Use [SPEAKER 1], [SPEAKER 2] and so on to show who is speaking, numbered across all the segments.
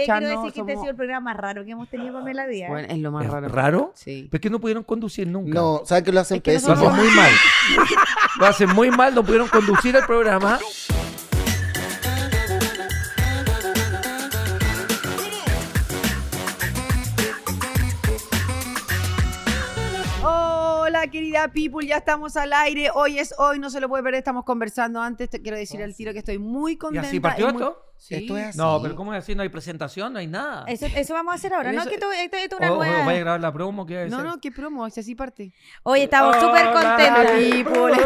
[SPEAKER 1] escucharnos.
[SPEAKER 2] quiero decir que este ha
[SPEAKER 1] somos-
[SPEAKER 2] sido el programa más raro que hemos tenido, Pamela Díaz.
[SPEAKER 1] Bueno, es lo más
[SPEAKER 3] ¿Es
[SPEAKER 1] raro.
[SPEAKER 3] raro?
[SPEAKER 1] Sí.
[SPEAKER 3] ¿Pero es que no pudieron conducir nunca?
[SPEAKER 4] No, ¿sabes que lo hacen
[SPEAKER 1] Es que
[SPEAKER 3] Lo
[SPEAKER 4] pésimo?
[SPEAKER 3] hacen muy mal. Lo hacen muy mal, no pudieron conducir el programa.
[SPEAKER 1] Hola, querida people, ya estamos al aire. Hoy es hoy, no se lo puede perder. Estamos conversando antes. Te quiero decir al tiro que estoy muy
[SPEAKER 3] ¿Y
[SPEAKER 1] contenta.
[SPEAKER 3] así partió
[SPEAKER 1] y muy-
[SPEAKER 3] esto?
[SPEAKER 1] Sí.
[SPEAKER 4] Esto es así.
[SPEAKER 3] No, pero ¿cómo es así? No hay presentación, no hay nada.
[SPEAKER 2] Eso, eso vamos a hacer ahora.
[SPEAKER 3] Pero
[SPEAKER 2] No,
[SPEAKER 3] eso-
[SPEAKER 2] que esto, esto- esto es una
[SPEAKER 3] O- o-
[SPEAKER 2] nueva.
[SPEAKER 3] Oh, ¿Vaya a grabar la promo? ¿Qué va a
[SPEAKER 1] No,
[SPEAKER 3] hacer?
[SPEAKER 1] no, qué promo, es así parte.
[SPEAKER 2] Hoy estamos
[SPEAKER 3] Oh,
[SPEAKER 2] súper
[SPEAKER 3] Hola,
[SPEAKER 2] contentas.
[SPEAKER 1] People.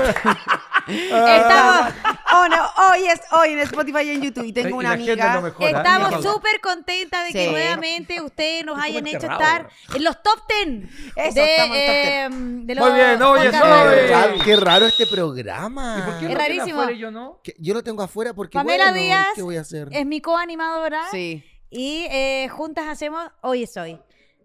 [SPEAKER 2] Estamos,
[SPEAKER 1] Oh, no, hoy es hoy en Spotify y en YouTube. Y tengo
[SPEAKER 3] Y
[SPEAKER 1] una
[SPEAKER 3] la gente
[SPEAKER 1] amiga.
[SPEAKER 3] lo mejora, ¿eh?
[SPEAKER 2] estamos
[SPEAKER 3] Mierda.
[SPEAKER 2] súper contentas de que
[SPEAKER 1] Sí.
[SPEAKER 2] nuevamente ustedes nos
[SPEAKER 3] Estoy
[SPEAKER 2] hayan hecho
[SPEAKER 3] enterrado
[SPEAKER 2] estar
[SPEAKER 3] ahora.
[SPEAKER 2] en los top 10
[SPEAKER 1] Eso,
[SPEAKER 2] de,
[SPEAKER 1] estamos en top 10.
[SPEAKER 2] em, de
[SPEAKER 3] Muy bien, oye,
[SPEAKER 2] podcasts. Eh,
[SPEAKER 3] soy-
[SPEAKER 4] Qué raro, Ah, qué raro este programa.
[SPEAKER 3] ¿Y por qué
[SPEAKER 2] Es
[SPEAKER 3] no
[SPEAKER 2] rarísimo.
[SPEAKER 3] afuera y yo no?
[SPEAKER 4] Que- Yo lo tengo afuera porque
[SPEAKER 2] Pamela
[SPEAKER 4] bueno,
[SPEAKER 2] Díaz
[SPEAKER 4] ¿qué voy a hacer?
[SPEAKER 2] Es mi coanimadora
[SPEAKER 1] Sí.
[SPEAKER 2] y eh, juntas hacemos Hoy es Hoy.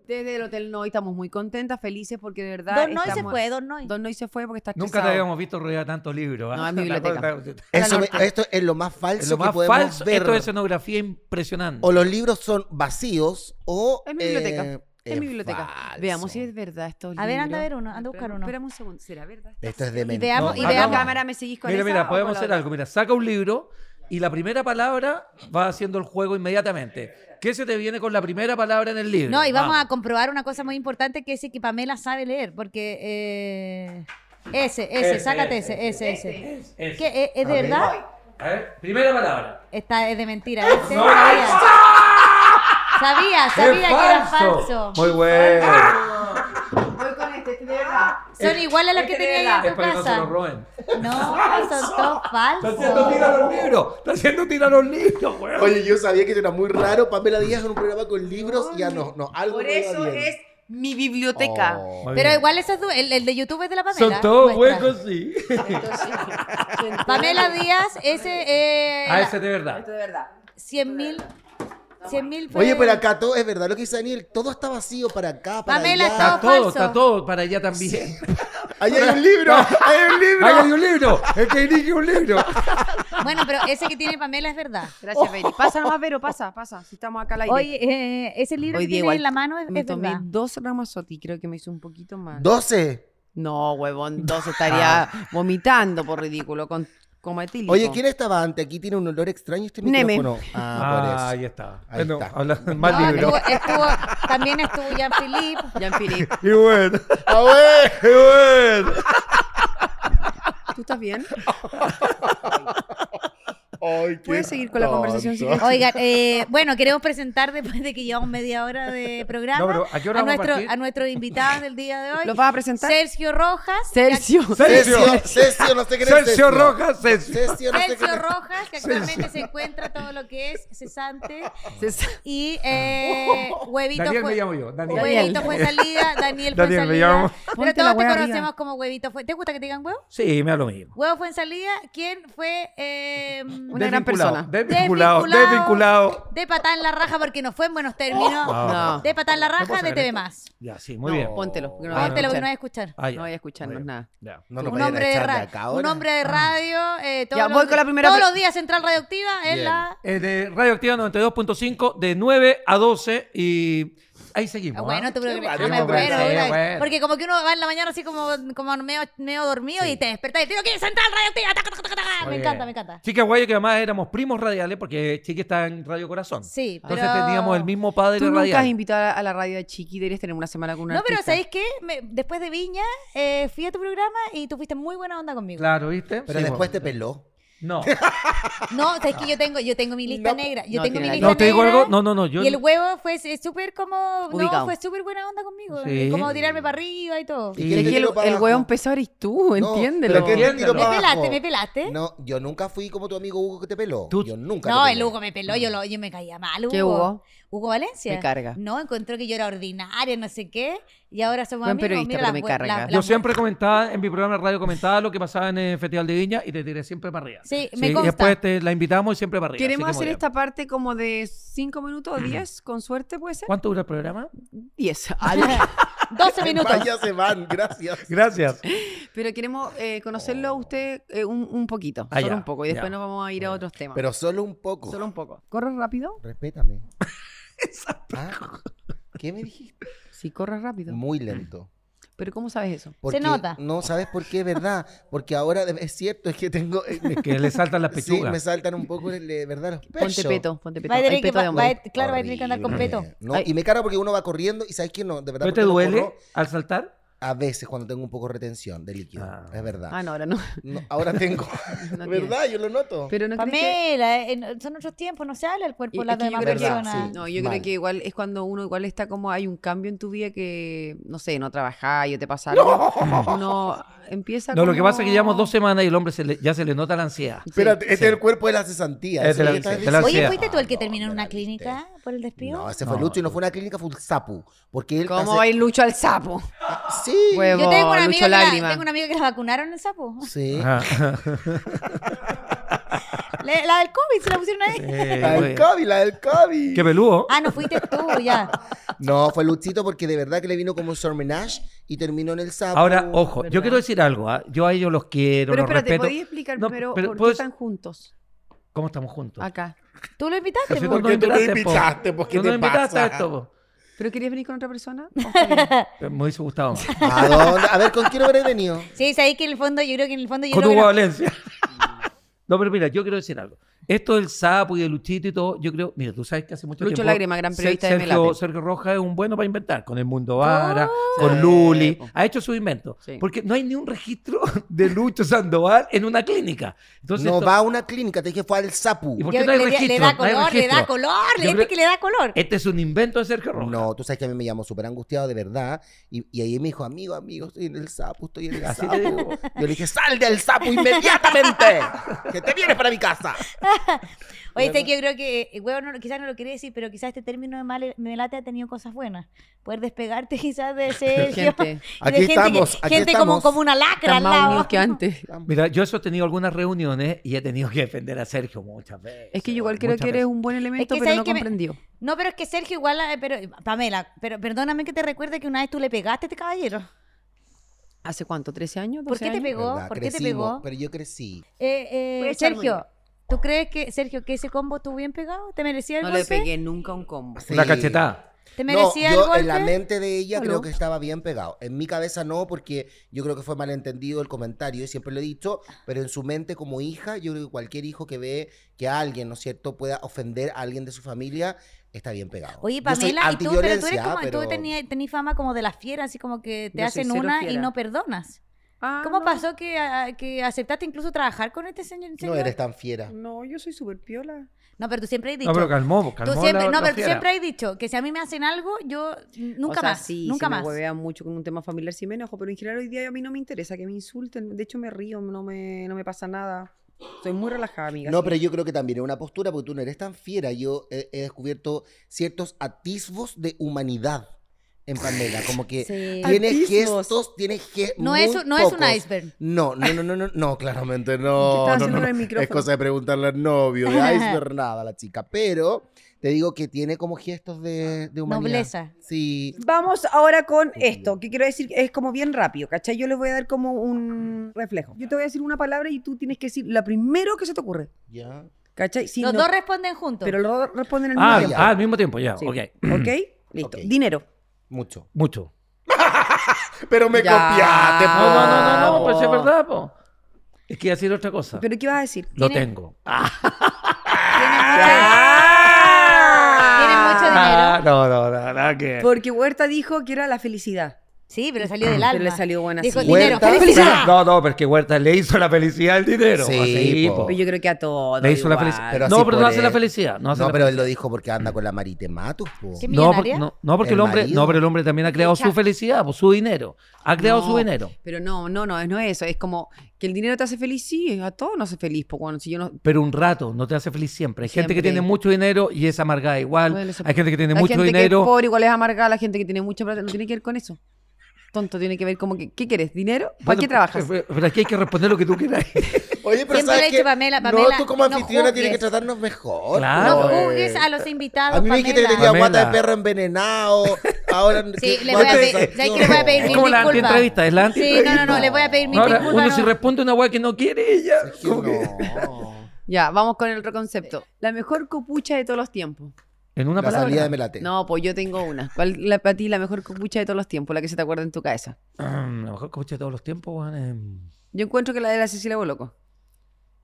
[SPEAKER 1] Desde el Hotel Noy estamos muy contentas, felices porque de verdad.
[SPEAKER 2] Don Noy se
[SPEAKER 1] estamos-
[SPEAKER 2] fue, Don Noy.
[SPEAKER 1] Don Noy se fue porque está
[SPEAKER 3] Nunca te
[SPEAKER 1] estresado.
[SPEAKER 3] habíamos visto rodeada de tantos libros. ¿ah?
[SPEAKER 1] No, es mi
[SPEAKER 3] La
[SPEAKER 1] biblioteca.
[SPEAKER 3] cosa está-
[SPEAKER 4] Eso me-
[SPEAKER 1] norte.
[SPEAKER 4] esto es lo más falso
[SPEAKER 3] Es lo
[SPEAKER 4] que
[SPEAKER 3] más
[SPEAKER 4] podemos
[SPEAKER 3] falso.
[SPEAKER 4] ver.
[SPEAKER 3] Esto es escenografía impresionante.
[SPEAKER 4] O los libros son vacíos o... eh,
[SPEAKER 1] Es mi biblioteca,
[SPEAKER 4] es
[SPEAKER 1] en mi biblioteca.
[SPEAKER 4] falso.
[SPEAKER 1] Veamos si es verdad esto.
[SPEAKER 2] A ver, anda a ver uno, anda a buscar uno.
[SPEAKER 1] Espera un segundo, ¿será verdad?
[SPEAKER 4] Esto es de
[SPEAKER 2] Y veamos-
[SPEAKER 3] y veamos.
[SPEAKER 1] cámara me seguís con
[SPEAKER 3] Mira,
[SPEAKER 1] esa
[SPEAKER 3] mira,
[SPEAKER 1] o
[SPEAKER 3] podemos
[SPEAKER 1] con la
[SPEAKER 3] hacer
[SPEAKER 1] otra?
[SPEAKER 3] algo. Mira, saca un libro y la primera palabra va haciendo el juego inmediatamente. ¿Qué se te viene con la primera palabra en el libro?
[SPEAKER 2] No, y vamos a comprobar una cosa muy importante que es que Pamela sabe leer, porque eh, ese, ese,
[SPEAKER 3] Ese,
[SPEAKER 2] sácate
[SPEAKER 3] ese,
[SPEAKER 2] ese, ese, ese.
[SPEAKER 3] Eso.
[SPEAKER 2] ¿Qué? ¿Es, es de verdad?
[SPEAKER 3] A ver, primera palabra.
[SPEAKER 2] Está, es de mentira. ¿viste?
[SPEAKER 3] No,
[SPEAKER 2] sabía.
[SPEAKER 3] es-
[SPEAKER 2] sabía, sabía que era falso.
[SPEAKER 3] Muy bueno.
[SPEAKER 1] Voy con este, este de verdad.
[SPEAKER 2] Son iguales a los
[SPEAKER 1] es
[SPEAKER 2] que
[SPEAKER 1] que
[SPEAKER 2] tenía ahí
[SPEAKER 1] de
[SPEAKER 3] Es
[SPEAKER 2] en Ah, tu
[SPEAKER 3] para que no se lo
[SPEAKER 2] casa.
[SPEAKER 3] roben.
[SPEAKER 2] No, son todos
[SPEAKER 3] Está haciendo
[SPEAKER 2] falsos.
[SPEAKER 3] tirar los libros. Está haciendo tirar los libros, weón.
[SPEAKER 4] Oye, yo sabía que era muy raro Pamela Díaz en un programa con libros y ya no, no, algo
[SPEAKER 1] Por
[SPEAKER 4] no iba
[SPEAKER 1] eso
[SPEAKER 4] bien.
[SPEAKER 1] es mi biblioteca.
[SPEAKER 4] Oh.
[SPEAKER 3] Muy
[SPEAKER 2] Pero
[SPEAKER 3] bien.
[SPEAKER 2] igual eso es du- el, el de YouTube es de la Pamela.
[SPEAKER 3] Son todos
[SPEAKER 2] nuestra.
[SPEAKER 3] huecos, sí.
[SPEAKER 1] Entonces, gente,
[SPEAKER 2] Pamela Díaz, ese, eh,
[SPEAKER 3] A ese de
[SPEAKER 1] esto
[SPEAKER 3] verdad.
[SPEAKER 1] de verdad.
[SPEAKER 2] 100 mil. 100 mil.
[SPEAKER 4] Oye, pero acá todo es verdad lo que dice Daniel, todo está vacío para acá, para
[SPEAKER 2] Pamela
[SPEAKER 4] allá.
[SPEAKER 2] está-
[SPEAKER 3] Está todo,
[SPEAKER 2] falso.
[SPEAKER 3] está todo para allá también.
[SPEAKER 4] Ahí hay un libro, ahí hay un libro.
[SPEAKER 3] ¡Ahí hay un libro! ¡El que dirige un libro!
[SPEAKER 2] Bueno, pero ese que tiene Pamela es verdad.
[SPEAKER 1] Gracias, Vero. Pasa nomás, Vero, pasa, pasa. Si estamos acá al aire.
[SPEAKER 2] Oye, eh, ese libro
[SPEAKER 1] Hoy
[SPEAKER 2] que
[SPEAKER 1] día
[SPEAKER 2] tiene
[SPEAKER 1] igual
[SPEAKER 2] en la mano es,
[SPEAKER 1] me
[SPEAKER 2] es
[SPEAKER 1] tomé
[SPEAKER 2] verdad.
[SPEAKER 1] dos ramazotti, creo que me hizo un poquito mal.
[SPEAKER 4] 12.
[SPEAKER 1] No, huevón, dos estaría vomitando por ridículo con coma etílico.
[SPEAKER 4] Oye, ¿quién estaba antes? Aquí tiene un olor extraño este
[SPEAKER 1] Neme.
[SPEAKER 4] micrófono. Ah, por
[SPEAKER 3] ahí
[SPEAKER 4] eso.
[SPEAKER 3] está.
[SPEAKER 4] Ahí
[SPEAKER 3] bueno,
[SPEAKER 4] está.
[SPEAKER 3] hablando en
[SPEAKER 2] No,
[SPEAKER 3] mal libro.
[SPEAKER 2] estuvo- estuvo- también estuvo Jean-Philippe.
[SPEAKER 1] Jean-Philippe,
[SPEAKER 3] ¡Qué bueno!
[SPEAKER 4] ¡Ah, bueno!
[SPEAKER 3] ¡Qué bueno!
[SPEAKER 1] ¿tú estás bien?
[SPEAKER 4] Ay, qué
[SPEAKER 1] Puedes seguir con la
[SPEAKER 4] tonto.
[SPEAKER 1] conversación si quieres.
[SPEAKER 2] Oigan, eh, bueno, queremos presentar después de que llevamos media hora de programa
[SPEAKER 3] No, pero ¿a qué hora vamos a
[SPEAKER 2] nuestro,
[SPEAKER 3] partir?
[SPEAKER 2] a nuestros invitados del día de hoy.
[SPEAKER 1] ¿Los vas a presentar?
[SPEAKER 2] Sergio Rojas. que ac-
[SPEAKER 1] Sergio.
[SPEAKER 3] Sergio.
[SPEAKER 4] Cesio, Cesio, no sé qué es
[SPEAKER 3] Sergio Rojas, Sergio.
[SPEAKER 4] Cesio, no sé qué
[SPEAKER 2] Sergio
[SPEAKER 4] es.
[SPEAKER 2] Rojas, que actualmente se encuentra todo lo que es cesante
[SPEAKER 1] César.
[SPEAKER 2] y eh, huevito
[SPEAKER 3] Ah. Daniel me
[SPEAKER 2] Fue-
[SPEAKER 3] llamo yo. Daniel.
[SPEAKER 1] Oye.
[SPEAKER 2] Huevito fue salida, Daniel fue
[SPEAKER 3] Daniel, me
[SPEAKER 2] salida.
[SPEAKER 3] llamo.
[SPEAKER 2] Pero
[SPEAKER 1] Ponte
[SPEAKER 2] todos
[SPEAKER 1] la
[SPEAKER 2] te
[SPEAKER 1] hueá arriba.
[SPEAKER 2] conocemos como huevito fue. ¿Te gusta que te digan huevo?
[SPEAKER 3] Sí, me da lo mismo.
[SPEAKER 2] Huevo fue en salida. ¿Quién fue eh,
[SPEAKER 1] Una gran
[SPEAKER 3] Desvinculado,
[SPEAKER 1] persona.
[SPEAKER 3] Desvinculado, desvinculado.
[SPEAKER 2] de patá en la raja porque no fue en buenos términos?
[SPEAKER 1] No.
[SPEAKER 2] De patá en la
[SPEAKER 3] ¿Me puedo
[SPEAKER 2] raja de
[SPEAKER 3] sacar
[SPEAKER 2] TV
[SPEAKER 3] esto?
[SPEAKER 2] Más.
[SPEAKER 3] Ya, sí, muy
[SPEAKER 1] No,
[SPEAKER 3] bien.
[SPEAKER 1] Póntelo. porque
[SPEAKER 3] Ah,
[SPEAKER 1] voy a
[SPEAKER 2] Ponte lo que no
[SPEAKER 1] escuchar.
[SPEAKER 2] vas a escuchar.
[SPEAKER 3] Ah, ya.
[SPEAKER 1] No voy a escucharnos
[SPEAKER 3] Muy bien.
[SPEAKER 1] nada.
[SPEAKER 3] Ya.
[SPEAKER 4] No
[SPEAKER 2] un
[SPEAKER 4] nos vayan a
[SPEAKER 2] hombre de
[SPEAKER 4] echar de
[SPEAKER 2] radio,
[SPEAKER 4] acá
[SPEAKER 2] un
[SPEAKER 4] ahora.
[SPEAKER 2] hombre de radio, eh, todos,
[SPEAKER 1] Ya,
[SPEAKER 2] los,
[SPEAKER 1] voy con la primera
[SPEAKER 2] todos
[SPEAKER 1] pre-
[SPEAKER 2] los días Central Radioactiva en
[SPEAKER 4] Bien.
[SPEAKER 2] la...
[SPEAKER 3] Eh, de Radioactiva 92.5 de 9 a 12 y ahí seguimos.
[SPEAKER 2] Ah,
[SPEAKER 3] ¿ah?
[SPEAKER 2] Bueno, tu programa
[SPEAKER 3] bueno,
[SPEAKER 2] me muero,
[SPEAKER 3] bueno,
[SPEAKER 2] mira,
[SPEAKER 3] sí, bueno.
[SPEAKER 2] Porque como que uno va en la mañana así como, como medio, medio dormido y te despertas y te digo, ¿qué es Central Radioactiva? Taca, taca, taca, taca.
[SPEAKER 3] Muy
[SPEAKER 2] ah, Me
[SPEAKER 3] bien.
[SPEAKER 2] encanta, me encanta.
[SPEAKER 3] Chica Guayo, que además éramos primos radiales porque Chiqui está en Radio Corazón.
[SPEAKER 2] Sí, pero...
[SPEAKER 3] Entonces teníamos el mismo padre
[SPEAKER 1] Tú nunca
[SPEAKER 3] radial.
[SPEAKER 1] has invitado a- a la radio de Chiqui, deberías tener una semana con una
[SPEAKER 2] No, pero ¿sabéis qué? Me- después de Viña, eh, fui a tu programa y tú fuiste muy buena onda conmigo.
[SPEAKER 3] Claro, ¿viste?
[SPEAKER 4] Pero
[SPEAKER 3] Sí,
[SPEAKER 4] después
[SPEAKER 3] bueno.
[SPEAKER 4] te peló.
[SPEAKER 3] No.
[SPEAKER 2] No, sabes que yo tengo, yo tengo mi lista negra. Yo
[SPEAKER 1] No
[SPEAKER 2] tengo mi
[SPEAKER 1] tiene
[SPEAKER 2] lista
[SPEAKER 1] la-
[SPEAKER 2] negra.
[SPEAKER 3] No, te digo algo, no, no, no, yo-
[SPEAKER 2] Y el huevo fue eh, súper como. No,
[SPEAKER 1] Ubicado.
[SPEAKER 2] fue súper buena onda conmigo.
[SPEAKER 3] Sí.
[SPEAKER 2] Como tirarme para arriba y todo.
[SPEAKER 4] ¿Y
[SPEAKER 3] Sí.
[SPEAKER 4] quién
[SPEAKER 1] Es
[SPEAKER 4] te
[SPEAKER 1] que el,
[SPEAKER 4] tiró para
[SPEAKER 1] el
[SPEAKER 4] abajo?
[SPEAKER 1] hueón pesado eres tú,
[SPEAKER 4] No,
[SPEAKER 1] entiéndelo.
[SPEAKER 4] ¿pero quién te tiró
[SPEAKER 3] Entiéndelo.
[SPEAKER 2] Me
[SPEAKER 4] para
[SPEAKER 2] pelaste,
[SPEAKER 4] abajo?
[SPEAKER 2] me pelaste.
[SPEAKER 4] No, yo nunca fui como tu amigo Hugo que te peló.
[SPEAKER 3] Tú-
[SPEAKER 4] Yo nunca.
[SPEAKER 2] No,
[SPEAKER 4] te
[SPEAKER 2] el
[SPEAKER 4] pelé.
[SPEAKER 2] Hugo me peló, yo, lo, yo me caía mal. Hugo.
[SPEAKER 1] ¿Qué Hugo?
[SPEAKER 2] Hugo Valencia.
[SPEAKER 1] Me carga.
[SPEAKER 2] No, encontró que yo era ordinaria, no sé qué. Y ahora somos
[SPEAKER 1] Buen
[SPEAKER 2] amigos.
[SPEAKER 1] periodista,
[SPEAKER 2] Mira
[SPEAKER 1] pero
[SPEAKER 2] las
[SPEAKER 1] me
[SPEAKER 2] bu-
[SPEAKER 1] carga.
[SPEAKER 2] la-
[SPEAKER 3] Yo
[SPEAKER 2] las bu-
[SPEAKER 3] siempre comentaba en mi programa de radio, comentaba lo que pasaba en el Festival de Viña y te tiré siempre para arriba.
[SPEAKER 2] Sí, me
[SPEAKER 3] y
[SPEAKER 2] consta.
[SPEAKER 3] después te, la invitamos y siempre para arriba.
[SPEAKER 1] Queremos
[SPEAKER 3] así que muy
[SPEAKER 1] hacer
[SPEAKER 3] bien.
[SPEAKER 1] esta parte como de 5 minutos o 10, con suerte puede ser.
[SPEAKER 3] ¿Cuánto dura el programa?
[SPEAKER 1] 10.
[SPEAKER 2] 12 minutos.
[SPEAKER 4] Vaya se van, gracias.
[SPEAKER 3] Gracias.
[SPEAKER 1] Pero queremos eh, conocerlo a usted eh, un, un poquito,
[SPEAKER 3] Ah,
[SPEAKER 1] solo
[SPEAKER 3] ya,
[SPEAKER 1] un poco, y después
[SPEAKER 3] ya.
[SPEAKER 1] nos vamos a ir a otros temas.
[SPEAKER 4] Pero solo un poco.
[SPEAKER 1] Solo un poco. ¿Corre rápido?
[SPEAKER 4] Respétame.
[SPEAKER 3] esa.
[SPEAKER 4] Ah, ¿Qué me dijiste?
[SPEAKER 1] Si corres rápido.
[SPEAKER 4] Muy lento.
[SPEAKER 1] Pero ¿cómo sabes eso?
[SPEAKER 4] Porque-
[SPEAKER 2] nota.
[SPEAKER 4] No, ¿sabes por qué? Es verdad. Porque ahora de- es cierto, es que tengo. eh, me-
[SPEAKER 3] Que le saltan las
[SPEAKER 4] sí,
[SPEAKER 3] pechugas.
[SPEAKER 4] me saltan un poco, eh, de verdad, los pechos.
[SPEAKER 1] Ponte peto, ponte peto.
[SPEAKER 2] Va a tener
[SPEAKER 1] Hay
[SPEAKER 2] que-
[SPEAKER 1] peto de
[SPEAKER 2] va- va a-
[SPEAKER 1] hombre.
[SPEAKER 2] claro, va a tener que andar con peto.
[SPEAKER 4] Horrible. No,
[SPEAKER 1] Ay.
[SPEAKER 4] y me carga porque uno va corriendo y ¿sabes qué? No, de verdad.
[SPEAKER 3] ¿Pero te
[SPEAKER 4] porque no
[SPEAKER 3] duele
[SPEAKER 4] corro
[SPEAKER 3] al saltar?
[SPEAKER 4] A veces cuando tengo un poco de retención de líquido.
[SPEAKER 3] Ah.
[SPEAKER 4] Es verdad.
[SPEAKER 1] Ah, no, ahora no.
[SPEAKER 4] No, ahora tengo.
[SPEAKER 1] no tiene.
[SPEAKER 4] ¿Verdad? Yo lo noto.
[SPEAKER 1] Pero no crees que-
[SPEAKER 2] Pamela, eh, no- son otros tiempos, no se habla el cuerpo de
[SPEAKER 1] Es
[SPEAKER 2] las
[SPEAKER 1] que yo
[SPEAKER 2] demás
[SPEAKER 1] creo que-
[SPEAKER 2] personas.
[SPEAKER 4] sí.
[SPEAKER 1] No, yo
[SPEAKER 4] Mal.
[SPEAKER 1] creo que igual es cuando uno igual está como hay un cambio en tu vida que, no sé, no trabajás o te pasa algo. Uno empieza
[SPEAKER 3] No, lo que pasa es que llevamos
[SPEAKER 1] como-
[SPEAKER 3] dos semanas y el hombre se le- ya se le nota la ansiedad.
[SPEAKER 1] Sí.
[SPEAKER 4] Espérate, este
[SPEAKER 3] Sí.
[SPEAKER 4] es el cuerpo de la cesantía.
[SPEAKER 3] Es
[SPEAKER 4] eso
[SPEAKER 3] de
[SPEAKER 4] es
[SPEAKER 3] la-
[SPEAKER 4] lo que estás
[SPEAKER 3] de
[SPEAKER 4] diciendo.
[SPEAKER 3] la
[SPEAKER 2] Oye,
[SPEAKER 3] ansiedad.
[SPEAKER 2] ¿fuiste tú el que
[SPEAKER 4] No,
[SPEAKER 2] terminó en
[SPEAKER 4] me
[SPEAKER 2] una
[SPEAKER 4] la diste.
[SPEAKER 2] clínica por el despido?
[SPEAKER 4] No, ese fue
[SPEAKER 3] No,
[SPEAKER 4] Lucho y no
[SPEAKER 3] no.
[SPEAKER 4] fue una clínica full sapu. Porque él.
[SPEAKER 1] ¿Cómo
[SPEAKER 4] hace- Ah,
[SPEAKER 1] va a ir Lucho al sapo?
[SPEAKER 4] Sí.
[SPEAKER 1] Huevo,
[SPEAKER 2] Yo tengo una,
[SPEAKER 1] Lucho
[SPEAKER 2] amiga que la,
[SPEAKER 1] Lágrima.
[SPEAKER 2] tengo una amiga que la vacunaron el sapo.
[SPEAKER 4] Sí.
[SPEAKER 3] Ajá.
[SPEAKER 2] La, la del COVID se la pusieron ahí.
[SPEAKER 3] Eh,
[SPEAKER 4] La
[SPEAKER 3] güey.
[SPEAKER 4] del COVID, la del COVID.
[SPEAKER 3] Qué peludo.
[SPEAKER 2] Ah, no fuiste tú, ya.
[SPEAKER 4] No, fue Luchito porque de verdad que le vino como un sormenage y terminó en el sapo.
[SPEAKER 3] Ahora, ojo,
[SPEAKER 1] ¿verdad?
[SPEAKER 3] yo quiero decir algo. ¿ah? Yo a ellos los quiero,
[SPEAKER 1] Pero
[SPEAKER 3] los
[SPEAKER 1] espérate,
[SPEAKER 3] respeto.
[SPEAKER 1] ¿podías explicar
[SPEAKER 3] No,
[SPEAKER 1] primero
[SPEAKER 3] pero
[SPEAKER 1] por
[SPEAKER 3] puedo-
[SPEAKER 1] qué están juntos
[SPEAKER 3] ¿Cómo estamos juntos?
[SPEAKER 1] acá?
[SPEAKER 2] Tú lo invitaste.
[SPEAKER 3] Pero si
[SPEAKER 2] po.
[SPEAKER 3] tú no
[SPEAKER 4] Porque tú no
[SPEAKER 3] invitaste, po.
[SPEAKER 4] invitaste, pues, ¿qué
[SPEAKER 3] Tú no
[SPEAKER 4] te
[SPEAKER 3] invitaste a
[SPEAKER 4] pasa?
[SPEAKER 3] esto, po.
[SPEAKER 1] ¿Pero querías venir con otra persona? Oh, está bien.
[SPEAKER 3] Eh, Me hubiese gustado más.
[SPEAKER 4] ¿A dónde? A ver, ¿con quién habré venido?
[SPEAKER 2] Sí, sabéis que en el fondo, yo creo que en el fondo yo
[SPEAKER 3] Con
[SPEAKER 2] creo
[SPEAKER 3] Hugo
[SPEAKER 2] que no-
[SPEAKER 3] Valencia. No, pero mira, yo quiero decir algo. Esto del sapo y del luchito y todo, yo creo, mira, tú sabes que hace mucho
[SPEAKER 1] Lucho
[SPEAKER 3] tiempo...
[SPEAKER 1] Lágrima, gran periodista de
[SPEAKER 3] Sergio,
[SPEAKER 1] Melate. Ah,
[SPEAKER 3] Sergio Rojas es un bueno para inventar, con el Mundo Vara, con Luli, ha hecho su invento.
[SPEAKER 1] Sí.
[SPEAKER 3] Porque no hay ni un registro de Lucho Sandoval en una clínica. Entonces,
[SPEAKER 4] no
[SPEAKER 3] esto-
[SPEAKER 4] va a una clínica, te dije fue al sapu.
[SPEAKER 3] ¿Y por
[SPEAKER 2] Yo-
[SPEAKER 3] qué no hay
[SPEAKER 2] le,
[SPEAKER 3] registro?
[SPEAKER 2] le da
[SPEAKER 3] No hay
[SPEAKER 2] color, le da
[SPEAKER 3] registro.
[SPEAKER 2] color,
[SPEAKER 3] Yo
[SPEAKER 2] le dice
[SPEAKER 3] creo-
[SPEAKER 2] que le da color.
[SPEAKER 3] Este es un invento de Sergio Rojas.
[SPEAKER 4] No, tú sabes que a mí me llamó súper angustiado, de verdad. Y, y ahí me dijo, amigo, amigo, estoy en el sapo, estoy en el
[SPEAKER 3] Así
[SPEAKER 4] sapo.
[SPEAKER 3] te digo.
[SPEAKER 4] Yo le dije, sal del sapo inmediatamente, que te vienes para mi casa.
[SPEAKER 2] Oye, sé que yo creo que, eh, huevo, no, quizás no lo quería decir, pero quizás este término de mal, melate ha tenido cosas buenas. Poder despegarte quizás de Sergio.
[SPEAKER 1] Gente,
[SPEAKER 2] y de
[SPEAKER 4] Aquí
[SPEAKER 2] gente
[SPEAKER 4] estamos,
[SPEAKER 2] que-
[SPEAKER 4] aquí
[SPEAKER 2] gente Como,
[SPEAKER 4] estamos.
[SPEAKER 2] como una lacra
[SPEAKER 1] están
[SPEAKER 2] al
[SPEAKER 1] más unidos
[SPEAKER 2] lado.
[SPEAKER 1] que antes.
[SPEAKER 3] Mira, yo he sostenido algunas reuniones y he tenido que defender a Sergio muchas veces.
[SPEAKER 1] Es que yo igual creo
[SPEAKER 3] muchas
[SPEAKER 1] que eres
[SPEAKER 3] veces.
[SPEAKER 1] un buen elemento, pero
[SPEAKER 2] ¿sabes
[SPEAKER 1] no
[SPEAKER 2] qué me-
[SPEAKER 1] comprendió.
[SPEAKER 2] No, pero es que Sergio igual, eh, pero Pamela, pero perdóname que te recuerde que una vez tú le pegaste a este caballero.
[SPEAKER 1] ¿Hace cuánto? ¿13 años?
[SPEAKER 2] ¿Por qué te
[SPEAKER 1] pegó?
[SPEAKER 2] pegó?
[SPEAKER 4] ¿Verdad?
[SPEAKER 2] ¿Por qué te
[SPEAKER 4] Crecimos,
[SPEAKER 2] pegó?
[SPEAKER 4] Pero yo crecí.
[SPEAKER 2] Eh, eh,
[SPEAKER 1] Voy a echarme
[SPEAKER 2] Sergio,
[SPEAKER 1] una.
[SPEAKER 2] ¿tú crees que Sergio que ese combo estuvo bien pegado? ¿Te merecía el
[SPEAKER 1] No le
[SPEAKER 2] golpe?
[SPEAKER 1] pegué nunca un combo.
[SPEAKER 4] Sí.
[SPEAKER 3] Una cachetada.
[SPEAKER 2] ¿Te
[SPEAKER 4] No,
[SPEAKER 2] merecía el
[SPEAKER 4] yo
[SPEAKER 2] golpe?
[SPEAKER 4] en la mente de ella
[SPEAKER 1] Hola.
[SPEAKER 4] creo que estaba bien pegado. En mi cabeza no, porque yo creo que fue malentendido el comentario, y siempre lo he dicho, pero en su mente como hija, yo creo que cualquier hijo que ve que alguien, ¿no es cierto?, pueda ofender a alguien de su familia, está bien pegado.
[SPEAKER 2] Oye,
[SPEAKER 4] Yo soy
[SPEAKER 2] Pamela, y tú, pero tú eres
[SPEAKER 4] antiviolencia,
[SPEAKER 2] como, tú
[SPEAKER 4] pero-
[SPEAKER 2] tenías, tenías fama como de las fieras, así como que te
[SPEAKER 1] Yo soy
[SPEAKER 2] hacen
[SPEAKER 1] cero
[SPEAKER 2] una y
[SPEAKER 1] fiera.
[SPEAKER 2] no perdonas.
[SPEAKER 1] Ah,
[SPEAKER 2] ¿Cómo
[SPEAKER 1] no.
[SPEAKER 2] pasó que, ah, que aceptaste incluso trabajar con este señor?
[SPEAKER 4] No
[SPEAKER 2] señor?
[SPEAKER 4] eres tan fiera.
[SPEAKER 1] No, yo soy súper piola.
[SPEAKER 2] No, pero tú siempre has dicho.
[SPEAKER 3] No, pero calmó,
[SPEAKER 2] tú
[SPEAKER 3] calmó la-
[SPEAKER 2] siempre,
[SPEAKER 3] la
[SPEAKER 2] no, pero tú
[SPEAKER 3] fiera.
[SPEAKER 2] siempre has dicho que si a mí me hacen algo, yo n- nunca
[SPEAKER 1] O sea,
[SPEAKER 2] más.
[SPEAKER 1] sí,
[SPEAKER 2] nunca
[SPEAKER 1] si
[SPEAKER 2] más.
[SPEAKER 1] me huevean mucho con un tema familiar, sí me enojo, pero en general hoy día a mí no me interesa que me insulten. De hecho, me río, no me, no me pasa nada. Soy muy relajada, amiga.
[SPEAKER 4] No,
[SPEAKER 1] sí.
[SPEAKER 4] pero yo creo que también es una postura, porque tú no eres tan fiera. Yo he, he descubierto ciertos atisbos de humanidad en Pamela, como que
[SPEAKER 2] Sí.
[SPEAKER 4] tiene
[SPEAKER 1] Atisbos.
[SPEAKER 4] gestos, tiene gestos.
[SPEAKER 2] No, es, un- no es un iceberg.
[SPEAKER 4] No, no, no, no, no, no,
[SPEAKER 1] ¿Qué
[SPEAKER 4] claramente no.
[SPEAKER 1] estaba
[SPEAKER 4] no,
[SPEAKER 1] haciendo
[SPEAKER 4] no,
[SPEAKER 1] en el
[SPEAKER 4] no.
[SPEAKER 1] micrófono?
[SPEAKER 4] Es cosa de preguntarle al novio, de iceberg nada, la chica. Pero te digo que tiene como gestos de, de humanidad.
[SPEAKER 2] Nobleza.
[SPEAKER 4] Sí.
[SPEAKER 1] Vamos ahora con esto, que quiero decir, es como bien rápido, ¿cachai? Yo les voy a dar como un reflejo. Yo te voy a decir una palabra y tú tienes que decir la primero que se te ocurre,
[SPEAKER 4] Ya.
[SPEAKER 1] ¿cachai? Si
[SPEAKER 2] Los
[SPEAKER 1] no-
[SPEAKER 2] dos responden juntos.
[SPEAKER 1] pero los dos responden al mismo
[SPEAKER 3] Ah,
[SPEAKER 1] tiempo.
[SPEAKER 3] ah, al mismo tiempo, ya,
[SPEAKER 1] Sí.
[SPEAKER 3] ok.
[SPEAKER 1] ¿Ok? Listo.
[SPEAKER 4] Ok.
[SPEAKER 1] Dinero.
[SPEAKER 4] Mucho.
[SPEAKER 3] Mucho.
[SPEAKER 4] Pero me
[SPEAKER 1] Ya.
[SPEAKER 4] copiaste,
[SPEAKER 1] No,
[SPEAKER 3] No,
[SPEAKER 4] po.
[SPEAKER 3] no, no, no,
[SPEAKER 1] po.
[SPEAKER 3] pues es verdad, po. Es que iba a decir otra cosa.
[SPEAKER 1] ¿Pero qué vas a decir?
[SPEAKER 3] Lo
[SPEAKER 2] tiene-
[SPEAKER 3] tengo. Ah,
[SPEAKER 2] Tienen mucho, tienen mucho
[SPEAKER 1] ¡Ah!
[SPEAKER 2] dinero.
[SPEAKER 3] no, no, no, no, que...
[SPEAKER 1] Porque Huerta dijo que era la felicidad.
[SPEAKER 2] Sí, pero salió
[SPEAKER 3] Mm.
[SPEAKER 2] del alma.
[SPEAKER 1] Ah, Pero le salió buena
[SPEAKER 2] Dijo
[SPEAKER 1] sí.
[SPEAKER 2] dinero.
[SPEAKER 4] Huerta,
[SPEAKER 2] ¡Felicidad!
[SPEAKER 3] No, no, porque Huerta le hizo la felicidad al dinero.
[SPEAKER 4] Sí,
[SPEAKER 3] Así,
[SPEAKER 4] po.
[SPEAKER 3] po.
[SPEAKER 1] Pero yo creo que a todos.
[SPEAKER 3] Le hizo la
[SPEAKER 1] igual.
[SPEAKER 3] felicidad.
[SPEAKER 4] Pero
[SPEAKER 3] no,
[SPEAKER 4] así
[SPEAKER 3] pero no
[SPEAKER 4] por
[SPEAKER 3] hace la
[SPEAKER 4] él.
[SPEAKER 3] felicidad. No, hace
[SPEAKER 4] No,
[SPEAKER 3] la
[SPEAKER 4] pero él
[SPEAKER 3] felicidad.
[SPEAKER 4] lo dijo porque anda con la Marite Matus, po.
[SPEAKER 2] ¿Qué
[SPEAKER 3] No, por-
[SPEAKER 2] millonaria?
[SPEAKER 3] no, no, porque
[SPEAKER 4] El
[SPEAKER 3] el hombre,
[SPEAKER 4] marido.
[SPEAKER 3] no, pero el hombre también ha creado su
[SPEAKER 2] Mucha.
[SPEAKER 3] felicidad, po, su dinero. Ha creado
[SPEAKER 1] No,
[SPEAKER 3] su dinero.
[SPEAKER 1] Pero no, no, no, no es eso. Es como que el dinero te hace feliz. Sí, a todos nos hace feliz. Porque bueno, si yo no.
[SPEAKER 3] Pero un rato no te hace feliz siempre. Hay gente que
[SPEAKER 1] Siempre.
[SPEAKER 3] tiene mucho dinero y es amargada igual.
[SPEAKER 1] Bueno, eso-
[SPEAKER 3] Hay gente que tiene
[SPEAKER 1] la
[SPEAKER 3] mucho
[SPEAKER 1] gente que
[SPEAKER 3] dinero.
[SPEAKER 1] es pobre igual es amargada. La gente que tiene mucha plata no tiene que ver con eso. Tonto, tiene que ver como que. ¿Qué quieres? ¿Dinero? ¿Para
[SPEAKER 3] Bueno,
[SPEAKER 1] qué trabajas?
[SPEAKER 3] eh, Pero aquí hay que responder lo que tú quieras.
[SPEAKER 4] Oye, pero
[SPEAKER 2] Siempre
[SPEAKER 4] ¿sabes
[SPEAKER 2] lo he
[SPEAKER 4] qué?
[SPEAKER 2] dicho, Pamela, Pamela,
[SPEAKER 4] no, tú como
[SPEAKER 2] no
[SPEAKER 4] anfitriona tienes que
[SPEAKER 2] juzgues.
[SPEAKER 4] tratarnos mejor.
[SPEAKER 3] Claro.
[SPEAKER 4] po,
[SPEAKER 2] No
[SPEAKER 4] eh.
[SPEAKER 2] juzgues a los invitados,
[SPEAKER 4] A mí me dijiste que
[SPEAKER 2] Pamela.
[SPEAKER 4] tenía guata de
[SPEAKER 3] Pamela.
[SPEAKER 4] perro envenenado. Ahora
[SPEAKER 2] Sí,
[SPEAKER 4] ¿qué
[SPEAKER 2] le voy a
[SPEAKER 4] guata
[SPEAKER 2] pedir,
[SPEAKER 4] de
[SPEAKER 2] ¿sabes qué? le voy a pedir
[SPEAKER 3] Es
[SPEAKER 2] mil
[SPEAKER 3] como la
[SPEAKER 2] disculpas.
[SPEAKER 3] antientrevista, es la
[SPEAKER 2] Sí, no, no, no, le voy a pedir mil
[SPEAKER 3] No, ahora,
[SPEAKER 2] disculpas.
[SPEAKER 3] uno
[SPEAKER 2] no.
[SPEAKER 3] si responde una weá que no quiere ella.
[SPEAKER 4] No.
[SPEAKER 1] Ya, vamos con el otro concepto. La mejor copucha de todos los tiempos.
[SPEAKER 3] En una
[SPEAKER 4] la salida de
[SPEAKER 3] palabra.
[SPEAKER 4] Melate.
[SPEAKER 1] No, pues yo tengo una. ¿Cuál la, para ti la mejor kombucha de todos los tiempos? La que se te acuerda en tu cabeza.
[SPEAKER 3] Ah, A lo mejor escuché todos los tiempos, weón. em.
[SPEAKER 1] Yo encuentro que la de la Cecilia Boloco.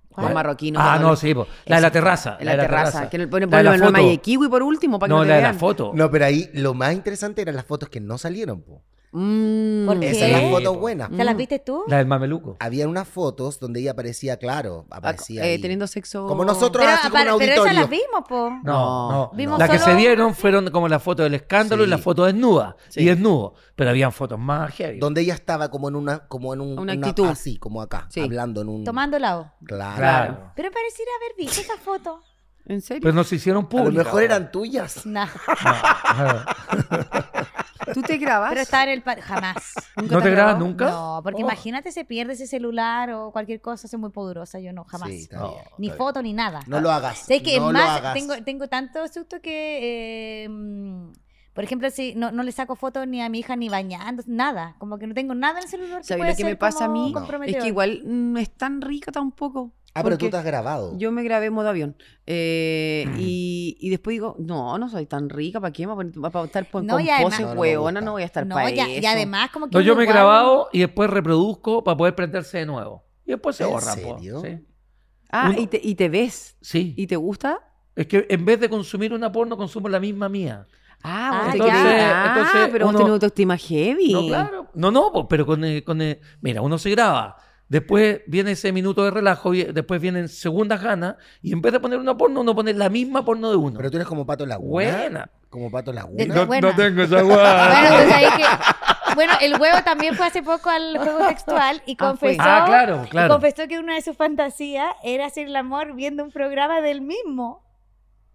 [SPEAKER 3] ¿Cuál?
[SPEAKER 1] Los marroquinos.
[SPEAKER 3] Ah,
[SPEAKER 1] cuando-
[SPEAKER 3] no, sí, po. la de la
[SPEAKER 1] Esa.
[SPEAKER 3] terraza.
[SPEAKER 1] En la, terraza. Que le ponen
[SPEAKER 3] La de la
[SPEAKER 1] ponen la
[SPEAKER 3] foto.
[SPEAKER 1] de kiwi por último para que no,
[SPEAKER 3] No,
[SPEAKER 1] te
[SPEAKER 3] la de la
[SPEAKER 1] vean.
[SPEAKER 3] foto.
[SPEAKER 4] No, pero ahí lo más interesante eran las fotos que no salieron. Po.
[SPEAKER 1] Mm.
[SPEAKER 2] ¿Por
[SPEAKER 4] Esas eran
[SPEAKER 2] ¿Qué?
[SPEAKER 4] las fotos buenas.
[SPEAKER 2] ¿Te las viste tú?
[SPEAKER 3] La del mameluco.
[SPEAKER 4] Habían unas fotos donde ella aparecía, claro, aparecía
[SPEAKER 1] Eh,
[SPEAKER 4] ahí.
[SPEAKER 1] teniendo sexo.
[SPEAKER 4] Como nosotros.
[SPEAKER 2] Pero,
[SPEAKER 4] así como
[SPEAKER 2] apar-
[SPEAKER 4] un
[SPEAKER 2] pero esas
[SPEAKER 4] auditorio.
[SPEAKER 2] las vimos, po.
[SPEAKER 3] No, no.
[SPEAKER 2] Vimos
[SPEAKER 3] Las que
[SPEAKER 2] solo-
[SPEAKER 3] se vieron fueron como la foto del escándalo y
[SPEAKER 4] Sí.
[SPEAKER 3] la foto desnuda.
[SPEAKER 1] Sí.
[SPEAKER 3] Y desnudo. Pero habían fotos más heavy.
[SPEAKER 4] Donde ella estaba como en una, como en un,
[SPEAKER 1] Una actitud.
[SPEAKER 4] así, como acá,
[SPEAKER 1] Sí.
[SPEAKER 4] hablando en un.
[SPEAKER 2] Tomando helado.
[SPEAKER 4] Claro.
[SPEAKER 3] Claro.
[SPEAKER 2] Pero pareciera haber visto esa foto.
[SPEAKER 1] ¿En serio?
[SPEAKER 3] Pero no se hicieron
[SPEAKER 4] A lo
[SPEAKER 3] públicas.
[SPEAKER 4] mejor eran tuyas.
[SPEAKER 2] No,
[SPEAKER 3] No,
[SPEAKER 1] ¿Tú te grabas?
[SPEAKER 2] pero estaba en el... par- Jamás.
[SPEAKER 3] ¿No te grabas nunca?
[SPEAKER 2] No, porque
[SPEAKER 3] Oh.
[SPEAKER 2] imagínate se pierde ese celular o cualquier cosa, eso es muy poderosa, yo no, jamás.
[SPEAKER 4] Sí, está
[SPEAKER 3] No.
[SPEAKER 4] bien,
[SPEAKER 2] ni
[SPEAKER 4] está
[SPEAKER 2] foto, ni nada.
[SPEAKER 4] bien. No lo hagas.
[SPEAKER 2] Sé que
[SPEAKER 4] no
[SPEAKER 2] es
[SPEAKER 4] lo
[SPEAKER 2] más,
[SPEAKER 4] hagas.
[SPEAKER 2] tengo, tengo tanto susto que, eh, mm, por ejemplo, si no, no le saco fotos ni a mi hija ni bañando, nada. Como que no tengo nada en el celular. Que
[SPEAKER 1] ¿Sabes
[SPEAKER 2] pueda
[SPEAKER 1] lo que
[SPEAKER 2] ser
[SPEAKER 1] me pasa a
[SPEAKER 2] como
[SPEAKER 1] mí? Es
[SPEAKER 2] comprometedor.
[SPEAKER 1] que igual no es tan rica tampoco.
[SPEAKER 4] Ah, pero tú
[SPEAKER 1] porque
[SPEAKER 4] te has grabado.
[SPEAKER 1] Yo me grabé en modo avión. eh,
[SPEAKER 3] Mm.
[SPEAKER 1] y, y después digo, no, no soy tan rica. ¿Para qué me voy a poner- para estar con
[SPEAKER 2] No, y además-
[SPEAKER 1] poses,
[SPEAKER 4] No, no me
[SPEAKER 1] huevona?
[SPEAKER 4] gusta.
[SPEAKER 1] No voy a estar
[SPEAKER 2] No,
[SPEAKER 1] para
[SPEAKER 2] y, a- y
[SPEAKER 1] eso.
[SPEAKER 2] además como que...
[SPEAKER 3] No, yo
[SPEAKER 2] uno
[SPEAKER 3] me he
[SPEAKER 2] igual-
[SPEAKER 3] grabado y después reproduzco para poder prenderse de nuevo. Y después se
[SPEAKER 4] ¿En
[SPEAKER 3] borra. po.
[SPEAKER 4] serio?
[SPEAKER 3] Sí.
[SPEAKER 1] Ah,
[SPEAKER 3] Uno-
[SPEAKER 1] y, te, y te ves.
[SPEAKER 3] Sí.
[SPEAKER 1] ¿Y te gusta?
[SPEAKER 3] Es que en vez de consumir una porno, consumo la misma mía.
[SPEAKER 1] Ah, vos te
[SPEAKER 2] entonces-
[SPEAKER 1] quedas- ah,
[SPEAKER 3] entonces
[SPEAKER 1] pero vos
[SPEAKER 3] uno-
[SPEAKER 1] tenés una autoestima heavy.
[SPEAKER 3] No, claro. No, no, po, pero con, eh, con eh, mira, uno se graba. Después viene ese minuto de relajo, y después vienen segundas ganas, y en vez de poner una porno, uno pone la misma porno de uno.
[SPEAKER 4] Pero tú eres como Pato Laguna.
[SPEAKER 3] Buena.
[SPEAKER 4] Como Pato
[SPEAKER 2] De-
[SPEAKER 4] Laguna.
[SPEAKER 2] no- buena.
[SPEAKER 3] tengo esa
[SPEAKER 2] Bueno, tú sabes que- bueno, el huevo también fue hace poco al juego textual y
[SPEAKER 1] Ah, fue.
[SPEAKER 2] confesó,
[SPEAKER 3] Ah, claro,
[SPEAKER 2] y
[SPEAKER 3] claro.
[SPEAKER 2] confesó que una de sus fantasías era hacer el amor viendo un programa del mismo.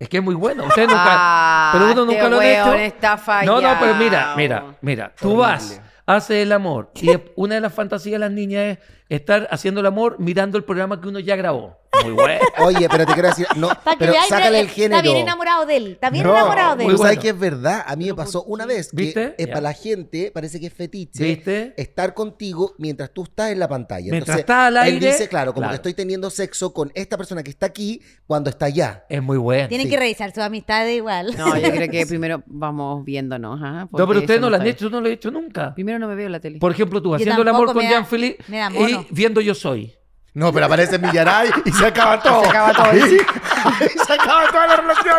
[SPEAKER 3] Es que es muy bueno. Ustedes nunca.
[SPEAKER 1] Ah,
[SPEAKER 3] pero uno nunca
[SPEAKER 1] este
[SPEAKER 3] lo han hecho.
[SPEAKER 1] hueón está
[SPEAKER 3] No,
[SPEAKER 2] Ah,
[SPEAKER 1] fallado.
[SPEAKER 3] no, pero mira, mira, mira. Tú
[SPEAKER 4] Horrible.
[SPEAKER 3] vas, haces el amor. Y de- una de las fantasías de las niñas es estar haciendo el amor mirando el programa que uno ya grabó. Muy bueno.
[SPEAKER 4] Oye, pero te quiero decir, no,
[SPEAKER 2] Para que
[SPEAKER 4] pero
[SPEAKER 2] veáis,
[SPEAKER 4] sácale
[SPEAKER 2] eh,
[SPEAKER 4] el género.
[SPEAKER 2] Está bien enamorado de él, está bien
[SPEAKER 3] No,
[SPEAKER 2] enamorado de él.
[SPEAKER 3] muy
[SPEAKER 4] Tú sabes
[SPEAKER 3] bueno.
[SPEAKER 4] que es verdad, a mí me pasó una vez. que
[SPEAKER 3] ¿Viste?
[SPEAKER 4] Es
[SPEAKER 3] Ya.
[SPEAKER 4] para la gente, parece que es fetiche.
[SPEAKER 3] ¿Viste?
[SPEAKER 4] Estar contigo mientras tú estás en la pantalla.
[SPEAKER 3] Mientras estás al aire,
[SPEAKER 4] Él dice, claro, como
[SPEAKER 3] claro.
[SPEAKER 4] que estoy teniendo sexo con esta persona que está aquí cuando está allá.
[SPEAKER 3] Es muy bueno.
[SPEAKER 2] Tienen
[SPEAKER 4] Sí.
[SPEAKER 2] que revisar su amistad igual.
[SPEAKER 1] No, yo creo que primero vamos viéndonos. ¿ah?
[SPEAKER 3] No,
[SPEAKER 1] Porque
[SPEAKER 3] pero ustedes
[SPEAKER 1] eso
[SPEAKER 3] no lo han
[SPEAKER 1] está
[SPEAKER 3] hecho, yo no lo he hecho nunca.
[SPEAKER 1] bien. Primero no me veo la tele.
[SPEAKER 3] Por ejemplo, tú haciendo el
[SPEAKER 2] tampoco,
[SPEAKER 3] amor con
[SPEAKER 2] me da-
[SPEAKER 3] Jean-Philippe
[SPEAKER 2] me da mono.
[SPEAKER 3] y viendo Yo Soy.
[SPEAKER 4] No, pero aparece Millaray y se acaba todo. Se acaba todo. se acaba toda la relación.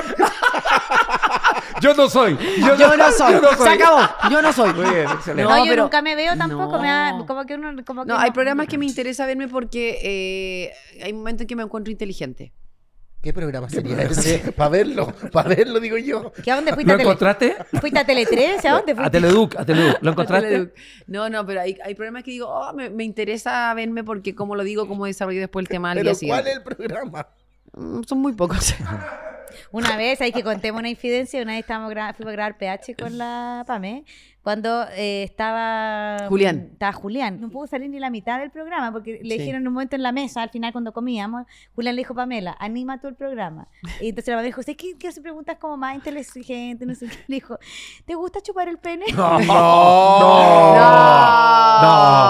[SPEAKER 3] Yo no soy. Yo,
[SPEAKER 1] Yo no soy. Se acabó. Yo no soy.
[SPEAKER 3] excelente.
[SPEAKER 2] No,
[SPEAKER 1] No,
[SPEAKER 2] yo
[SPEAKER 1] pero-
[SPEAKER 2] nunca me veo tampoco.
[SPEAKER 1] No.
[SPEAKER 2] Me da, como que uno, como que
[SPEAKER 1] No, hay programas que me interesa verme porque eh, hay momentos en que me encuentro inteligente.
[SPEAKER 4] ¿Qué programa sería ese? Para verlo, para verlo, digo yo.
[SPEAKER 2] ¿Que a dónde fuiste
[SPEAKER 3] ¿Lo
[SPEAKER 2] a Tele?
[SPEAKER 3] encontraste?
[SPEAKER 2] ¿Fuiste a Tele 13? ¿A dónde
[SPEAKER 3] A
[SPEAKER 2] fuiste?
[SPEAKER 3] Teleduc, a Teleduc. ¿Lo encontraste?
[SPEAKER 1] No, no, pero hay, hay programas que digo, oh, me, me interesa verme porque como lo digo, cómo desarrollo después el tema al
[SPEAKER 4] Pero
[SPEAKER 1] día
[SPEAKER 4] ¿cuál es
[SPEAKER 1] siguiente.
[SPEAKER 4] el programa?
[SPEAKER 1] Mm, Son muy pocos.
[SPEAKER 2] Una vez, hay que contemos una infidencia. Una vez estábamos gra- fuimos a grabar PH con la Pame. Cuando eh, estaba. mm,
[SPEAKER 1] Julián.
[SPEAKER 2] Estaba Julián. No pudo salir ni la mitad del programa porque le
[SPEAKER 1] Sí.
[SPEAKER 2] dijeron en un momento en la mesa, al final cuando comíamos, Julián le dijo Pamela, anima tú el programa. Y entonces la Pamela dijo, "Sí, ¿qué, qué hace preguntas como más inteligente? No sé qué. Le dijo, ¿te gusta chupar el pene?
[SPEAKER 3] No. No.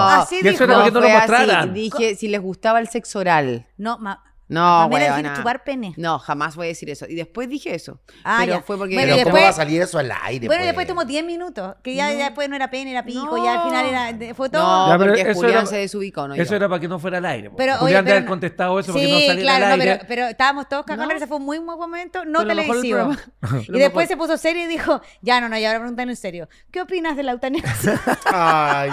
[SPEAKER 2] Así
[SPEAKER 3] Y
[SPEAKER 2] dijo.
[SPEAKER 3] eso era para que no lo
[SPEAKER 1] fue así.
[SPEAKER 3] mostraran.
[SPEAKER 1] Dije, si les gustaba el sexo oral.
[SPEAKER 2] No, ma-
[SPEAKER 1] No,
[SPEAKER 2] Pamela dijo
[SPEAKER 1] huevona.
[SPEAKER 2] chupar pene.
[SPEAKER 1] No, jamás voy a decir eso. Y después dije eso.
[SPEAKER 2] Ah,
[SPEAKER 1] pero
[SPEAKER 2] ya.
[SPEAKER 1] fue porque...
[SPEAKER 2] Bueno,
[SPEAKER 4] Pero
[SPEAKER 2] y después-
[SPEAKER 4] ¿cómo va a salir eso al aire?
[SPEAKER 2] Bueno, y después
[SPEAKER 4] pues?
[SPEAKER 2] tomó 10 minutos, que ya, ya después no era pene, era pico, ya al
[SPEAKER 1] No.
[SPEAKER 2] final era, de- fue todo.
[SPEAKER 1] No,
[SPEAKER 3] Ya, pero
[SPEAKER 1] porque
[SPEAKER 3] eso
[SPEAKER 1] Julián
[SPEAKER 3] era-
[SPEAKER 1] se desubicó, ¿no?
[SPEAKER 3] Eso
[SPEAKER 1] yo.
[SPEAKER 3] era para que no fuera al aire. po.
[SPEAKER 2] Pero, oye,
[SPEAKER 3] Julián de
[SPEAKER 2] pero
[SPEAKER 3] haber
[SPEAKER 2] no-
[SPEAKER 3] contestado eso para que no
[SPEAKER 2] sí,
[SPEAKER 3] saliera
[SPEAKER 2] claro,
[SPEAKER 3] al
[SPEAKER 2] no,
[SPEAKER 3] aire.
[SPEAKER 2] pero, pero estábamos todos cagados,
[SPEAKER 1] No.
[SPEAKER 2] ese fue un muy, muy buen momento, no
[SPEAKER 1] Fue lo mejor del
[SPEAKER 2] televisivo.
[SPEAKER 1] programa.
[SPEAKER 2] Y
[SPEAKER 1] Lo
[SPEAKER 2] después
[SPEAKER 1] mejor.
[SPEAKER 2] se puso serio y dijo, ya no, no, y ahora preguntan en serio, ¿qué opinas de la eutanasia?
[SPEAKER 4] Ay,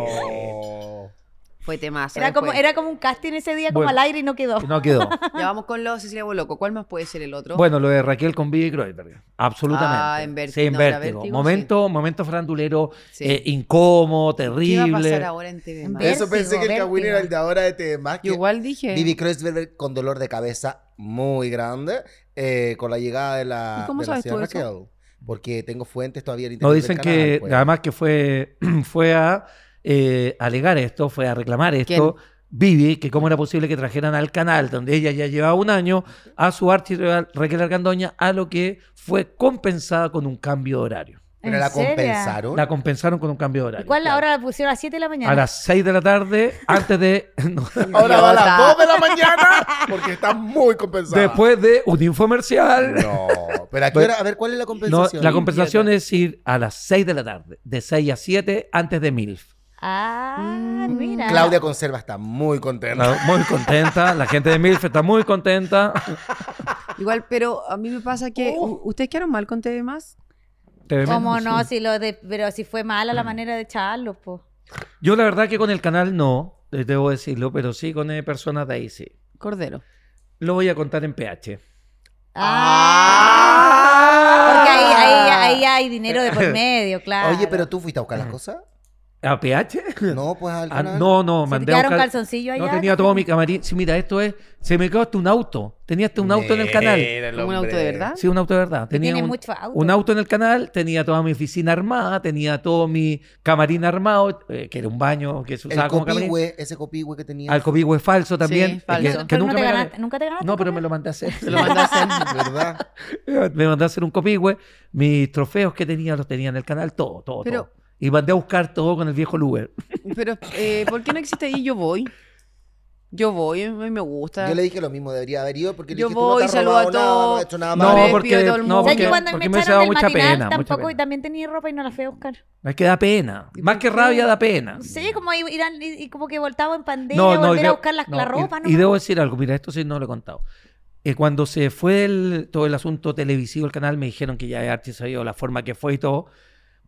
[SPEAKER 4] no.
[SPEAKER 1] Fue temazo.
[SPEAKER 2] era, como,
[SPEAKER 1] después.
[SPEAKER 2] era como un casting ese día, como
[SPEAKER 3] Bueno.
[SPEAKER 2] al aire y no quedó.
[SPEAKER 3] No quedó.
[SPEAKER 1] Ya vamos con los Cecilia Boloco. ¿Cuál más puede ser el otro?
[SPEAKER 3] Bueno, lo de Raquel con Vivi Kreuzberg. Absolutamente.
[SPEAKER 1] Ah, en Vértigo,
[SPEAKER 3] Sí, en
[SPEAKER 1] no, era
[SPEAKER 3] vértigo.
[SPEAKER 1] Vértigo,
[SPEAKER 3] momento, momento frandulero
[SPEAKER 1] Sí.
[SPEAKER 3] eh, incómodo,
[SPEAKER 1] ¿Qué
[SPEAKER 3] terrible.
[SPEAKER 1] iba a pasar ahora en TV? Más?
[SPEAKER 2] Ver-
[SPEAKER 4] Eso pensé que el
[SPEAKER 2] vértigo.
[SPEAKER 4] Kawin era el de ahora de temas.
[SPEAKER 1] Yo Igual dije.
[SPEAKER 4] Vivi Kreuzberger con dolor de cabeza muy grande eh, con la llegada de la,
[SPEAKER 1] ¿Y cómo
[SPEAKER 4] de la
[SPEAKER 1] sabes tú
[SPEAKER 4] señora
[SPEAKER 1] eso?
[SPEAKER 4] Merkel. Porque tengo fuentes todavía. al
[SPEAKER 3] Nos
[SPEAKER 4] interior del
[SPEAKER 3] dicen
[SPEAKER 4] canal,
[SPEAKER 3] que
[SPEAKER 4] pues.
[SPEAKER 3] además que fue, fue a eh, alegar esto, fue a reclamar esto. Vivi, que cómo era posible que trajeran al canal donde ella ya llevaba un año a su archirrival Raquel Argandoña, a lo que fue compensada con un cambio de horario.
[SPEAKER 4] Pero
[SPEAKER 2] ¿En
[SPEAKER 4] la
[SPEAKER 2] serio?
[SPEAKER 4] compensaron.
[SPEAKER 3] La compensaron con un cambio de
[SPEAKER 2] ¿Y
[SPEAKER 3] horario.
[SPEAKER 2] cuál la hora la pusieron a las 7 de la mañana?
[SPEAKER 3] A las 6 de la tarde, antes de. no,
[SPEAKER 5] Ahora va a las
[SPEAKER 1] Idiota.
[SPEAKER 5] 2 de la mañana porque está muy compensada.
[SPEAKER 3] después de un infomercial.
[SPEAKER 4] No, pero aquí ahora, a ver, ¿cuál es la
[SPEAKER 3] No,
[SPEAKER 4] compensación?
[SPEAKER 3] la compensación es ir a las 6 de la tarde, de 6 a 7, antes de MILF.
[SPEAKER 2] Ah, mira.
[SPEAKER 4] Claudia Conserva está muy contenta.
[SPEAKER 3] Está Muy contenta, la gente de MILF está muy contenta.
[SPEAKER 1] Igual, pero a mí me pasa que. u- ¿Ustedes quedaron mal con TV Más?
[SPEAKER 3] Te ve
[SPEAKER 2] ¿Cómo
[SPEAKER 3] menos.
[SPEAKER 2] no? Si lo de, pero si fue mala la manera de echarlo, pues.
[SPEAKER 3] Yo la verdad que con el canal no, eh, debo decirlo, pero sí con eh, personas de ahí sí.
[SPEAKER 1] Cordero.
[SPEAKER 3] Lo voy a contar en PH.
[SPEAKER 2] Ah. Porque ahí, ahí, ahí hay dinero de por medio, claro.
[SPEAKER 4] Oye, pero tú fuiste a buscar las cosas.
[SPEAKER 3] ¿A PH?
[SPEAKER 4] No, pues al
[SPEAKER 3] Ah,
[SPEAKER 4] canal.
[SPEAKER 3] no, no,
[SPEAKER 2] ¿Se te
[SPEAKER 3] mandé a
[SPEAKER 2] quedaron
[SPEAKER 3] buscar-
[SPEAKER 2] calzoncillos allá?
[SPEAKER 3] No tenía todo mi camarín. Sí, mira, esto es. Se me quedó hasta un auto. Tenía hasta un auto en el canal.
[SPEAKER 5] Mira el
[SPEAKER 1] Como un
[SPEAKER 5] hombre.
[SPEAKER 1] auto de verdad.
[SPEAKER 3] Sí, un auto de verdad. Tenía
[SPEAKER 2] Tiene
[SPEAKER 3] un,
[SPEAKER 2] mucho auto.
[SPEAKER 3] un auto en el canal, tenía toda mi oficina armada, tenía todo mi camarín armado, eh, que era un baño que se usaba
[SPEAKER 4] El
[SPEAKER 3] como camarín.
[SPEAKER 4] copihue, ese copihue que tenía.
[SPEAKER 3] Al copihue falso también. eh,
[SPEAKER 1] falso.
[SPEAKER 3] que-
[SPEAKER 1] Pero
[SPEAKER 3] que
[SPEAKER 2] Pero
[SPEAKER 3] nunca
[SPEAKER 2] no te
[SPEAKER 3] me gané.
[SPEAKER 2] ganaste, nunca te ganaste.
[SPEAKER 3] No, pero
[SPEAKER 2] con
[SPEAKER 3] me
[SPEAKER 2] él?
[SPEAKER 3] lo mandé a hacer.
[SPEAKER 4] Se lo mandaste a él, ¿verdad?
[SPEAKER 3] me mandé a hacer un copihue. Mis trofeos que tenía, los tenía en el canal, todo, todo,
[SPEAKER 1] Pero-
[SPEAKER 3] todo. Y mandé a buscar todo con el viejo Luber.
[SPEAKER 1] Pero, eh, ¿por qué no existe ahí? Yo voy. Yo voy, a mí me gusta.
[SPEAKER 4] Yo le dije lo mismo, debería haber ido porque le
[SPEAKER 1] Yo
[SPEAKER 4] dije, tú no te
[SPEAKER 1] voy,
[SPEAKER 4] has
[SPEAKER 1] saludo a
[SPEAKER 4] robado nada,
[SPEAKER 1] todos.
[SPEAKER 4] No, has hecho nada
[SPEAKER 1] No,
[SPEAKER 4] malo.
[SPEAKER 3] No,
[SPEAKER 1] me
[SPEAKER 3] porque,
[SPEAKER 1] despido de todo el
[SPEAKER 3] no,
[SPEAKER 1] mundo.
[SPEAKER 2] ¿Sabes
[SPEAKER 3] porque,
[SPEAKER 2] que cuando
[SPEAKER 3] porque
[SPEAKER 2] me
[SPEAKER 3] me hubiese
[SPEAKER 2] echaron
[SPEAKER 3] dado
[SPEAKER 2] del
[SPEAKER 3] mucha
[SPEAKER 2] matinal
[SPEAKER 3] pena. mucha
[SPEAKER 2] tampoco
[SPEAKER 3] pena.
[SPEAKER 2] y también tenía ropa y no la fui a buscar?
[SPEAKER 3] Es que da pena. Más que rabia, da pena.
[SPEAKER 2] Sí, como ahí ir al- y, y como que voltaba en pandemia,
[SPEAKER 3] Ah, No, no,
[SPEAKER 2] volver
[SPEAKER 3] y
[SPEAKER 2] a
[SPEAKER 3] debo-
[SPEAKER 2] buscar las-
[SPEAKER 3] no,
[SPEAKER 2] la
[SPEAKER 3] y-
[SPEAKER 2] ropa, ¿no?
[SPEAKER 3] Y debo decir algo, mira, esto sí no lo he contado. Eh, cuando se fue el- todo el asunto televisivo del canal, me dijeron que ya había archivado la forma que fue y todo.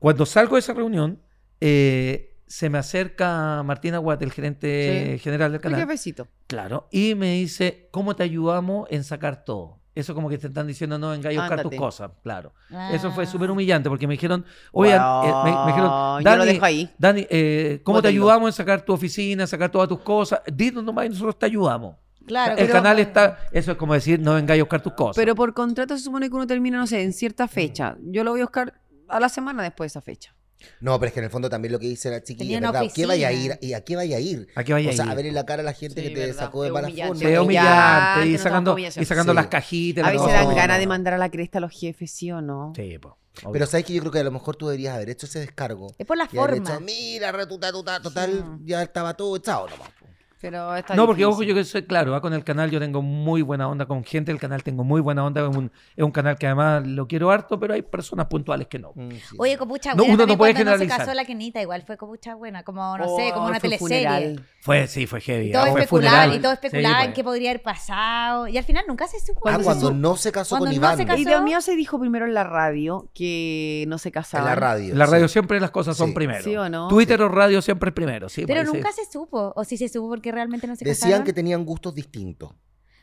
[SPEAKER 3] Cuando salgo de esa reunión, eh, se me acerca Martín Aguat, el gerente
[SPEAKER 1] Sí.
[SPEAKER 3] general del
[SPEAKER 1] El
[SPEAKER 3] canal.
[SPEAKER 1] jefecito.
[SPEAKER 3] Claro, y me dice, ¿cómo te ayudamos en sacar todo? Eso como que te están diciendo, no, venga y a buscar tus
[SPEAKER 1] Ándate.
[SPEAKER 3] cosas, claro.
[SPEAKER 2] Ah.
[SPEAKER 3] Eso fue súper humillante porque me dijeron, oye, eh, me, me
[SPEAKER 1] Wow,
[SPEAKER 3] dijeron,
[SPEAKER 1] yo lo
[SPEAKER 3] Dani,
[SPEAKER 1] dejo ahí.
[SPEAKER 3] Dani, eh, ¿cómo te
[SPEAKER 1] Bótenlo.
[SPEAKER 3] ayudamos en sacar tu oficina, sacar todas tus cosas? Dinos nomás y nosotros te ayudamos.
[SPEAKER 2] Claro,
[SPEAKER 3] el
[SPEAKER 2] pero-
[SPEAKER 3] canal está, eso es como decir, no vengáis a buscar tus cosas.
[SPEAKER 1] Pero por contrato se supone que uno termina, no sé, en cierta fecha. Yo lo voy a buscar a la semana después de esa fecha.
[SPEAKER 4] No, pero es que en el fondo también lo que dice la chiquilla,
[SPEAKER 2] Tenía una
[SPEAKER 4] ¿verdad? ¿Qué
[SPEAKER 2] oficina.
[SPEAKER 4] vaya a ir? ¿Y a qué vaya a ir?
[SPEAKER 3] ¿A qué vaya
[SPEAKER 4] o sea,
[SPEAKER 3] a ir?
[SPEAKER 4] a ver en la cara a la gente
[SPEAKER 1] Sí,
[SPEAKER 4] que te
[SPEAKER 1] verdad.
[SPEAKER 4] sacó de
[SPEAKER 1] Es
[SPEAKER 4] mala
[SPEAKER 1] humillante.
[SPEAKER 4] forma.
[SPEAKER 3] Se ve
[SPEAKER 1] no,
[SPEAKER 3] humillante
[SPEAKER 1] ya,
[SPEAKER 3] y
[SPEAKER 1] no
[SPEAKER 3] sacando,
[SPEAKER 1] tampoco ya
[SPEAKER 3] y sacando
[SPEAKER 4] sí.
[SPEAKER 3] las cajitas.
[SPEAKER 1] A
[SPEAKER 3] las
[SPEAKER 1] veces
[SPEAKER 4] no,
[SPEAKER 1] dan
[SPEAKER 4] no,
[SPEAKER 3] cosas.
[SPEAKER 1] ganas
[SPEAKER 4] no.
[SPEAKER 1] de mandar a la cresta a los jefes, ¿sí o no?
[SPEAKER 3] Sí, po, obvio.
[SPEAKER 4] Pero sabes que yo creo que a lo mejor tú deberías haber hecho ese descargo.
[SPEAKER 2] Es por la
[SPEAKER 4] Y haber
[SPEAKER 2] forma.
[SPEAKER 4] hecho, mira, retuta, tuta, total, ya estaba todo echado nomás. po.
[SPEAKER 1] Pero está
[SPEAKER 3] No, porque
[SPEAKER 1] difícil.
[SPEAKER 3] ojo, yo que soy claro, ¿ah? con el canal yo tengo muy buena onda, con gente del canal tengo muy buena onda, es un, es un canal que además lo quiero harto, pero hay personas puntuales que no.
[SPEAKER 4] Mm, sí.
[SPEAKER 2] Oye, copucha
[SPEAKER 3] No,
[SPEAKER 2] buena.
[SPEAKER 3] uno no
[SPEAKER 2] también
[SPEAKER 3] puede
[SPEAKER 2] cuando no se
[SPEAKER 3] generalizar.
[SPEAKER 2] casó la Kenita, igual fue copucha buena. Como, no sé,
[SPEAKER 1] Oh,
[SPEAKER 2] como una
[SPEAKER 1] fue
[SPEAKER 2] teleserie.
[SPEAKER 1] un funeral.
[SPEAKER 3] Fue, sí, fue heavy.
[SPEAKER 2] Y todo
[SPEAKER 3] ah, fue
[SPEAKER 2] especulaba
[SPEAKER 3] funeral.
[SPEAKER 2] y todo especulaba
[SPEAKER 3] Sí,
[SPEAKER 2] en
[SPEAKER 3] pues.
[SPEAKER 2] qué podría haber pasado. Y al final nunca se supo.
[SPEAKER 4] Ah,
[SPEAKER 2] se
[SPEAKER 4] cuando
[SPEAKER 2] supo.
[SPEAKER 4] no se casó
[SPEAKER 2] Cuando
[SPEAKER 4] con
[SPEAKER 2] no se
[SPEAKER 4] Iván.
[SPEAKER 2] casó.
[SPEAKER 4] en
[SPEAKER 1] Y de mío se dijo primero en la radio que no se casaban.
[SPEAKER 4] la radio.
[SPEAKER 3] La
[SPEAKER 4] sí.
[SPEAKER 3] radio siempre las cosas son
[SPEAKER 4] Sí.
[SPEAKER 3] primero.
[SPEAKER 1] ¿Sí o no?
[SPEAKER 3] Twitter o radio siempre es primero, sí.
[SPEAKER 2] Pero
[SPEAKER 3] pues, sí.
[SPEAKER 2] nunca se supo. O si se supo porque realmente no se
[SPEAKER 4] Decían
[SPEAKER 2] casaron.
[SPEAKER 4] que tenían gustos distintos.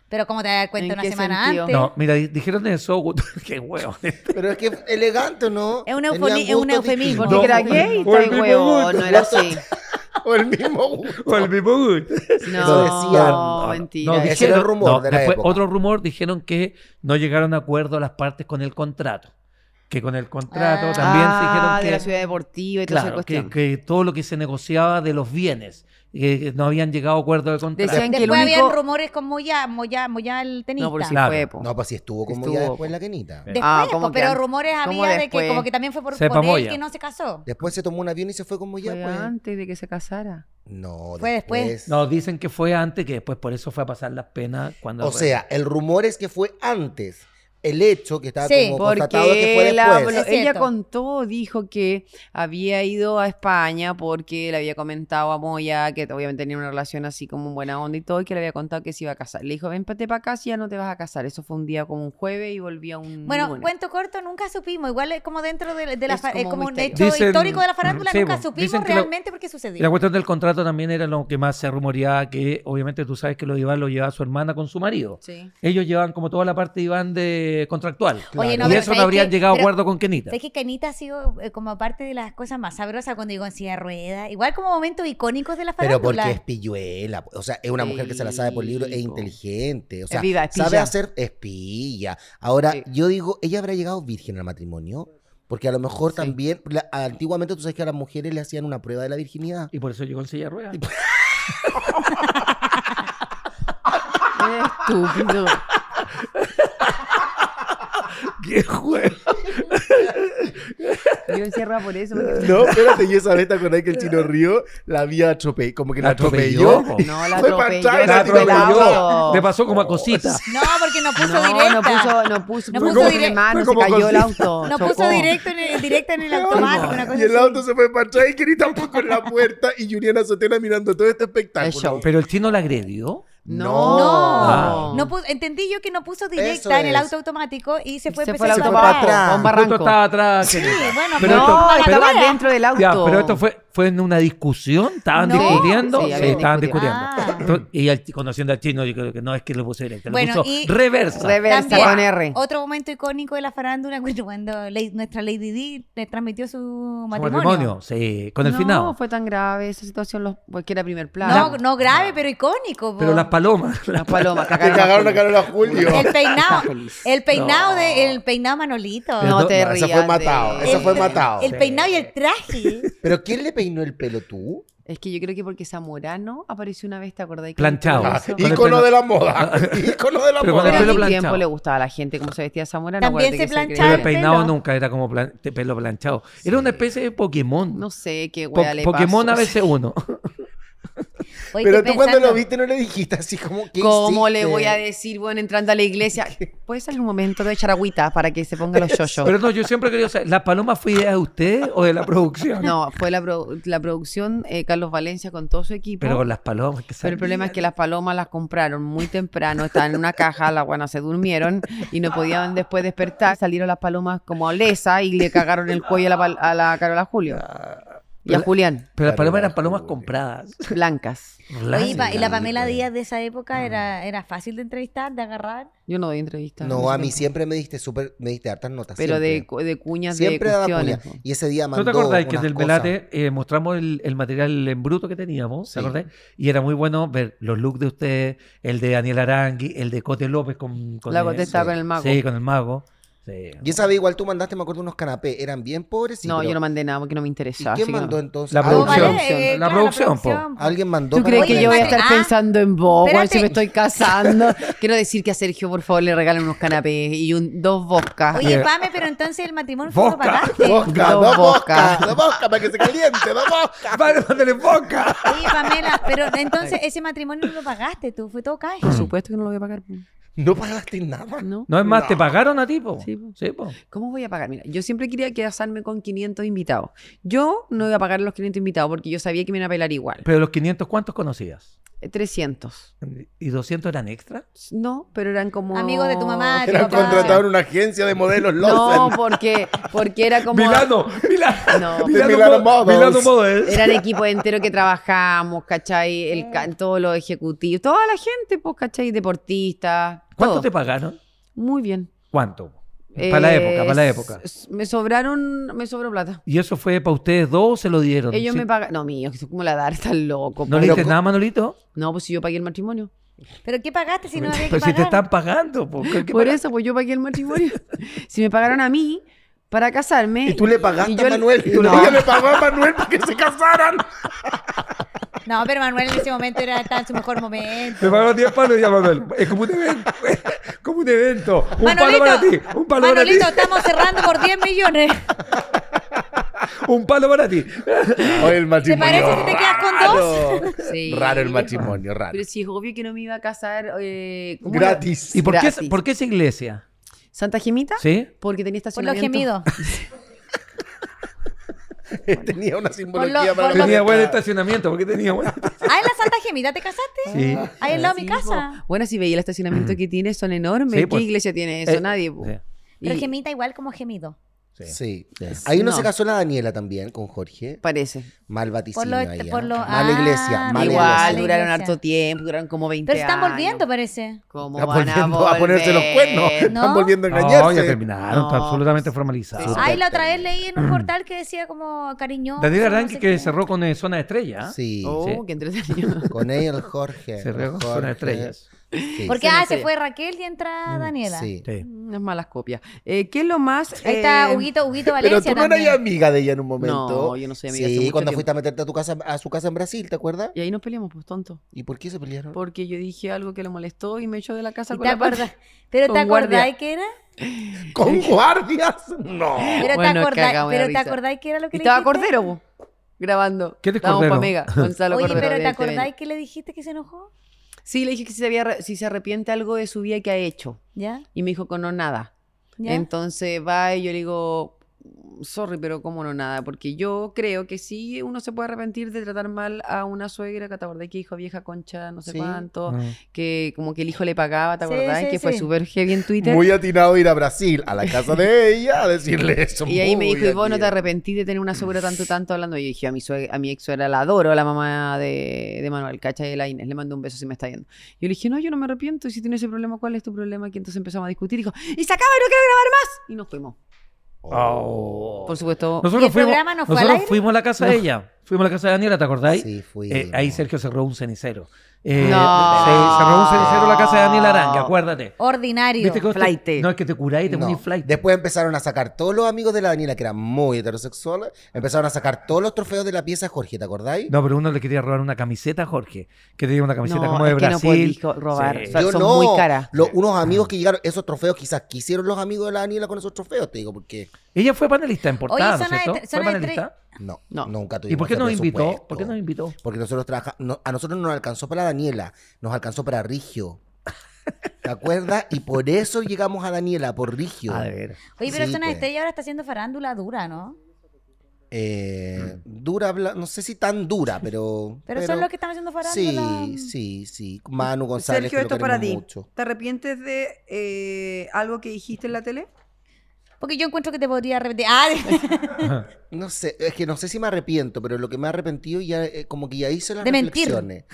[SPEAKER 2] Pero como te das
[SPEAKER 1] ¿En
[SPEAKER 2] cuenta una
[SPEAKER 1] qué
[SPEAKER 2] semana
[SPEAKER 1] sentido?
[SPEAKER 2] antes.
[SPEAKER 3] No, mira, di- dijeron eso. qué huevo.
[SPEAKER 4] Pero es que elegante, ¿no?
[SPEAKER 2] Es una
[SPEAKER 4] Tenían
[SPEAKER 2] eufoni- es un
[SPEAKER 4] gustos
[SPEAKER 2] eufemismo.
[SPEAKER 4] distintos.
[SPEAKER 1] Porque era gay, está el huevo, no era así.
[SPEAKER 4] O el mismo gusto.
[SPEAKER 3] O el mismo gusto.
[SPEAKER 4] Lo decían.
[SPEAKER 1] No, mentira.
[SPEAKER 3] No,
[SPEAKER 4] Ese
[SPEAKER 3] dijeron-
[SPEAKER 4] era el rumor
[SPEAKER 3] no,
[SPEAKER 4] de la
[SPEAKER 3] después
[SPEAKER 4] época.
[SPEAKER 3] Otro rumor dijeron que no llegaron a acuerdo las partes con el contrato. Que con el contrato
[SPEAKER 2] Ah.
[SPEAKER 3] también se
[SPEAKER 1] Ah,
[SPEAKER 3] dijeron que...
[SPEAKER 1] de la ciudad deportiva y toda
[SPEAKER 3] Claro,
[SPEAKER 1] esa cuestión.
[SPEAKER 3] que, que todo lo que se negociaba de los bienes, que, que no habían llegado a acuerdo de contrato.
[SPEAKER 1] Decían que el
[SPEAKER 2] Después habían
[SPEAKER 1] único...
[SPEAKER 2] rumores con Moya, Moya, Moya el tenista.
[SPEAKER 1] No, por si
[SPEAKER 3] Claro.
[SPEAKER 1] fue, po.
[SPEAKER 4] No, pues si estuvo como ya
[SPEAKER 1] Estuvo.
[SPEAKER 4] después en la quenita.
[SPEAKER 2] Después,
[SPEAKER 1] Ah, ¿cómo
[SPEAKER 2] po, pero
[SPEAKER 1] que
[SPEAKER 2] rumores
[SPEAKER 1] ¿Cómo
[SPEAKER 2] había de que
[SPEAKER 1] después?
[SPEAKER 2] como que también fue por,
[SPEAKER 3] Sepa
[SPEAKER 2] por él
[SPEAKER 3] Moya.
[SPEAKER 2] que no se casó.
[SPEAKER 4] Después se tomó un avión y se fue como ya,
[SPEAKER 1] Fue
[SPEAKER 4] pues.
[SPEAKER 1] antes de que se casara.
[SPEAKER 4] No,
[SPEAKER 2] Fue después.
[SPEAKER 3] No, dicen que fue antes, que después por eso fue a pasar las penas cuando...
[SPEAKER 4] O sea, el rumor es que fue antes. El hecho que estaba
[SPEAKER 2] Sí,
[SPEAKER 4] como constatado es que fue
[SPEAKER 1] Porque la-
[SPEAKER 4] después.
[SPEAKER 1] lo-
[SPEAKER 2] Es
[SPEAKER 1] ella
[SPEAKER 2] cierto.
[SPEAKER 1] contó, dijo que había ido a España porque le había comentado a Moya que obviamente tenía una relación así como buena onda y todo, y que le había contado que se iba a casar. Le dijo, ven para acá si ya no te vas a casar. Eso fue un día como un jueves y volvía un
[SPEAKER 2] Bueno,
[SPEAKER 1] lunes.
[SPEAKER 2] cuento corto, nunca supimos. Igual es como dentro de, de la
[SPEAKER 1] Es
[SPEAKER 2] fa- es
[SPEAKER 1] como
[SPEAKER 2] como un
[SPEAKER 1] misterio.
[SPEAKER 2] hecho
[SPEAKER 3] Dicen-
[SPEAKER 2] histórico de la farándula,
[SPEAKER 3] sí,
[SPEAKER 2] nunca
[SPEAKER 3] po. Dicen
[SPEAKER 2] supimos
[SPEAKER 3] que lo-
[SPEAKER 2] realmente por qué
[SPEAKER 3] Y la
[SPEAKER 2] sucedió.
[SPEAKER 3] cuestión del contrato también era lo que más se rumoreaba, que obviamente tú sabes que lo de Iván lo llevaba su hermana con su marido.
[SPEAKER 1] Sí.
[SPEAKER 3] Ellos llevaban como toda la parte de Iván de contractual.
[SPEAKER 2] Oye, no,
[SPEAKER 3] y
[SPEAKER 2] pero
[SPEAKER 3] eso no
[SPEAKER 2] ¿sabes
[SPEAKER 3] habrían
[SPEAKER 2] qué?
[SPEAKER 3] llegado a
[SPEAKER 2] Pero-
[SPEAKER 3] acuerdo con Kenita.
[SPEAKER 2] Sabes que Canita ha sido eh, como parte de las cosas más sabrosas cuando digo en silla de rueda. Igual como momentos icónicos de la
[SPEAKER 4] Pero
[SPEAKER 2] farándula.
[SPEAKER 4] porque es pilluela. pues. O sea, es una mujer que se la sabe por libro, es
[SPEAKER 1] Sí, po.
[SPEAKER 4] inteligente. O sea,
[SPEAKER 1] viva, es
[SPEAKER 4] sabe
[SPEAKER 1] pilla.
[SPEAKER 4] hacer espilla. Ahora,
[SPEAKER 1] Sí.
[SPEAKER 4] yo digo, ¿ella habrá llegado virgen al matrimonio? Porque a lo mejor
[SPEAKER 1] Sí.
[SPEAKER 4] también, la- antiguamente tú sabes que a las mujeres le hacían una prueba de la virginidad.
[SPEAKER 3] Y por eso llegó en silla de ruedas.
[SPEAKER 1] Estúpido.
[SPEAKER 3] ¡Qué juego!
[SPEAKER 1] Yo encierra por eso. porque-
[SPEAKER 5] No, espérate, yo esa vez te acordás que el chino río la había atropellado, como que la atropelló.
[SPEAKER 3] po.
[SPEAKER 1] No, la
[SPEAKER 5] Fue
[SPEAKER 1] atropelló.
[SPEAKER 5] para atrás,
[SPEAKER 3] La
[SPEAKER 5] la tiró
[SPEAKER 3] atropelló.
[SPEAKER 5] del
[SPEAKER 3] Le pasó
[SPEAKER 2] Oh,
[SPEAKER 3] como a cosita.
[SPEAKER 2] No, porque no puso
[SPEAKER 1] No,
[SPEAKER 2] directa.
[SPEAKER 1] no puso, no puso,
[SPEAKER 2] No
[SPEAKER 1] no puso
[SPEAKER 2] puso
[SPEAKER 1] de
[SPEAKER 2] directa.
[SPEAKER 1] mano,
[SPEAKER 5] Fue
[SPEAKER 1] se
[SPEAKER 5] como
[SPEAKER 1] cayó el
[SPEAKER 5] con-
[SPEAKER 1] auto.
[SPEAKER 2] No puso
[SPEAKER 1] chocó.
[SPEAKER 2] directo en el, directa en el automático, una cosa
[SPEAKER 5] Y el
[SPEAKER 2] así.
[SPEAKER 5] auto se fue para atrás y Kenny tampoco en la puerta y Juliana Sotena mirando todo este espectáculo.
[SPEAKER 1] El show.
[SPEAKER 3] Pero el chino la agredió.
[SPEAKER 1] No.
[SPEAKER 3] Ah.
[SPEAKER 2] No puso, entendí yo que no puso
[SPEAKER 4] Eso
[SPEAKER 2] directa en el
[SPEAKER 4] es.
[SPEAKER 2] auto automático y se
[SPEAKER 1] Se
[SPEAKER 2] fue
[SPEAKER 1] fue,
[SPEAKER 2] empezó
[SPEAKER 1] el
[SPEAKER 2] a
[SPEAKER 1] auto
[SPEAKER 2] tapar.
[SPEAKER 1] para atrás, a un
[SPEAKER 3] Justo
[SPEAKER 1] barranco.
[SPEAKER 3] estaba atrás.
[SPEAKER 2] Sí,
[SPEAKER 3] Kenny.
[SPEAKER 2] bueno,
[SPEAKER 3] Pero
[SPEAKER 2] pero
[SPEAKER 3] esto-
[SPEAKER 1] no,
[SPEAKER 2] mala
[SPEAKER 1] estaba
[SPEAKER 2] tuya.
[SPEAKER 1] dentro del auto.
[SPEAKER 3] Ya, pero esto fue, fue en una discusión, estaban
[SPEAKER 2] No.
[SPEAKER 3] discutiendo,
[SPEAKER 2] Sí,
[SPEAKER 3] sí,
[SPEAKER 2] habían
[SPEAKER 3] estaban
[SPEAKER 1] discutido.
[SPEAKER 3] discutiendo.
[SPEAKER 2] Ah.
[SPEAKER 3] Entonces, y al- conociendo al chino, yo creo que no es que lo puse directo,
[SPEAKER 2] Bueno,
[SPEAKER 3] lo puso
[SPEAKER 2] y-
[SPEAKER 3] reversa.
[SPEAKER 1] Reversa
[SPEAKER 2] También,
[SPEAKER 1] con R.
[SPEAKER 2] Otro momento icónico de la farándula cuando Lady- nuestra Lady D le transmitió su
[SPEAKER 3] Su
[SPEAKER 2] matrimonio.
[SPEAKER 3] matrimonio, sí, con el
[SPEAKER 1] no,
[SPEAKER 3] finado.
[SPEAKER 1] fue tan grave esa situación los, porque era primer plano.
[SPEAKER 2] No, no grave, pero icónico. po.
[SPEAKER 3] Pero las palomas,
[SPEAKER 1] Las palomas
[SPEAKER 5] Te cagaron a
[SPEAKER 1] Julio.
[SPEAKER 5] Carola Julio.
[SPEAKER 2] el
[SPEAKER 1] Ah,
[SPEAKER 2] peinado, el peinado
[SPEAKER 3] No.
[SPEAKER 2] de el peinado Manolito.
[SPEAKER 3] Pero
[SPEAKER 1] No
[SPEAKER 3] no,
[SPEAKER 1] te
[SPEAKER 4] no,
[SPEAKER 1] rías.
[SPEAKER 4] esa fue matado,
[SPEAKER 1] de-
[SPEAKER 4] esa
[SPEAKER 2] El-
[SPEAKER 4] fue matado.
[SPEAKER 2] El
[SPEAKER 3] Sí.
[SPEAKER 2] peinado y el traje.
[SPEAKER 4] ¿Pero quién le peinó el pelo tú?
[SPEAKER 1] Es que yo creo que porque Zamorano apareció una vez, ¿te acordás? Que
[SPEAKER 3] Planchado.
[SPEAKER 1] hizo
[SPEAKER 5] Ah,
[SPEAKER 1] eso?
[SPEAKER 3] Y-
[SPEAKER 5] Ícono de la moda. Ícono de
[SPEAKER 3] Pero
[SPEAKER 5] la
[SPEAKER 1] Pero
[SPEAKER 3] con
[SPEAKER 5] moda.
[SPEAKER 3] el pelo
[SPEAKER 1] en mi tiempo
[SPEAKER 3] planchado.
[SPEAKER 1] le gustaba a la gente cómo se vestía Zamorano.
[SPEAKER 2] También
[SPEAKER 1] acuérdate
[SPEAKER 2] se
[SPEAKER 1] que
[SPEAKER 2] planchaba
[SPEAKER 3] pero
[SPEAKER 1] creía-
[SPEAKER 3] el
[SPEAKER 2] el
[SPEAKER 3] peinado
[SPEAKER 2] pelo.
[SPEAKER 3] nunca era como plan- de pelo planchado. Era una especie de Pokémon.
[SPEAKER 1] No sé qué
[SPEAKER 3] Po-
[SPEAKER 1] wea le
[SPEAKER 3] Pokémon
[SPEAKER 1] pasó.
[SPEAKER 3] a veces uno.
[SPEAKER 2] Oye,
[SPEAKER 4] Pero
[SPEAKER 2] estoy
[SPEAKER 4] tú cuando
[SPEAKER 2] pensando,
[SPEAKER 4] lo viste no le dijiste así como que.
[SPEAKER 1] ¿Cómo le voy a decir, bueno, entrando a la iglesia? ¿Puede salir un momento de echar agüita para que se ponga los yoyos?
[SPEAKER 3] Pero no, yo siempre quería saber, ¿la paloma fue idea de usted o de la producción?
[SPEAKER 1] No, fue la, pro- la producción eh, Carlos Valencia con todo su equipo.
[SPEAKER 3] Pero con las palomas que
[SPEAKER 1] Pero el
[SPEAKER 3] salían.
[SPEAKER 1] problema es que las palomas las compraron muy temprano, estaban en una caja, las guanas se durmieron y no podían después despertar. Salieron las palomas como lesa y le cagaron el cuello a la, pal- a la Carola Julio
[SPEAKER 4] Ah,
[SPEAKER 1] y a
[SPEAKER 3] Pero-
[SPEAKER 1] Julián,
[SPEAKER 3] Pero las palomas eran
[SPEAKER 4] Carola,
[SPEAKER 3] palomas
[SPEAKER 4] güey.
[SPEAKER 3] compradas.
[SPEAKER 1] blancas.
[SPEAKER 2] Oye, pa- y la
[SPEAKER 4] Grande,
[SPEAKER 2] Pamela
[SPEAKER 4] grande.
[SPEAKER 2] Díaz de esa época era, era fácil de entrevistar, de agarrar.
[SPEAKER 1] Yo no doy entrevistas.
[SPEAKER 4] No, a mí siempre me diste súper, me diste hartas notas.
[SPEAKER 1] Pero de,
[SPEAKER 4] siempre.
[SPEAKER 1] cu- de cuñas,
[SPEAKER 4] Siempre
[SPEAKER 1] de
[SPEAKER 4] daba
[SPEAKER 1] cuestiones.
[SPEAKER 4] cuña. Y ese día mandó
[SPEAKER 3] ¿No te acordáis que
[SPEAKER 4] unas
[SPEAKER 3] del
[SPEAKER 4] cosas.
[SPEAKER 3] Melate eh, mostramos el, el material en bruto que teníamos?
[SPEAKER 4] Sí.
[SPEAKER 3] ¿Te acordáis? Y era muy bueno ver los looks de ustedes, el de Daniel Arangui, el de Cote López con, con
[SPEAKER 1] la
[SPEAKER 3] el-
[SPEAKER 1] contestaba con el mago.
[SPEAKER 3] Sí, con el mago. Sí.
[SPEAKER 4] Y esa vez igual tú mandaste, me acuerdo, unos canapés. Eran bien pobres. sí,
[SPEAKER 1] no,
[SPEAKER 4] pero-
[SPEAKER 1] yo no mandé nada porque no me
[SPEAKER 4] ¿Y
[SPEAKER 1] interesaba.
[SPEAKER 4] quién
[SPEAKER 1] así que no.
[SPEAKER 4] mandó entonces?
[SPEAKER 3] La
[SPEAKER 4] ¿Alguien-
[SPEAKER 3] producción.
[SPEAKER 2] vale, eh,
[SPEAKER 3] La
[SPEAKER 2] claro,
[SPEAKER 3] producción, po.
[SPEAKER 2] producción, po.
[SPEAKER 4] Ah, Alguien mandó.
[SPEAKER 1] ¿Tú crees
[SPEAKER 4] para
[SPEAKER 1] que
[SPEAKER 2] Oye,
[SPEAKER 1] yo voy a
[SPEAKER 2] Matri-
[SPEAKER 1] estar
[SPEAKER 2] ah,
[SPEAKER 1] pensando en vos, weón, si
[SPEAKER 2] espérate.
[SPEAKER 1] me estoy casando? Quiero decir que a Sergio, por favor, le regalen unos canapés y un, dos vodkas.
[SPEAKER 2] Oye,
[SPEAKER 3] Bien.
[SPEAKER 2] Pame, pero entonces el matrimonio fue
[SPEAKER 3] Vodka.
[SPEAKER 2] para adelante.
[SPEAKER 5] Bosca,
[SPEAKER 1] Dos boscas.
[SPEAKER 5] dos boscas, dos boscas para que se caliente, dos boscas.
[SPEAKER 3] ¡Padre, mándale boca!
[SPEAKER 2] Oye, Pamela, pero entonces ese matrimonio no lo pagaste tú, fue todo cash.
[SPEAKER 1] Por supuesto que no lo voy a pagar.
[SPEAKER 4] No pagaste nada.
[SPEAKER 1] ¿No?
[SPEAKER 3] No es más, ¿te pagaron a ti, po?
[SPEAKER 1] Sí, po.
[SPEAKER 3] Sí, po.
[SPEAKER 1] ¿Cómo voy a pagar? Mira, yo siempre quería casarme con 500 invitados. Yo no iba a pagar los 500 invitados porque yo sabía que me iban a pelar igual.
[SPEAKER 3] Pero los 500, ¿cuántos conocías?
[SPEAKER 1] Eh, 300.
[SPEAKER 3] ¿Y 200 eran extra?
[SPEAKER 1] No, pero eran como...
[SPEAKER 2] Amigos de tu mamá, de tu
[SPEAKER 5] Eran
[SPEAKER 2] papá.
[SPEAKER 5] contratados en una agencia de modelos
[SPEAKER 1] No,
[SPEAKER 5] Lawson.
[SPEAKER 1] porque, porque era como...
[SPEAKER 3] ¡Milano! ¡Milano!
[SPEAKER 1] No,
[SPEAKER 5] De Milano
[SPEAKER 3] Mo-
[SPEAKER 5] Models.
[SPEAKER 3] Milano Models.
[SPEAKER 1] Eran equipos enteros que trabajamos, ¿cachai? El, ca- todos los ejecutivos, toda la gente, pues, ¿cachai? Deportistas.
[SPEAKER 3] ¿Cuánto
[SPEAKER 1] todo.
[SPEAKER 3] te pagaron?
[SPEAKER 1] Muy bien.
[SPEAKER 3] ¿Cuánto? Para la
[SPEAKER 1] Eh,
[SPEAKER 3] época, para la época.
[SPEAKER 1] s- s- Me sobraron, me sobró plata.
[SPEAKER 3] ¿Y eso fue para ustedes dos o se lo dieron?
[SPEAKER 1] Ellos
[SPEAKER 3] Sí.
[SPEAKER 1] me pagan. No, mío, que como la dar, está loco.
[SPEAKER 3] ¿No
[SPEAKER 1] po.
[SPEAKER 3] le diste
[SPEAKER 4] Pero-
[SPEAKER 3] nada, Manolito?
[SPEAKER 1] No, pues si yo pagué el matrimonio.
[SPEAKER 2] ¿Pero qué pagaste si no había que
[SPEAKER 3] Pero si te
[SPEAKER 2] pagar?
[SPEAKER 3] están pagando, po. ¿Qué- qué
[SPEAKER 1] Por
[SPEAKER 3] pagaste?
[SPEAKER 1] eso, pues yo pagué el matrimonio. si me pagaron a mí para casarme.
[SPEAKER 5] Y tú le pagaste
[SPEAKER 1] y yo
[SPEAKER 5] a Manuel.
[SPEAKER 1] y
[SPEAKER 5] Y tú
[SPEAKER 1] no.
[SPEAKER 5] le pagó a Manuel para que se casaran.
[SPEAKER 2] No, pero Manuel en ese momento era, estaba en su mejor momento.
[SPEAKER 3] Me pagaron 10 palos ya, Manuel. Es como un evento. Como un evento. Un palo
[SPEAKER 2] Manolito,
[SPEAKER 3] para ti. Un palo
[SPEAKER 2] Manolito,
[SPEAKER 3] para
[SPEAKER 2] estamos cerrando por 10 millones.
[SPEAKER 3] ti. Un palo para ti.
[SPEAKER 5] Oye, el
[SPEAKER 2] ¿Te
[SPEAKER 5] matrimonio.
[SPEAKER 2] parece si te quedas con dos?
[SPEAKER 1] Sí,
[SPEAKER 5] Raro el
[SPEAKER 1] viejo.
[SPEAKER 5] matrimonio, raro.
[SPEAKER 1] Pero sí, es obvio que no me iba a casar. eh, ¿cómo era?
[SPEAKER 5] Gratis.
[SPEAKER 3] ¿Y por qué,
[SPEAKER 1] Gratis.
[SPEAKER 3] por qué esa iglesia?
[SPEAKER 1] ¿Santa Gemita?
[SPEAKER 3] ¿Sí?
[SPEAKER 1] Porque tenía
[SPEAKER 2] Por los gemidos.
[SPEAKER 1] estacionamiento.
[SPEAKER 5] Tenía una simbología
[SPEAKER 2] Por lo-
[SPEAKER 5] para
[SPEAKER 2] por lo-
[SPEAKER 3] Tenía
[SPEAKER 5] la Ah,
[SPEAKER 3] buen estacionamiento. ¿Por qué tenía buen
[SPEAKER 2] Ah, en la Santa Gemita, ¿te casaste?
[SPEAKER 3] Sí.
[SPEAKER 2] Ahí al lado de
[SPEAKER 1] Sí,
[SPEAKER 2] mi
[SPEAKER 1] po.
[SPEAKER 2] casa.
[SPEAKER 1] pues, Bueno, si veía el
[SPEAKER 5] Mm.
[SPEAKER 1] estacionamiento que tiene, son enormes.
[SPEAKER 3] Sí,
[SPEAKER 1] ¿Qué
[SPEAKER 3] pues.
[SPEAKER 1] iglesia tiene eso?
[SPEAKER 3] Eh,
[SPEAKER 1] Nadie. po.
[SPEAKER 3] sí.
[SPEAKER 1] Y-
[SPEAKER 2] Pero gemita igual como gemido.
[SPEAKER 4] Sí. Ahí uno
[SPEAKER 1] No.
[SPEAKER 4] se casó la Daniela también con Jorge.
[SPEAKER 1] Parece.
[SPEAKER 4] Mal
[SPEAKER 2] Por
[SPEAKER 4] vaticinio
[SPEAKER 2] lo- este,
[SPEAKER 4] ahí, ¿ah?
[SPEAKER 2] por lo-
[SPEAKER 4] Mala iglesia,
[SPEAKER 2] Ah,
[SPEAKER 4] mala
[SPEAKER 1] Igual,
[SPEAKER 2] iglesia.
[SPEAKER 4] iglesia.
[SPEAKER 2] Mala
[SPEAKER 1] duraron
[SPEAKER 2] iglesia.
[SPEAKER 1] harto tiempo, duraron como 20
[SPEAKER 2] Pero están
[SPEAKER 1] años.
[SPEAKER 2] volviendo, parece.
[SPEAKER 1] ¿Cómo
[SPEAKER 5] Están
[SPEAKER 1] van a,
[SPEAKER 5] volviendo a ponerse los cuernos.
[SPEAKER 1] volver?
[SPEAKER 2] No.
[SPEAKER 5] Están volviendo a
[SPEAKER 3] No, ya
[SPEAKER 5] engañarse.
[SPEAKER 3] terminaron. Está
[SPEAKER 1] No,
[SPEAKER 3] absolutamente
[SPEAKER 4] sí,
[SPEAKER 3] formalizado.
[SPEAKER 4] sí.
[SPEAKER 2] Ay, la otra vez leí en un portal que decía como cariñoso.
[SPEAKER 3] Daniel
[SPEAKER 2] no sé
[SPEAKER 3] Arranque
[SPEAKER 2] qué.
[SPEAKER 3] que cerró con eh, Zona de Estrella. ¿ah?
[SPEAKER 4] Sí.
[SPEAKER 1] Oh,
[SPEAKER 3] Sí.
[SPEAKER 1] qué entretenido.
[SPEAKER 4] Con él, Jorge.
[SPEAKER 3] Cerró con
[SPEAKER 4] Jorge.
[SPEAKER 3] Zona de Estrellas.
[SPEAKER 4] Sí.
[SPEAKER 2] Porque,
[SPEAKER 1] Se
[SPEAKER 2] ah,
[SPEAKER 1] nota
[SPEAKER 2] se
[SPEAKER 1] ya.
[SPEAKER 2] fue Raquel y entra
[SPEAKER 3] Mm,
[SPEAKER 2] Daniela.
[SPEAKER 4] Sí.
[SPEAKER 3] Sí.
[SPEAKER 1] Unas malas copias. Eh, ¿Qué es lo más...?
[SPEAKER 2] Ahí está
[SPEAKER 1] eh,
[SPEAKER 2] Huguito, Huguito
[SPEAKER 5] Pero
[SPEAKER 2] Valencia
[SPEAKER 5] tú no
[SPEAKER 2] también.
[SPEAKER 5] eras amiga de ella en un momento.
[SPEAKER 1] No, yo no soy amiga. hace
[SPEAKER 4] Sí,
[SPEAKER 1] mucho
[SPEAKER 4] cuando
[SPEAKER 1] tiempo.
[SPEAKER 4] fuiste a meterte a tu casa, a su casa en Brasil, ¿te acuerdas?
[SPEAKER 1] Y ahí nos peleamos, pues tonto.
[SPEAKER 4] ¿Y por qué se pelearon?
[SPEAKER 1] Porque yo dije algo que le molestó y me echó de la casa
[SPEAKER 2] ¿Y
[SPEAKER 1] con
[SPEAKER 2] te
[SPEAKER 1] la pata.
[SPEAKER 2] acordás? ¿Pero te
[SPEAKER 1] Con guardia.
[SPEAKER 2] acordáis que era?
[SPEAKER 5] ¿Con guardias? No.
[SPEAKER 2] ¿Pero, te,
[SPEAKER 1] Bueno,
[SPEAKER 2] acordáis,
[SPEAKER 1] cagamos de
[SPEAKER 2] pero te
[SPEAKER 1] risa.
[SPEAKER 2] acordáis que era lo que
[SPEAKER 1] Y
[SPEAKER 2] le
[SPEAKER 1] estaba
[SPEAKER 2] dijiste?
[SPEAKER 1] Cordero, po, grabando.
[SPEAKER 3] ¿Qué te
[SPEAKER 1] Estábamos
[SPEAKER 3] Cordero?
[SPEAKER 1] pa' Mega, Gonzalo
[SPEAKER 2] Oye,
[SPEAKER 1] Cordero,
[SPEAKER 2] pero ¿te
[SPEAKER 1] evidentemente.
[SPEAKER 2] acordáis que le dijiste que se enojó?
[SPEAKER 1] Sí, le dije que si se, había arre- si se arrepiente algo de su vida que ha hecho.
[SPEAKER 2] ¿Ya?
[SPEAKER 1] Y me dijo que no nada.
[SPEAKER 2] ¿Ya?
[SPEAKER 1] Entonces va y yo le digo, "Mm, sorry, pero ¿cómo no nada? Porque yo creo que sí uno se puede arrepentir de tratar mal a una suegra, que te acordás que dijo vieja concha, no sé
[SPEAKER 4] Sí.
[SPEAKER 1] cuánto,
[SPEAKER 3] Mm.
[SPEAKER 1] que como que el hijo le pagaba, ¿te
[SPEAKER 2] Sí,
[SPEAKER 1] acordás?
[SPEAKER 2] sí,
[SPEAKER 1] que fue
[SPEAKER 2] sí.
[SPEAKER 1] súper heavy en Twitter.
[SPEAKER 5] Muy atinado ir a Brasil, a la casa de ella, a decirle eso.
[SPEAKER 1] Y ahí me
[SPEAKER 5] muy
[SPEAKER 1] dijo, y vos no te
[SPEAKER 5] atinado.
[SPEAKER 1] arrepentí de tener una suegra tanto, tanto hablando. Y yo dije, a mi, suegra, a mi ex suegra la adoro, la mamá de, de Manuel, ¿cachai? De la Inés, le mando un beso si me está viendo. Yo le dije, no, yo no me arrepiento. Y si tienes ese problema, ¿cuál es tu problema? Que entonces empezamos a discutir. Y dijo, y se acaba y no quiero grabar más. Y nos fuimos.
[SPEAKER 3] Oh.
[SPEAKER 1] Por supuesto.
[SPEAKER 2] ¿Y
[SPEAKER 3] Nosotros,
[SPEAKER 2] el
[SPEAKER 3] fuimos,
[SPEAKER 2] programa no fue al
[SPEAKER 3] nosotros
[SPEAKER 2] aire?
[SPEAKER 3] fuimos a la casa de ella. Fuimos a la casa de Daniela, ¿te acordáis?
[SPEAKER 4] Sí, fui.
[SPEAKER 3] Eh, ahí
[SPEAKER 4] no.
[SPEAKER 3] Sergio cerró un cenicero. Eh, se,
[SPEAKER 1] No.
[SPEAKER 3] se robó un cenicero en la casa de Daniela Aranga, acuérdate.
[SPEAKER 2] Ordinario.
[SPEAKER 3] ¿Viste que vos te-
[SPEAKER 1] flighte.
[SPEAKER 3] no, es que te curáis y te
[SPEAKER 4] No.
[SPEAKER 3] ponís flight.
[SPEAKER 4] Después empezaron a sacar todos los amigos de la Daniela, que eran muy heterosexuales, empezaron a sacar todos los trofeos de la pieza Jorge, ¿te acordáis?
[SPEAKER 3] No, pero uno le quería robar una camiseta a Jorge, que tenía una camiseta
[SPEAKER 1] No,
[SPEAKER 3] como de
[SPEAKER 1] es que no
[SPEAKER 3] Brasil.
[SPEAKER 1] podís co- robar.
[SPEAKER 3] Sí.
[SPEAKER 1] O sea,
[SPEAKER 4] Yo
[SPEAKER 1] son
[SPEAKER 4] no.
[SPEAKER 1] muy
[SPEAKER 3] Ah,
[SPEAKER 1] caras.
[SPEAKER 4] Lo- unos amigos que llegaron, esos trofeos quizás quisieron los amigos de la Daniela con esos trofeos, te digo, porque
[SPEAKER 3] Ella fue panelista en portada,
[SPEAKER 2] Oye,
[SPEAKER 3] ¿no es
[SPEAKER 2] zona de
[SPEAKER 3] cierto?
[SPEAKER 2] tre-
[SPEAKER 3] Fue
[SPEAKER 2] zona de
[SPEAKER 3] panelista.
[SPEAKER 4] no,
[SPEAKER 1] No.
[SPEAKER 4] nunca tuvimos
[SPEAKER 3] ¿Y por qué
[SPEAKER 4] ese
[SPEAKER 3] nos invitó?
[SPEAKER 4] presupuesto.
[SPEAKER 3] ¿Por qué nos invitó?
[SPEAKER 4] Porque nosotros trabajamos, a nosotros no nos alcanzó para la Daniela, nos alcanzó para Rigio. ¿Te acuerdas? Y por eso llegamos a Daniela, por Rigio.
[SPEAKER 3] A ver.
[SPEAKER 2] Oye, pero
[SPEAKER 4] Sí,
[SPEAKER 2] Zona
[SPEAKER 4] pues.
[SPEAKER 2] Estrella ahora está haciendo farándula dura, ¿no?
[SPEAKER 4] Eh, Dura, bla- no sé si tan dura, pero.
[SPEAKER 2] Pero, son los que están haciendo farándula.
[SPEAKER 4] Sí, sí, sí. Manu González,
[SPEAKER 6] Sergio,
[SPEAKER 4] que lo
[SPEAKER 6] esto es para ti.
[SPEAKER 4] queremos mucho.
[SPEAKER 6] ¿Te arrepientes de eh, algo que dijiste en la tele?
[SPEAKER 2] Porque yo encuentro que te podría arrepentir. Ah, de,
[SPEAKER 4] No sé, es que no sé si me arrepiento, pero lo que me he arrepentido ya, eh, como que ya hice las
[SPEAKER 2] De mentir.
[SPEAKER 4] reflexiones.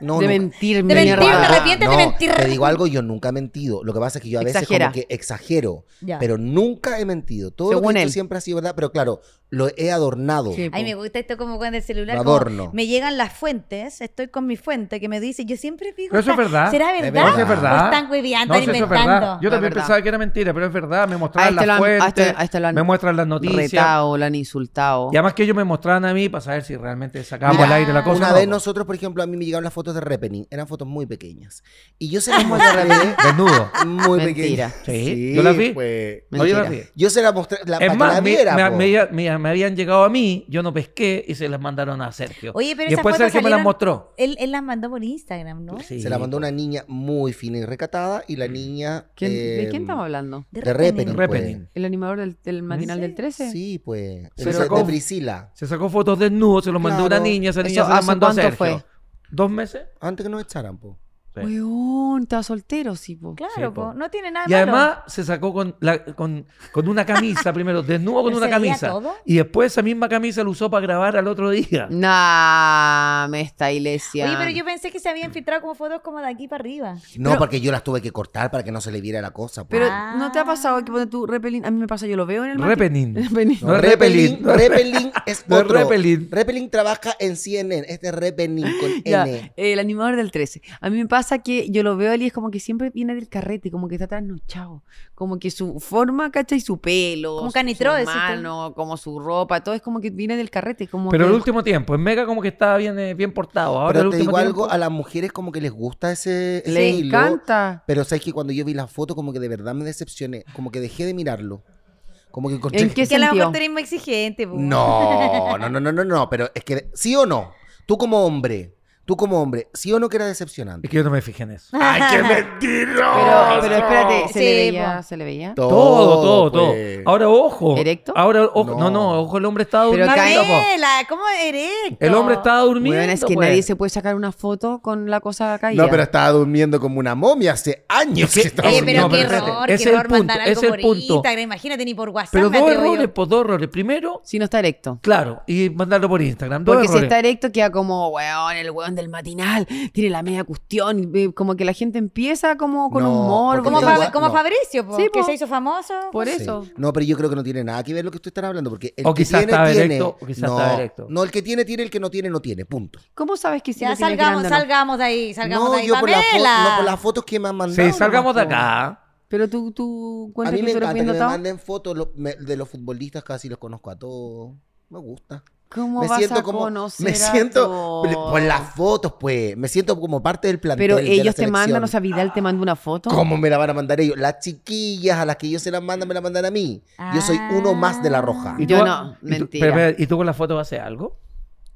[SPEAKER 4] No,
[SPEAKER 1] de
[SPEAKER 4] nunca-
[SPEAKER 1] mentirme.
[SPEAKER 2] de mentir,
[SPEAKER 1] mierda.
[SPEAKER 2] te arrepientes de mentir.
[SPEAKER 4] Te digo algo, yo nunca he mentido. Lo que pasa es que yo a veces
[SPEAKER 1] Exagera.
[SPEAKER 4] como que exagero,
[SPEAKER 2] Ya.
[SPEAKER 4] pero nunca he mentido. Todo lo
[SPEAKER 1] Según
[SPEAKER 4] que he
[SPEAKER 1] él.
[SPEAKER 4] dicho siempre ha sido verdad, pero claro, lo he adornado.
[SPEAKER 1] Sí,
[SPEAKER 2] Ay,
[SPEAKER 1] po.
[SPEAKER 2] me gusta esto como cuando el celular.
[SPEAKER 4] Lo
[SPEAKER 2] como
[SPEAKER 4] adorno.
[SPEAKER 2] Me llegan las fuentes, estoy con mi fuente que me dice, yo siempre digo.
[SPEAKER 3] Pero eso es
[SPEAKER 2] "Está-
[SPEAKER 3] verdad.
[SPEAKER 2] ¿Será
[SPEAKER 4] Es
[SPEAKER 2] verdad?
[SPEAKER 4] verdad.
[SPEAKER 3] Eso es verdad.
[SPEAKER 2] O están hueviando,
[SPEAKER 3] No,
[SPEAKER 2] están
[SPEAKER 3] sí, eso es
[SPEAKER 2] inventando.
[SPEAKER 3] verdad. Yo
[SPEAKER 1] Es
[SPEAKER 3] también
[SPEAKER 1] verdad.
[SPEAKER 3] pensaba que era mentira, pero es verdad. Me
[SPEAKER 1] A
[SPEAKER 3] mostraban
[SPEAKER 1] este
[SPEAKER 3] las
[SPEAKER 1] lo han- a
[SPEAKER 3] fuentes,
[SPEAKER 1] este- a este lo han
[SPEAKER 3] me muestran las noticias.
[SPEAKER 1] Retado, la han insultado.
[SPEAKER 3] Y además que ellos me mostraban a mí para saber si realmente sacábamos
[SPEAKER 4] Mira,
[SPEAKER 3] al aire la cosa.
[SPEAKER 4] Una
[SPEAKER 3] o
[SPEAKER 4] vez
[SPEAKER 3] no.
[SPEAKER 4] nosotros, por ejemplo, a mí me llegaron las fotos de Repening. Eran fotos muy pequeñas. Y yo se las mostré
[SPEAKER 3] Desnudo.
[SPEAKER 4] muy
[SPEAKER 1] Mentira.
[SPEAKER 4] pequeñas.
[SPEAKER 3] Sí, yo las vi.
[SPEAKER 5] pues,
[SPEAKER 3] No, yo las
[SPEAKER 1] Mentira.
[SPEAKER 3] vi.
[SPEAKER 4] Yo se las mostré la, para
[SPEAKER 3] Es
[SPEAKER 4] que
[SPEAKER 3] más,
[SPEAKER 4] la
[SPEAKER 3] me,
[SPEAKER 4] viera,
[SPEAKER 3] me-
[SPEAKER 4] po.
[SPEAKER 3] me- me- me habían llegado a mí, yo no pesqué y se las mandaron a Sergio.
[SPEAKER 2] Oye, pero
[SPEAKER 3] y después
[SPEAKER 2] esas fotos
[SPEAKER 3] Sergio me las
[SPEAKER 2] salieron-
[SPEAKER 3] mostró.
[SPEAKER 2] Él, él las mandó por Instagram, ¿no?
[SPEAKER 3] Sí,
[SPEAKER 4] Se la mandó
[SPEAKER 3] po.
[SPEAKER 4] una niña muy fina y recatada y la
[SPEAKER 3] Mm.
[SPEAKER 4] niña...
[SPEAKER 1] ¿Quién- ¿De
[SPEAKER 4] eh,
[SPEAKER 1] quién estamos hablando?
[SPEAKER 4] De
[SPEAKER 2] Repening.
[SPEAKER 4] Repening.
[SPEAKER 3] Repening.
[SPEAKER 1] ¿El animador del, del matinal del 13?
[SPEAKER 4] Sí, pues.
[SPEAKER 3] Se
[SPEAKER 4] Pero
[SPEAKER 3] sacó-
[SPEAKER 4] de Priscila.
[SPEAKER 3] Se sacó fotos desnudos, se los mandó
[SPEAKER 4] Claro.
[SPEAKER 3] una niña, esa niña
[SPEAKER 1] Eso,
[SPEAKER 3] se las
[SPEAKER 1] ¿hace
[SPEAKER 3] mandó a
[SPEAKER 1] cuánto
[SPEAKER 3] Sergio.
[SPEAKER 1] fue?
[SPEAKER 3] ¿Dos meses?
[SPEAKER 4] Antes que nos echaran, po.
[SPEAKER 3] Sí.
[SPEAKER 1] Weón, estaba soltero, sí, po.
[SPEAKER 2] Claro,
[SPEAKER 3] Sí, po.
[SPEAKER 2] po, no tiene nada de
[SPEAKER 3] Y
[SPEAKER 2] malo.
[SPEAKER 3] además se sacó con, la- con, con una camisa primero, desnudo con
[SPEAKER 2] ¿Pero
[SPEAKER 3] una
[SPEAKER 2] se veía
[SPEAKER 3] camisa.
[SPEAKER 2] todo?
[SPEAKER 3] Y después esa misma camisa la usó para grabar al otro día.
[SPEAKER 1] Nah, me está iglesia.
[SPEAKER 2] Oye, pero yo pensé que se habían filtrado como fotos como de aquí para arriba.
[SPEAKER 4] No, porque yo las tuve que cortar para que no se le viera la cosa. po.
[SPEAKER 1] Pero
[SPEAKER 2] Ah.
[SPEAKER 1] ¿no te ha pasado que pones tu repelín? A mí me pasa, yo lo veo en el matinal.
[SPEAKER 3] Repenin.
[SPEAKER 1] Repenin.
[SPEAKER 4] No,
[SPEAKER 3] No es
[SPEAKER 4] Repelin,
[SPEAKER 3] Repelin. no es
[SPEAKER 4] Repelin es
[SPEAKER 3] No es
[SPEAKER 4] otro.
[SPEAKER 3] Repelin.
[SPEAKER 4] Repelin trabaja en CNN. Este es Repelin con
[SPEAKER 1] Ya,
[SPEAKER 4] N.
[SPEAKER 1] el animador del 13. A mí me pasa que yo lo veo a él y es como que siempre viene del carrete, como que está trasnochado. Como que su forma, ¿cachai? Su pelo,
[SPEAKER 2] Como
[SPEAKER 1] su-
[SPEAKER 2] Canitro,
[SPEAKER 1] su
[SPEAKER 2] decís tú.
[SPEAKER 1] mano, como su ropa, todo es como que viene del carrete. Como
[SPEAKER 3] Pero
[SPEAKER 1] que-
[SPEAKER 3] el último tiempo, en Mega como que estaba bien, eh, bien portado. Ahora el
[SPEAKER 4] Pero te
[SPEAKER 3] último
[SPEAKER 4] digo
[SPEAKER 3] tiempo-
[SPEAKER 4] algo, a las mujeres como que les gusta ese
[SPEAKER 1] le
[SPEAKER 4] ese hilo,
[SPEAKER 1] encanta.
[SPEAKER 4] Pero sabes que cuando yo vi la foto, como que de verdad me decepcioné. Como que dejé de mirarlo. Como que encontré.
[SPEAKER 1] ¿En qué
[SPEAKER 2] Que a lo mejor
[SPEAKER 1] sentido?
[SPEAKER 2] tú eres más exigente. po.
[SPEAKER 4] No, no, no, no, no, no. Pero es que, ¿sí o no? Tú como hombre, tú como hombre, ¿sí o no que era decepcionante?
[SPEAKER 3] Es que yo no me fijé en eso.
[SPEAKER 5] ¡Ay, qué mentiroso!
[SPEAKER 1] Pero, pero espérate,
[SPEAKER 2] Ah, Sí,
[SPEAKER 1] ¿se le
[SPEAKER 2] pues.
[SPEAKER 1] veía?
[SPEAKER 2] po.
[SPEAKER 1] ¿Se le veía?
[SPEAKER 3] Todo, todo, todo.
[SPEAKER 5] pues.
[SPEAKER 3] Ahora, ojo.
[SPEAKER 1] ¿Erecto?
[SPEAKER 3] Ahora, ojo. No. no,
[SPEAKER 4] No.
[SPEAKER 3] ojo, el hombre estaba
[SPEAKER 1] Pero
[SPEAKER 3] durmiendo.
[SPEAKER 1] cae-
[SPEAKER 3] po.
[SPEAKER 2] Daniela, ¿cómo eres?
[SPEAKER 3] El hombre estaba durmiendo.
[SPEAKER 1] Weón, es que
[SPEAKER 3] pues.
[SPEAKER 1] nadie se puede sacar una foto con la cosa caída.
[SPEAKER 5] No, pero estaba durmiendo como una momia hace años que estaba
[SPEAKER 2] Oye, pero
[SPEAKER 3] No,
[SPEAKER 5] durmiendo.
[SPEAKER 2] qué
[SPEAKER 3] pero espérate,
[SPEAKER 2] error,
[SPEAKER 3] ese
[SPEAKER 2] qué
[SPEAKER 3] es el
[SPEAKER 2] error mandar
[SPEAKER 3] punto,
[SPEAKER 2] algo
[SPEAKER 3] ese es
[SPEAKER 2] por
[SPEAKER 3] el punto.
[SPEAKER 2] Instagram, imagínate ni por WhatsApp.
[SPEAKER 3] Pero
[SPEAKER 2] me
[SPEAKER 3] dos
[SPEAKER 2] atrevo yo.
[SPEAKER 3] errores, pues dos errores. Primero,
[SPEAKER 1] Si no está erecto.
[SPEAKER 3] claro, y mandarlo por Instagram. Dos
[SPEAKER 1] Porque si
[SPEAKER 3] errores.
[SPEAKER 1] está erecto queda como, weón, el weón del matinal tiene la media cuestión. y, eh, Como que la gente empieza como con
[SPEAKER 4] No,
[SPEAKER 1] un morbo.
[SPEAKER 4] porque
[SPEAKER 2] Como,
[SPEAKER 4] yo
[SPEAKER 2] Fa-
[SPEAKER 4] igual-
[SPEAKER 2] como
[SPEAKER 4] no. Pues,
[SPEAKER 2] Fabricio, po,
[SPEAKER 1] Sí,
[SPEAKER 2] que
[SPEAKER 1] po.
[SPEAKER 2] se hizo famoso.
[SPEAKER 1] Por
[SPEAKER 4] Sí.
[SPEAKER 1] eso.
[SPEAKER 4] No, pero yo creo que no tiene nada que ver lo que tú estás hablando, porque el
[SPEAKER 3] O
[SPEAKER 4] que
[SPEAKER 3] quizás
[SPEAKER 4] tiene,
[SPEAKER 3] estaba
[SPEAKER 4] tiene.
[SPEAKER 3] erecto, o quizás
[SPEAKER 4] no,
[SPEAKER 3] estaba erecto.
[SPEAKER 4] no, el que tiene, tiene, el que no tiene, no tiene, punto.
[SPEAKER 1] ¿Cómo sabes que si
[SPEAKER 2] ya
[SPEAKER 1] lo tienes
[SPEAKER 2] salgamos,
[SPEAKER 1] grande o no?
[SPEAKER 2] salgamos de ahí, salgamos
[SPEAKER 4] no,
[SPEAKER 2] de ahí.
[SPEAKER 4] yo por, la fo-
[SPEAKER 2] Pamela.
[SPEAKER 4] no, por las fotos que me han mandado.
[SPEAKER 3] Sí, salgamos de
[SPEAKER 4] nomás, po.
[SPEAKER 3] acá.
[SPEAKER 1] Pero tú, tú
[SPEAKER 4] A
[SPEAKER 1] encuentras
[SPEAKER 4] mí
[SPEAKER 1] que
[SPEAKER 4] me
[SPEAKER 1] tú eres
[SPEAKER 4] encanta que
[SPEAKER 1] bien
[SPEAKER 4] me
[SPEAKER 1] dotado.
[SPEAKER 4] manden fotos lo- me- de los futbolistas, casi los conozco a todos. Me gusta.
[SPEAKER 1] ¿Cómo
[SPEAKER 4] me
[SPEAKER 1] vas
[SPEAKER 4] siento
[SPEAKER 1] a
[SPEAKER 4] como.
[SPEAKER 1] conocer
[SPEAKER 4] me
[SPEAKER 1] a
[SPEAKER 4] siento.
[SPEAKER 1] todos?
[SPEAKER 4] Por las fotos, pues. Me siento como parte del plantel.
[SPEAKER 1] Oh. Pero
[SPEAKER 4] de la
[SPEAKER 1] ellos te
[SPEAKER 4] selección.
[SPEAKER 1] mandan, o sea, Vidal te manda una foto.
[SPEAKER 4] ¿Cómo me la van a mandar ellos? Las chiquillas a las que ellos se las mandan, me la mandan a mí. Yo soy
[SPEAKER 2] Ah.
[SPEAKER 4] uno más de la roja.
[SPEAKER 3] ¿Y
[SPEAKER 1] Yo
[SPEAKER 3] tú-
[SPEAKER 1] no,
[SPEAKER 3] y tú-
[SPEAKER 1] mentira.
[SPEAKER 3] pero, espera, ¿Y tú con la foto haces algo?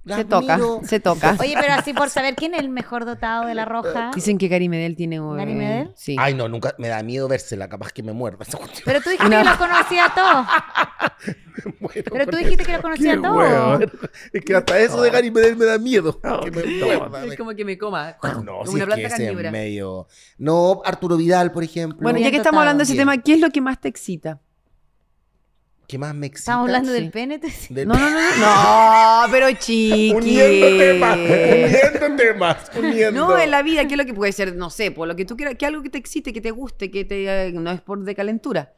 [SPEAKER 1] Se toca,
[SPEAKER 4] miro.
[SPEAKER 1] se toca.
[SPEAKER 2] Oye, pero así por saber quién es el mejor dotado de la roja.
[SPEAKER 1] Dicen que Gary Medel tiene... eh,
[SPEAKER 2] ¿Gary Medel?
[SPEAKER 1] Sí.
[SPEAKER 4] Ay, no, nunca me da miedo vérsela, capaz que me muerda esa cuestión.
[SPEAKER 2] Pero tú dijiste que los conocía a todos. Pero tú dijiste que los conocía a todos.
[SPEAKER 5] hueón. Es que hasta eso de Gary Medel me da miedo. Que me muerda.
[SPEAKER 1] Es como que me coma.
[SPEAKER 4] No,
[SPEAKER 1] como
[SPEAKER 4] si
[SPEAKER 1] una
[SPEAKER 4] es que
[SPEAKER 1] planta
[SPEAKER 4] ese es
[SPEAKER 1] carnívora.
[SPEAKER 4] medio. No, Arturo Vidal, por ejemplo.
[SPEAKER 1] Bueno,
[SPEAKER 2] Bien
[SPEAKER 1] ya que estamos
[SPEAKER 2] dotado.
[SPEAKER 1] hablando de ese
[SPEAKER 4] Bien.
[SPEAKER 1] tema, ¿qué es lo que más te excita?
[SPEAKER 4] ¿Qué más me excita?
[SPEAKER 2] Estamos hablando
[SPEAKER 1] Sí.
[SPEAKER 2] del pene. te-
[SPEAKER 4] Del-
[SPEAKER 1] No, no, no, no. No, pero chiqui.
[SPEAKER 5] Uniendo temas, uniendo temas, uniendo.
[SPEAKER 1] No, en la vida, ¿qué es lo que puede ser? No sé, por lo que tú quieras, que algo que te excite, que te guste, que te, eh, no es por de calentura.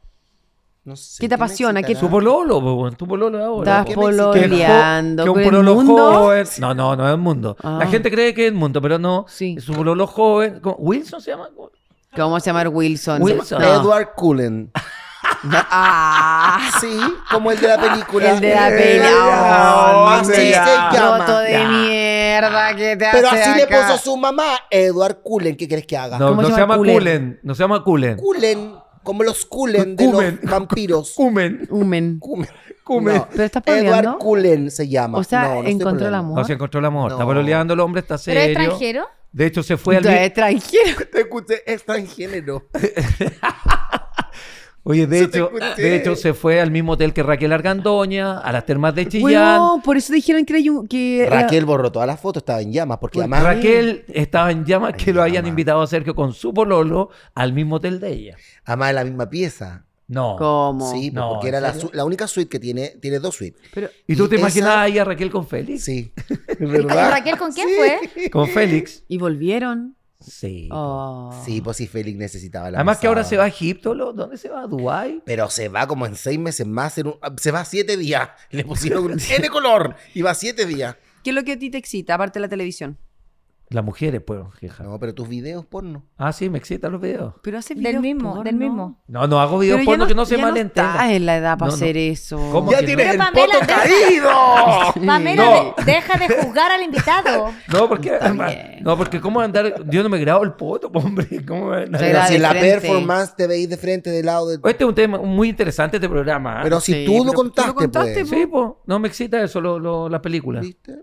[SPEAKER 4] No sé,
[SPEAKER 1] ¿Qué te
[SPEAKER 4] me
[SPEAKER 1] apasiona? ¿Qué-
[SPEAKER 4] excitará?
[SPEAKER 3] Tu pololo, po, weón, tu pololo ahora.
[SPEAKER 1] Estás
[SPEAKER 3] po.
[SPEAKER 4] ¿qué me excita?
[SPEAKER 1] pololeando.
[SPEAKER 3] Que un
[SPEAKER 1] con el
[SPEAKER 3] pololo
[SPEAKER 1] mundo.
[SPEAKER 3] joven. No, no, no es el mundo.
[SPEAKER 1] Ah.
[SPEAKER 3] La gente cree que es el mundo, pero no.
[SPEAKER 1] Sí.
[SPEAKER 3] Es un pololo joven. ¿Cómo? ¿Wilson se llama?
[SPEAKER 1] ¿Cómo vamos a llamar Wilson?
[SPEAKER 3] Wilson.
[SPEAKER 1] No.
[SPEAKER 4] Edward Cullen.
[SPEAKER 1] Ah,
[SPEAKER 4] Sí, como el de la película.
[SPEAKER 1] el de la
[SPEAKER 5] Eh,
[SPEAKER 1] pela.
[SPEAKER 5] ya,
[SPEAKER 1] hombre.
[SPEAKER 4] así se llama.
[SPEAKER 1] Roto de mierda que te
[SPEAKER 4] Pero
[SPEAKER 1] hace
[SPEAKER 4] así le
[SPEAKER 1] acá.
[SPEAKER 4] puso su mamá, Edward Cullen. ¿Qué crees que haga?
[SPEAKER 3] No,
[SPEAKER 1] ¿Cómo
[SPEAKER 3] no
[SPEAKER 1] se
[SPEAKER 3] se
[SPEAKER 1] llama
[SPEAKER 3] llama
[SPEAKER 1] Cullen?
[SPEAKER 3] Cullen. No se llama Cullen.
[SPEAKER 4] Cullen, como los Cullen de
[SPEAKER 3] Cumen.
[SPEAKER 4] los vampiros.
[SPEAKER 3] Cumen.
[SPEAKER 1] Humen.
[SPEAKER 4] Cumen.
[SPEAKER 3] Cumen.
[SPEAKER 4] No,
[SPEAKER 1] Pero estás
[SPEAKER 4] Edward
[SPEAKER 1] pololeando.
[SPEAKER 4] Cullen se llama.
[SPEAKER 1] O sea,
[SPEAKER 4] No, no estoy
[SPEAKER 1] encontró el
[SPEAKER 4] pololeando.
[SPEAKER 1] amor.
[SPEAKER 3] No se encontró el amor. Está
[SPEAKER 4] No.
[SPEAKER 3] pololeando el hombre, está
[SPEAKER 2] ¿Pero es
[SPEAKER 3] serio.
[SPEAKER 2] extranjero?
[SPEAKER 3] De hecho, se fue al.
[SPEAKER 1] Ya,
[SPEAKER 3] mi-
[SPEAKER 1] extranjero.
[SPEAKER 5] Te escuché extranjero.
[SPEAKER 3] Oye, de
[SPEAKER 5] Eso te
[SPEAKER 3] hecho,
[SPEAKER 5] escuché.
[SPEAKER 3] de hecho, se fue al mismo hotel que Raquel Argandoña, a las termas de Chillán.
[SPEAKER 1] Bueno, por eso dijeron que era un- que era-
[SPEAKER 4] Eh, Raquel borró todas las fotos, estaba en llamas,
[SPEAKER 3] Pues,
[SPEAKER 4] porque además.
[SPEAKER 3] Raquel estaba en llamas que lo hayan
[SPEAKER 4] llamas.
[SPEAKER 3] invitado a Sergio con su pololo al mismo hotel de ella.
[SPEAKER 4] Además de la misma pieza.
[SPEAKER 3] No.
[SPEAKER 1] ¿Cómo?
[SPEAKER 4] Sí, pues,
[SPEAKER 3] No,
[SPEAKER 4] porque
[SPEAKER 3] ¿en
[SPEAKER 4] era la,
[SPEAKER 3] serio?
[SPEAKER 4] su- la única suite que tiene, tiene dos suites.
[SPEAKER 1] Pero,
[SPEAKER 3] ¿Y tú
[SPEAKER 4] y
[SPEAKER 3] te
[SPEAKER 4] esa-
[SPEAKER 3] imaginabas ahí a Raquel con Félix?
[SPEAKER 4] Sí.
[SPEAKER 5] ¿Verdad?
[SPEAKER 2] ¿Raquel con quién fue?
[SPEAKER 3] ¿Con Félix?
[SPEAKER 1] ¿Y volvieron?
[SPEAKER 3] Sí.
[SPEAKER 1] Oh.
[SPEAKER 4] Sí, pues sí, Félix necesitaba
[SPEAKER 3] Ah.
[SPEAKER 4] la
[SPEAKER 3] Además que ahora
[SPEAKER 4] mesada.
[SPEAKER 3] se va a Egipto, ¿lo? ¿dónde se va? ¿A Dubái?
[SPEAKER 4] Pero se va como en seis meses más, en un- ah, se va siete días. Le pusieron un N color y va siete días.
[SPEAKER 1] ¿Qué es lo que a ti te excita, aparte de la televisión?
[SPEAKER 3] Las mujeres, pues, jeja.
[SPEAKER 4] No, pero tus videos porno.
[SPEAKER 3] Ah, sí, me excitan los videos.
[SPEAKER 1] Pero hace
[SPEAKER 2] Del mismo, del mismo.
[SPEAKER 3] No, no hago videos
[SPEAKER 1] Pero ya
[SPEAKER 3] porno que no se
[SPEAKER 1] ya
[SPEAKER 3] malentenda.
[SPEAKER 1] estás en la edad para
[SPEAKER 3] No, no.
[SPEAKER 1] hacer eso.
[SPEAKER 3] ¿Cómo?
[SPEAKER 5] ¡Ya
[SPEAKER 3] que
[SPEAKER 5] tienes
[SPEAKER 2] no?
[SPEAKER 5] el
[SPEAKER 2] Pero
[SPEAKER 5] poto
[SPEAKER 2] Pamela, deja-
[SPEAKER 5] caído!
[SPEAKER 2] Pamela,
[SPEAKER 3] No.
[SPEAKER 2] de- deja de juzgar al invitado.
[SPEAKER 3] No, porque
[SPEAKER 1] Está
[SPEAKER 3] además-
[SPEAKER 1] bien.
[SPEAKER 3] no, porque cómo andar, yo no me grabo el poto, hombre, cómo voy a
[SPEAKER 1] Pero
[SPEAKER 3] andar-
[SPEAKER 4] Pero
[SPEAKER 1] era
[SPEAKER 4] si
[SPEAKER 1] de
[SPEAKER 4] en la
[SPEAKER 1] frente.
[SPEAKER 4] performance te veis de frente, de lado, de...
[SPEAKER 3] Este es un tema muy interesante este programa. ¿ah?
[SPEAKER 4] Pero si
[SPEAKER 1] Sí,
[SPEAKER 4] tú
[SPEAKER 1] pero
[SPEAKER 4] lo
[SPEAKER 1] tú lo
[SPEAKER 4] contaste,
[SPEAKER 1] contaste,
[SPEAKER 4] pues.
[SPEAKER 3] sí, pues, no me excita eso lo, lo- la película.
[SPEAKER 4] ¿Viste?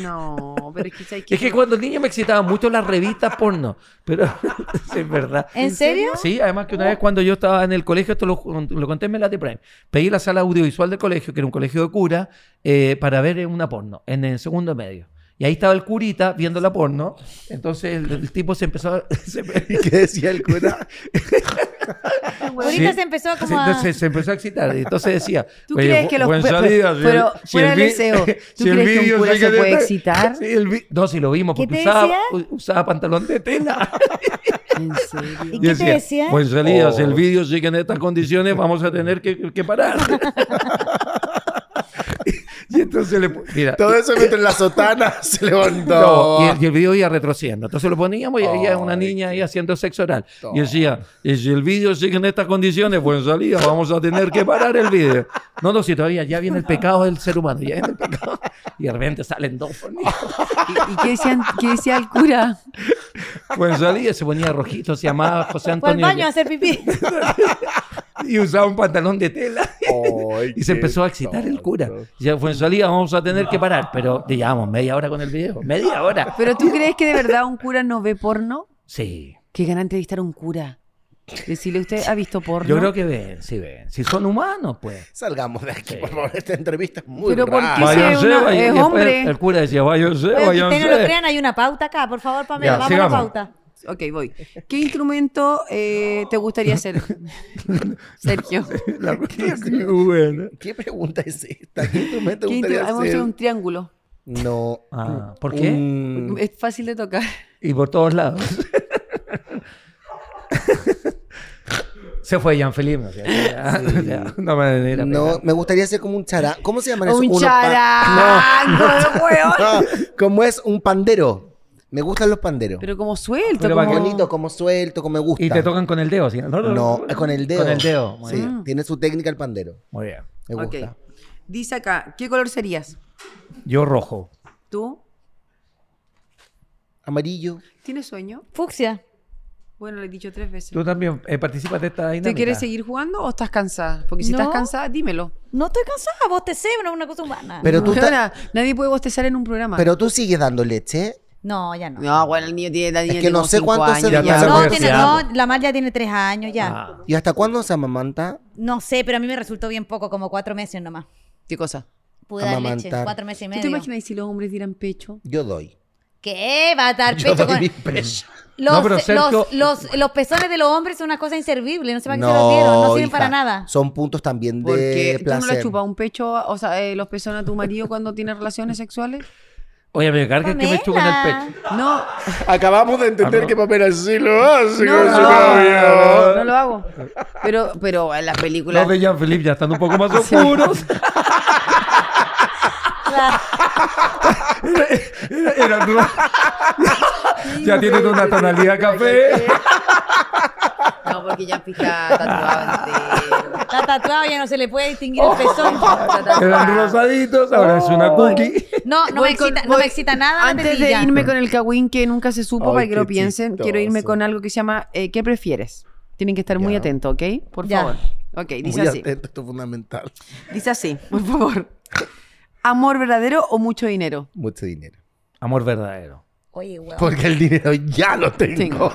[SPEAKER 1] No, pero es que sabes
[SPEAKER 3] Es que cuando niño me excitaban mucho las revistas porno, pero sí, es verdad.
[SPEAKER 2] ¿En serio? Oh.
[SPEAKER 3] Sí, además que una vez cuando yo estaba en el colegio, esto lo, lo conté en Melate Prime, pedí la sala audiovisual del colegio, que era un colegio de cura, eh, para ver una porno, en el segundo medio. Y ahí estaba el curita viendo la porno, entonces el, el tipo se empezó a... se-
[SPEAKER 5] ¿Y qué decía el cura?
[SPEAKER 2] Ahorita
[SPEAKER 3] Pues Sí.
[SPEAKER 2] se empezó como
[SPEAKER 3] Sí,
[SPEAKER 2] a...
[SPEAKER 3] entonces se empezó a excitar. Y entonces decía.
[SPEAKER 1] ¿Tú
[SPEAKER 3] "Oye,
[SPEAKER 1] crees
[SPEAKER 3] bu-
[SPEAKER 1] que los-
[SPEAKER 3] buen
[SPEAKER 1] pero-
[SPEAKER 3] sonido,
[SPEAKER 1] pero- pero
[SPEAKER 3] el
[SPEAKER 1] fuera del
[SPEAKER 3] vi-
[SPEAKER 1] deseo, ¿tú
[SPEAKER 3] el
[SPEAKER 1] crees que un
[SPEAKER 3] vídeo
[SPEAKER 1] cura se
[SPEAKER 3] que-
[SPEAKER 1] puede excitar?
[SPEAKER 3] Sí, el vi- no, si lo vimos,
[SPEAKER 2] ¿Qué
[SPEAKER 3] porque
[SPEAKER 2] te
[SPEAKER 3] usaba,
[SPEAKER 2] decía?
[SPEAKER 3] u- usaba pantalón de tela.
[SPEAKER 1] En serio.
[SPEAKER 2] ¿Y qué te decía?
[SPEAKER 3] Buen sonido, si el
[SPEAKER 4] Oh.
[SPEAKER 3] vídeo sigue en estas condiciones, vamos a tener que, que parar. y entonces le. pu- Mira.
[SPEAKER 5] Todo eso mientras la sotana se levantó.
[SPEAKER 3] No, y, el, y el video iba retrocediendo. Entonces lo poníamos y había una
[SPEAKER 4] Ay,
[SPEAKER 3] niña ahí
[SPEAKER 4] qué-
[SPEAKER 3] haciendo sexo oral. Y decía, y si el video sigue en estas condiciones, buen salida, vamos a tener que parar el video. No, no, si todavía ya viene el pecado del ser humano, ya viene el pecado. Y de repente salen dos formigas.
[SPEAKER 1] ¿Y, y qué, decían, qué decía el cura?
[SPEAKER 3] Buen salida, se ponía rojito, se llamaba José
[SPEAKER 2] Fue al
[SPEAKER 3] Antonio.
[SPEAKER 2] baño a hacer pipí.
[SPEAKER 3] Y usaba un pantalón de tela.
[SPEAKER 5] Ay,
[SPEAKER 3] Y se
[SPEAKER 5] qué
[SPEAKER 3] empezó a excitar el cura.
[SPEAKER 5] tonto.
[SPEAKER 3] Y Ya buen salida, vamos a tener que parar. Pero ya llevamos media hora con el video. Media hora.
[SPEAKER 1] ¿Pero tú crees que de verdad un cura no ve porno?
[SPEAKER 3] Sí.
[SPEAKER 1] Qué gana entrevistar a un cura. Decirle, ¿usted ha visto porno?
[SPEAKER 3] Yo creo que ven, sí ven. Si son humanos, pues.
[SPEAKER 4] Salgamos de aquí,
[SPEAKER 3] Sí.
[SPEAKER 4] por favor. Esta entrevista es muy
[SPEAKER 1] Pero ¿por
[SPEAKER 4] rara.
[SPEAKER 5] Ah,
[SPEAKER 1] qué se-
[SPEAKER 3] Váyanse,
[SPEAKER 1] una-
[SPEAKER 3] váyanse.
[SPEAKER 1] es
[SPEAKER 3] Y después
[SPEAKER 1] hombre.
[SPEAKER 3] El, el cura decía, váyanse,
[SPEAKER 2] Oye, que ustedes
[SPEAKER 3] váyanse.
[SPEAKER 2] no lo crean, hay una pauta acá. Por favor, Pamela,
[SPEAKER 3] Ya,
[SPEAKER 2] vamos a la
[SPEAKER 3] sigamos.
[SPEAKER 2] pauta.
[SPEAKER 1] Ok, voy. ¿Qué instrumento eh, te gustaría ser? Sergio.
[SPEAKER 3] La- Qué bueno.
[SPEAKER 4] ¿Qué pregunta es esta? ¿Qué instrumento
[SPEAKER 1] ¿Qué
[SPEAKER 4] gustaría
[SPEAKER 1] instru- Vamos a hacer
[SPEAKER 4] hacer?
[SPEAKER 1] un triángulo.
[SPEAKER 4] No.
[SPEAKER 3] Ah, ¿Por qué?
[SPEAKER 4] un-
[SPEAKER 1] Es fácil de tocar.
[SPEAKER 3] Y por todos lados. Se fue Jean-Philippe. ¿no? Ya, ya, No me denigra,
[SPEAKER 4] No,
[SPEAKER 3] pero-
[SPEAKER 4] me gustaría hacer como un chará. ¿Cómo se llaman esos?
[SPEAKER 1] Un
[SPEAKER 4] Unos pa-
[SPEAKER 1] charango, weón.
[SPEAKER 4] No, como es un pandero. Me gustan los panderos.
[SPEAKER 1] Pero como suelto,
[SPEAKER 3] Pero
[SPEAKER 1] como...
[SPEAKER 3] para que-
[SPEAKER 4] Bonito, como suelto, como me gusta.
[SPEAKER 3] Y te tocan con el dedo, ¿sí?
[SPEAKER 4] No, es con el dedo.
[SPEAKER 3] Con el dedo. Ah. Muy
[SPEAKER 4] Sí,
[SPEAKER 3] bien.
[SPEAKER 4] tiene su técnica el pandero.
[SPEAKER 3] Muy bien.
[SPEAKER 4] Me
[SPEAKER 1] Ok.
[SPEAKER 4] gusta.
[SPEAKER 1] Dice acá, ¿qué color serías?
[SPEAKER 3] Yo rojo.
[SPEAKER 1] ¿Tú?
[SPEAKER 4] Amarillo.
[SPEAKER 1] ¿Tienes sueño?
[SPEAKER 2] Fucsia.
[SPEAKER 1] Bueno, lo he dicho tres veces.
[SPEAKER 3] Tú también eh, participas de esta dinámica.
[SPEAKER 1] ¿Te quieres seguir jugando o estás cansada? Porque si
[SPEAKER 2] No.
[SPEAKER 1] estás cansada, dímelo.
[SPEAKER 2] No estoy cansada, vos te sé, no es una cosa humana.
[SPEAKER 4] Pero tú, ta-
[SPEAKER 1] Weona, nadie puede bostezar en un programa.
[SPEAKER 4] pero tú sigues dando leche. ¿eh?
[SPEAKER 2] No, ya no. No,
[SPEAKER 1] No, bueno, el niño tiene, la niña
[SPEAKER 4] que
[SPEAKER 1] tiene
[SPEAKER 4] no
[SPEAKER 1] como
[SPEAKER 4] sé
[SPEAKER 1] cinco
[SPEAKER 4] cuánto se-
[SPEAKER 1] años,
[SPEAKER 3] Ya
[SPEAKER 1] ya.
[SPEAKER 3] está
[SPEAKER 1] No,
[SPEAKER 3] muy-
[SPEAKER 2] tiene-
[SPEAKER 3] divorciado.
[SPEAKER 2] no, la Mar ya tiene tres años ya.
[SPEAKER 3] Ah,
[SPEAKER 4] ¿Y hasta cuándo se amamanta?
[SPEAKER 2] No sé, pero a mí me resultó bien poco, como cuatro meses nomás.
[SPEAKER 1] ¿Qué cosa?
[SPEAKER 2] Pude dar leche,
[SPEAKER 4] Amamantar.
[SPEAKER 2] cuatro meses y
[SPEAKER 1] ¿Tú
[SPEAKER 2] medio.
[SPEAKER 1] te imaginas si los hombres dieran pecho?
[SPEAKER 4] Yo doy.
[SPEAKER 2] ¿Qué? Va a dar
[SPEAKER 4] Yo
[SPEAKER 2] pecho
[SPEAKER 4] doy
[SPEAKER 2] con...
[SPEAKER 4] mi pecho.
[SPEAKER 2] Los,
[SPEAKER 3] No, pero Sergio-
[SPEAKER 2] los, los, los pezones de los hombres son una cosa inservible, no sé para qué se los dieron, no
[SPEAKER 4] No,
[SPEAKER 2] sirven
[SPEAKER 4] hija,
[SPEAKER 2] para nada.
[SPEAKER 4] Son puntos también
[SPEAKER 1] Porque
[SPEAKER 4] de
[SPEAKER 1] tú no le
[SPEAKER 4] placer.
[SPEAKER 1] has chupado un pecho, o sea, eh, los pezones a tu marido cuando tiene relaciones sexuales.
[SPEAKER 3] Oye, me carguen que me chupen el
[SPEAKER 2] Pamela.
[SPEAKER 3] pecho.
[SPEAKER 1] No,
[SPEAKER 5] Acabamos de
[SPEAKER 3] Ah, no.
[SPEAKER 5] entender que Pamela sí lo hace
[SPEAKER 1] no,
[SPEAKER 5] con
[SPEAKER 1] no,
[SPEAKER 5] su
[SPEAKER 1] lo hago,
[SPEAKER 5] novio.
[SPEAKER 1] no lo hago. Pero, pero en las películas.
[SPEAKER 3] Los de Jean-Philippe ya están un poco más oscuros. Eran ro- ya tienen una tonalidad café.
[SPEAKER 1] No, porque ya fija tatuado entero.
[SPEAKER 2] La tatuada ya no se le puede distinguir el pezón.
[SPEAKER 1] Está tatuado.
[SPEAKER 3] Eran rosaditos, ahora es una cookie.
[SPEAKER 2] No, no, me
[SPEAKER 1] Voy con-
[SPEAKER 2] excita, no me
[SPEAKER 1] voy-
[SPEAKER 2] excita nada. la
[SPEAKER 1] Antes de
[SPEAKER 2] tetilla.
[SPEAKER 1] irme con el cagüín que nunca se supo,
[SPEAKER 5] Ay,
[SPEAKER 1] para que
[SPEAKER 5] qué
[SPEAKER 1] lo piensen, quiero irme
[SPEAKER 5] chistoso.
[SPEAKER 1] con algo que se llama eh, ¿Qué prefieres? Tienen que estar muy
[SPEAKER 4] Ya.
[SPEAKER 1] atentos, ¿ok? Por
[SPEAKER 2] Ya.
[SPEAKER 1] favor. Ok, dice
[SPEAKER 5] Muy
[SPEAKER 1] así.
[SPEAKER 5] atento, esto es fundamental.
[SPEAKER 1] Dice así, por favor. ¿Amor verdadero o mucho dinero?
[SPEAKER 4] Mucho dinero.
[SPEAKER 3] Amor verdadero.
[SPEAKER 2] Oye, weón.
[SPEAKER 3] Pues
[SPEAKER 5] Porque el dinero ya lo tengo.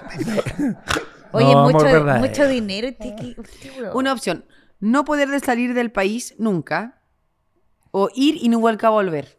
[SPEAKER 2] Oye,
[SPEAKER 3] No, amor
[SPEAKER 2] mucho,
[SPEAKER 3] verdadero.
[SPEAKER 2] mucho dinero. este que- este weón.
[SPEAKER 1] Una opción, no poder de salir del país nunca o ir y no vuelca a volver.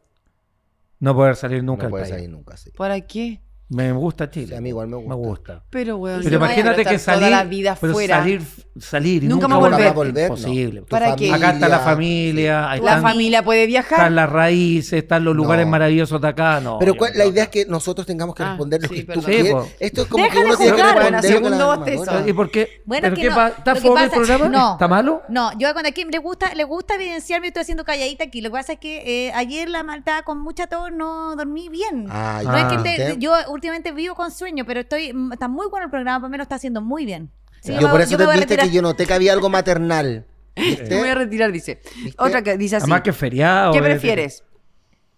[SPEAKER 3] No poder salir nunca
[SPEAKER 4] no
[SPEAKER 3] al
[SPEAKER 4] puedes
[SPEAKER 3] país.
[SPEAKER 4] salir nunca, sí.
[SPEAKER 1] ¿Para qué?
[SPEAKER 3] Me gusta Chile.
[SPEAKER 4] Sí, a mí igual me gusta.
[SPEAKER 1] Pero, weón,
[SPEAKER 3] Pero
[SPEAKER 1] no vaya a
[SPEAKER 3] imagínate que
[SPEAKER 1] estar
[SPEAKER 3] salir,
[SPEAKER 1] toda la vida
[SPEAKER 3] pero
[SPEAKER 1] fuera.
[SPEAKER 3] salir, salir y
[SPEAKER 1] Nunca
[SPEAKER 3] nunca,
[SPEAKER 1] más volver.
[SPEAKER 4] Nunca más volver, no.
[SPEAKER 3] Imposible.
[SPEAKER 4] Tu
[SPEAKER 1] ¿Para qué?
[SPEAKER 3] Acá está la
[SPEAKER 4] familia.
[SPEAKER 3] familia, ahí
[SPEAKER 1] La
[SPEAKER 3] están,
[SPEAKER 1] familia puede viajar.
[SPEAKER 3] están las raíces, están los lugares
[SPEAKER 4] No.
[SPEAKER 3] maravillosos de acá. No,
[SPEAKER 4] Pero
[SPEAKER 3] yo
[SPEAKER 4] cuál-
[SPEAKER 3] no.
[SPEAKER 4] la idea es que nosotros tengamos que
[SPEAKER 1] Ah,
[SPEAKER 4] responder lo
[SPEAKER 1] sí,
[SPEAKER 4] que tú
[SPEAKER 1] perdón.
[SPEAKER 3] Sí,
[SPEAKER 4] quieres.
[SPEAKER 3] po.
[SPEAKER 4] Esto es como
[SPEAKER 2] Deja de
[SPEAKER 4] que uno tiene que
[SPEAKER 2] juzgar.
[SPEAKER 4] responder
[SPEAKER 1] Bueno,
[SPEAKER 4] con la
[SPEAKER 1] segundo
[SPEAKER 4] animadora.
[SPEAKER 1] bostezo.
[SPEAKER 3] ¿Y por qué?
[SPEAKER 2] Bueno,
[SPEAKER 3] ¿Pero
[SPEAKER 2] que
[SPEAKER 3] qué
[SPEAKER 2] no.
[SPEAKER 3] pa- ¿Está
[SPEAKER 2] Lo que
[SPEAKER 3] fome el
[SPEAKER 2] pasa-
[SPEAKER 3] programa?
[SPEAKER 2] no.
[SPEAKER 3] ¿Está malo?
[SPEAKER 2] No, yo cuando aquí le gusta, le gusta evidenciarme, estoy haciendo calladita aquí. Lo que pasa es que eh, ayer la maldad con mucha tos no dormí bien.
[SPEAKER 4] Ay,
[SPEAKER 2] no es que
[SPEAKER 4] ¿viste?
[SPEAKER 2] te- yo últimamente vivo con sueño, pero estoy mm, está muy bueno el programa, para mí lo está haciendo muy bien. Sí, me-
[SPEAKER 4] yo por eso
[SPEAKER 2] me
[SPEAKER 4] te
[SPEAKER 2] voy a
[SPEAKER 4] viste
[SPEAKER 2] retirar.
[SPEAKER 4] que yo noté que había algo maternal.
[SPEAKER 1] Me voy a
[SPEAKER 4] ¿Viste?
[SPEAKER 1] retirar, dice.
[SPEAKER 4] ¿Viste?
[SPEAKER 1] Otra que dice así.
[SPEAKER 3] Además que es feriado.
[SPEAKER 1] ¿Qué
[SPEAKER 3] eh,
[SPEAKER 1] prefieres?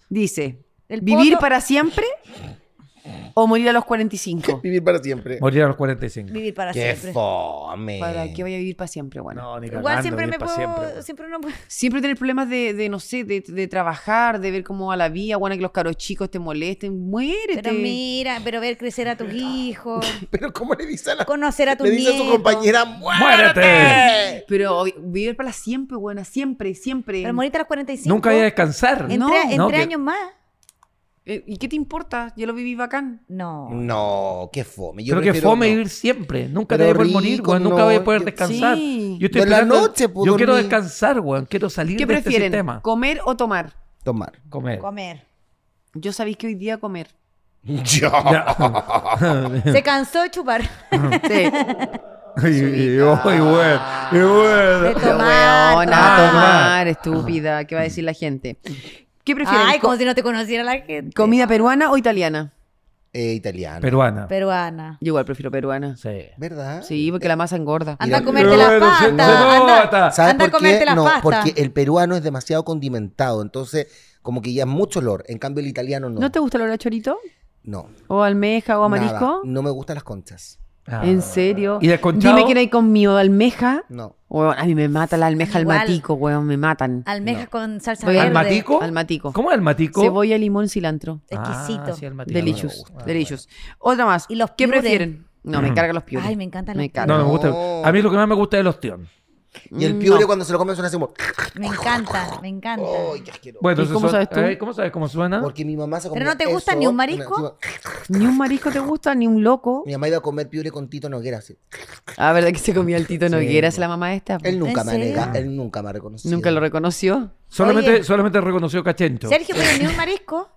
[SPEAKER 1] Dice,
[SPEAKER 2] El
[SPEAKER 1] ¿vivir
[SPEAKER 2] poto-
[SPEAKER 1] para siempre o morir a los 45?
[SPEAKER 5] Vivir para siempre.
[SPEAKER 3] Morir a los 45.
[SPEAKER 2] vivir para
[SPEAKER 4] Qué
[SPEAKER 2] siempre.
[SPEAKER 4] fome.
[SPEAKER 1] ¿Para qué voy a vivir para siempre? Bueno.
[SPEAKER 3] No, ni
[SPEAKER 2] Igual
[SPEAKER 3] cagando,
[SPEAKER 2] siempre
[SPEAKER 3] vivir
[SPEAKER 2] me
[SPEAKER 3] pa'
[SPEAKER 2] puedo,
[SPEAKER 3] siempre.
[SPEAKER 4] pues.
[SPEAKER 2] siempre, no puedo.
[SPEAKER 1] Siempre tener problemas de, de, no sé, de, de trabajar, de ver cómo va la vida, bueno, que los caros chicos te molesten, muérete.
[SPEAKER 2] Pero mira, pero ver crecer a tus hijos,
[SPEAKER 4] Pero ¿cómo le dice a la
[SPEAKER 2] conocer a tus
[SPEAKER 4] le dice a su
[SPEAKER 2] nietos.
[SPEAKER 4] compañera
[SPEAKER 3] ¡Muérete!
[SPEAKER 4] muerte?
[SPEAKER 1] Pero obvi- vivir para siempre, buena, siempre, siempre.
[SPEAKER 2] Pero morirte a los 45.
[SPEAKER 3] Nunca voy a descansar.
[SPEAKER 2] en
[SPEAKER 1] No,
[SPEAKER 2] tres- en
[SPEAKER 3] no,
[SPEAKER 2] tres
[SPEAKER 3] que-
[SPEAKER 2] años más.
[SPEAKER 1] Eh, ¿Y qué te importa? Yo lo viví bacán.
[SPEAKER 2] No.
[SPEAKER 4] No, qué fome. Yo
[SPEAKER 3] Pero que
[SPEAKER 4] prefiero
[SPEAKER 3] fome
[SPEAKER 4] no.
[SPEAKER 3] vivir siempre. Nunca
[SPEAKER 4] Pero
[SPEAKER 3] te voy a poder morir,
[SPEAKER 4] rico,
[SPEAKER 3] weón. Nunca
[SPEAKER 4] no,
[SPEAKER 3] voy a poder
[SPEAKER 4] yo-
[SPEAKER 3] descansar.
[SPEAKER 1] Sí.
[SPEAKER 3] Yo estoy
[SPEAKER 4] De la
[SPEAKER 3] esperando-
[SPEAKER 4] noche puedo
[SPEAKER 3] Yo quiero
[SPEAKER 4] dormir.
[SPEAKER 3] descansar, weón. Quiero salir
[SPEAKER 1] ¿Qué
[SPEAKER 3] de este
[SPEAKER 1] prefieren?
[SPEAKER 3] sistema.
[SPEAKER 1] ¿Comer o tomar?
[SPEAKER 4] tomar.
[SPEAKER 3] Comer.
[SPEAKER 2] Comer.
[SPEAKER 1] Yo sabéis que hoy día comer.
[SPEAKER 4] Yo.
[SPEAKER 3] Ya.
[SPEAKER 2] Se cansó de chupar.
[SPEAKER 1] Sí.
[SPEAKER 3] y, y- y- oh, y bueno, y bueno.
[SPEAKER 2] De
[SPEAKER 1] Pero
[SPEAKER 2] tomar.
[SPEAKER 3] Ah,
[SPEAKER 2] Ah.
[SPEAKER 1] weona,
[SPEAKER 2] tomar.
[SPEAKER 1] tomar, estúpida. ¿Qué va a decir la gente? ¿Qué prefieren?
[SPEAKER 2] Ay,
[SPEAKER 1] co-
[SPEAKER 2] como si no te conociera la gente.
[SPEAKER 1] ¿Comida peruana o italiana?
[SPEAKER 4] Eh, italiano.
[SPEAKER 3] Peruana.
[SPEAKER 2] peruana.
[SPEAKER 1] Yo igual prefiero peruana.
[SPEAKER 3] Sí.
[SPEAKER 4] ¿Verdad?
[SPEAKER 1] Sí, porque la masa engorda.
[SPEAKER 2] Anda a
[SPEAKER 4] Mira,
[SPEAKER 2] comerte las
[SPEAKER 3] bueno, se-
[SPEAKER 2] pastas.
[SPEAKER 3] se nota.
[SPEAKER 2] Anda, anda
[SPEAKER 4] ¿Sabes
[SPEAKER 2] a
[SPEAKER 4] por qué?
[SPEAKER 2] comerte las
[SPEAKER 4] no,
[SPEAKER 2] pastas.
[SPEAKER 4] porque el peruano es demasiado condimentado, entonces como que ya es mucho olor. En cambio el italiano no.
[SPEAKER 1] ¿No te gusta el olor a chorito?
[SPEAKER 4] No.
[SPEAKER 1] ¿O almeja o a
[SPEAKER 4] nada.
[SPEAKER 1] marisco?
[SPEAKER 4] No me gustan las conchas.
[SPEAKER 3] Ah.
[SPEAKER 1] ¿En serio?
[SPEAKER 3] ¿Y desconchado?
[SPEAKER 1] Dime que no hay conmigo almeja.
[SPEAKER 4] No.
[SPEAKER 1] Weón, a mí me mata la almeja al
[SPEAKER 2] Igual.
[SPEAKER 1] matico, weón, me matan.
[SPEAKER 2] Almejas con salsa
[SPEAKER 1] Voy a-
[SPEAKER 2] verde.
[SPEAKER 3] ¿Al matico?
[SPEAKER 1] Al matico.
[SPEAKER 3] ¿Cómo es el matico?
[SPEAKER 1] Cebolla, limón, cilantro.
[SPEAKER 2] Exquisito.
[SPEAKER 3] Ah, sí, el matico.
[SPEAKER 1] Delicious,
[SPEAKER 3] No me gusta. Mm.
[SPEAKER 1] delicious. Otra más.
[SPEAKER 2] Y los
[SPEAKER 1] ¿Qué
[SPEAKER 2] piures.
[SPEAKER 1] prefieren? No, me encargan los piures.
[SPEAKER 2] Ay, me encantan los
[SPEAKER 1] Me
[SPEAKER 2] piures.
[SPEAKER 1] encantan.
[SPEAKER 3] No, no me gusta.
[SPEAKER 4] No.
[SPEAKER 3] A mí lo que más me gusta es el ostión.
[SPEAKER 4] Y el
[SPEAKER 1] Mm,
[SPEAKER 4] piure
[SPEAKER 1] no.
[SPEAKER 4] cuando se lo come suena así como...
[SPEAKER 2] Me encanta, me encanta.
[SPEAKER 4] ¡Ay, qué asqueroso!
[SPEAKER 3] Bueno,
[SPEAKER 1] ¿Y
[SPEAKER 3] entonces
[SPEAKER 1] cómo
[SPEAKER 3] suena-
[SPEAKER 1] sabes tú?
[SPEAKER 3] a ver, ¿Cómo sabes cómo suena?
[SPEAKER 4] Porque mi mamá se
[SPEAKER 2] ¿Pero
[SPEAKER 4] comía
[SPEAKER 2] no te gusta
[SPEAKER 4] eso,
[SPEAKER 2] ni un
[SPEAKER 4] una-
[SPEAKER 2] marisco?
[SPEAKER 4] encima-
[SPEAKER 1] Ni un marisco te gusta, ni un loco.
[SPEAKER 4] Mi mamá iba a comer piure con Tito Noguera. así.
[SPEAKER 1] Ah, ¿verdad que se comía el Tito
[SPEAKER 4] Sí,
[SPEAKER 1] Noguera? Es
[SPEAKER 3] pues.
[SPEAKER 4] po.
[SPEAKER 1] la mamá esta. po.
[SPEAKER 4] Él nunca
[SPEAKER 2] ¿En
[SPEAKER 4] me ha negado,
[SPEAKER 2] serio?
[SPEAKER 4] él nunca me ha reconocido.
[SPEAKER 1] Nunca lo reconoció.
[SPEAKER 3] Solamente,
[SPEAKER 2] Oye.
[SPEAKER 3] solamente reconoció Cachento.
[SPEAKER 2] Sergio, pero ni un marisco.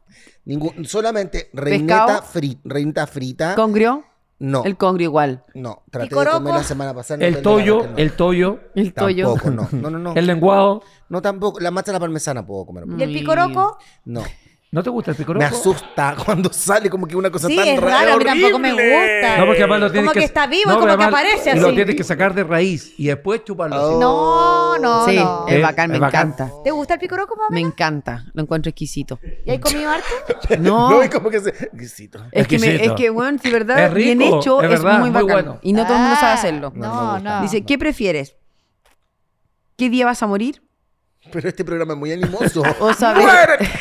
[SPEAKER 4] Ningún- solamente reineta
[SPEAKER 1] ¿Pescado?
[SPEAKER 4] frita, reineta
[SPEAKER 3] ¿Ah?
[SPEAKER 4] frita.
[SPEAKER 1] ¿Congrio?
[SPEAKER 4] no,
[SPEAKER 1] El congrio igual.
[SPEAKER 4] no, traté
[SPEAKER 2] picoroco.
[SPEAKER 4] de comer la semana pasada. no
[SPEAKER 3] El
[SPEAKER 4] tengo nada
[SPEAKER 3] toyo,
[SPEAKER 4] que no.
[SPEAKER 3] el toyo,
[SPEAKER 1] El toyo.
[SPEAKER 4] Tampoco, no, no, no, no.
[SPEAKER 3] el lenguado.
[SPEAKER 4] No tampoco, la macha a la parmesana puedo comer.
[SPEAKER 1] Mm.
[SPEAKER 2] ¿Y el picoroco?
[SPEAKER 4] No,
[SPEAKER 3] ¿No te gusta el picoroco?
[SPEAKER 4] me asusta cuando sale como que una cosa
[SPEAKER 2] Sí,
[SPEAKER 4] tan
[SPEAKER 2] es
[SPEAKER 4] rara.
[SPEAKER 2] raro, a mí tampoco me
[SPEAKER 5] horrible.
[SPEAKER 2] gusta.
[SPEAKER 3] No, porque además lo tienes
[SPEAKER 2] Como que está vivo, como
[SPEAKER 3] pero
[SPEAKER 2] que
[SPEAKER 3] además
[SPEAKER 2] aparece
[SPEAKER 3] Lo
[SPEAKER 2] así. Oh.
[SPEAKER 3] tienes que sacar de raíz y después chuparlo. así.
[SPEAKER 2] No, no,
[SPEAKER 1] Sí,
[SPEAKER 2] no.
[SPEAKER 1] es
[SPEAKER 3] Eh,
[SPEAKER 1] bacán, me
[SPEAKER 3] es bacán.
[SPEAKER 1] encanta.
[SPEAKER 2] ¿Te gusta el picoroco, mamá?
[SPEAKER 1] Me encanta, lo encuentro exquisito.
[SPEAKER 2] ¿Y hay comido harto?
[SPEAKER 1] No,
[SPEAKER 4] No, es como que se... Exquisito.
[SPEAKER 1] es que, me- es
[SPEAKER 3] exquisito.
[SPEAKER 1] que bueno, si verdad,
[SPEAKER 3] Es rico,
[SPEAKER 1] bien hecho,
[SPEAKER 3] es
[SPEAKER 1] es,
[SPEAKER 3] verdad,
[SPEAKER 1] muy
[SPEAKER 3] muy
[SPEAKER 1] bacán.
[SPEAKER 3] bueno.
[SPEAKER 1] Y no todo el mundo sabe
[SPEAKER 2] Ah,
[SPEAKER 1] hacerlo.
[SPEAKER 2] No,
[SPEAKER 4] No, no me gusta.
[SPEAKER 2] no.
[SPEAKER 1] Dice, ¿qué prefieres? ¿Qué día vas a morir?
[SPEAKER 4] Pero este programa es muy animoso.
[SPEAKER 1] ¿O
[SPEAKER 3] Ah,
[SPEAKER 1] saber,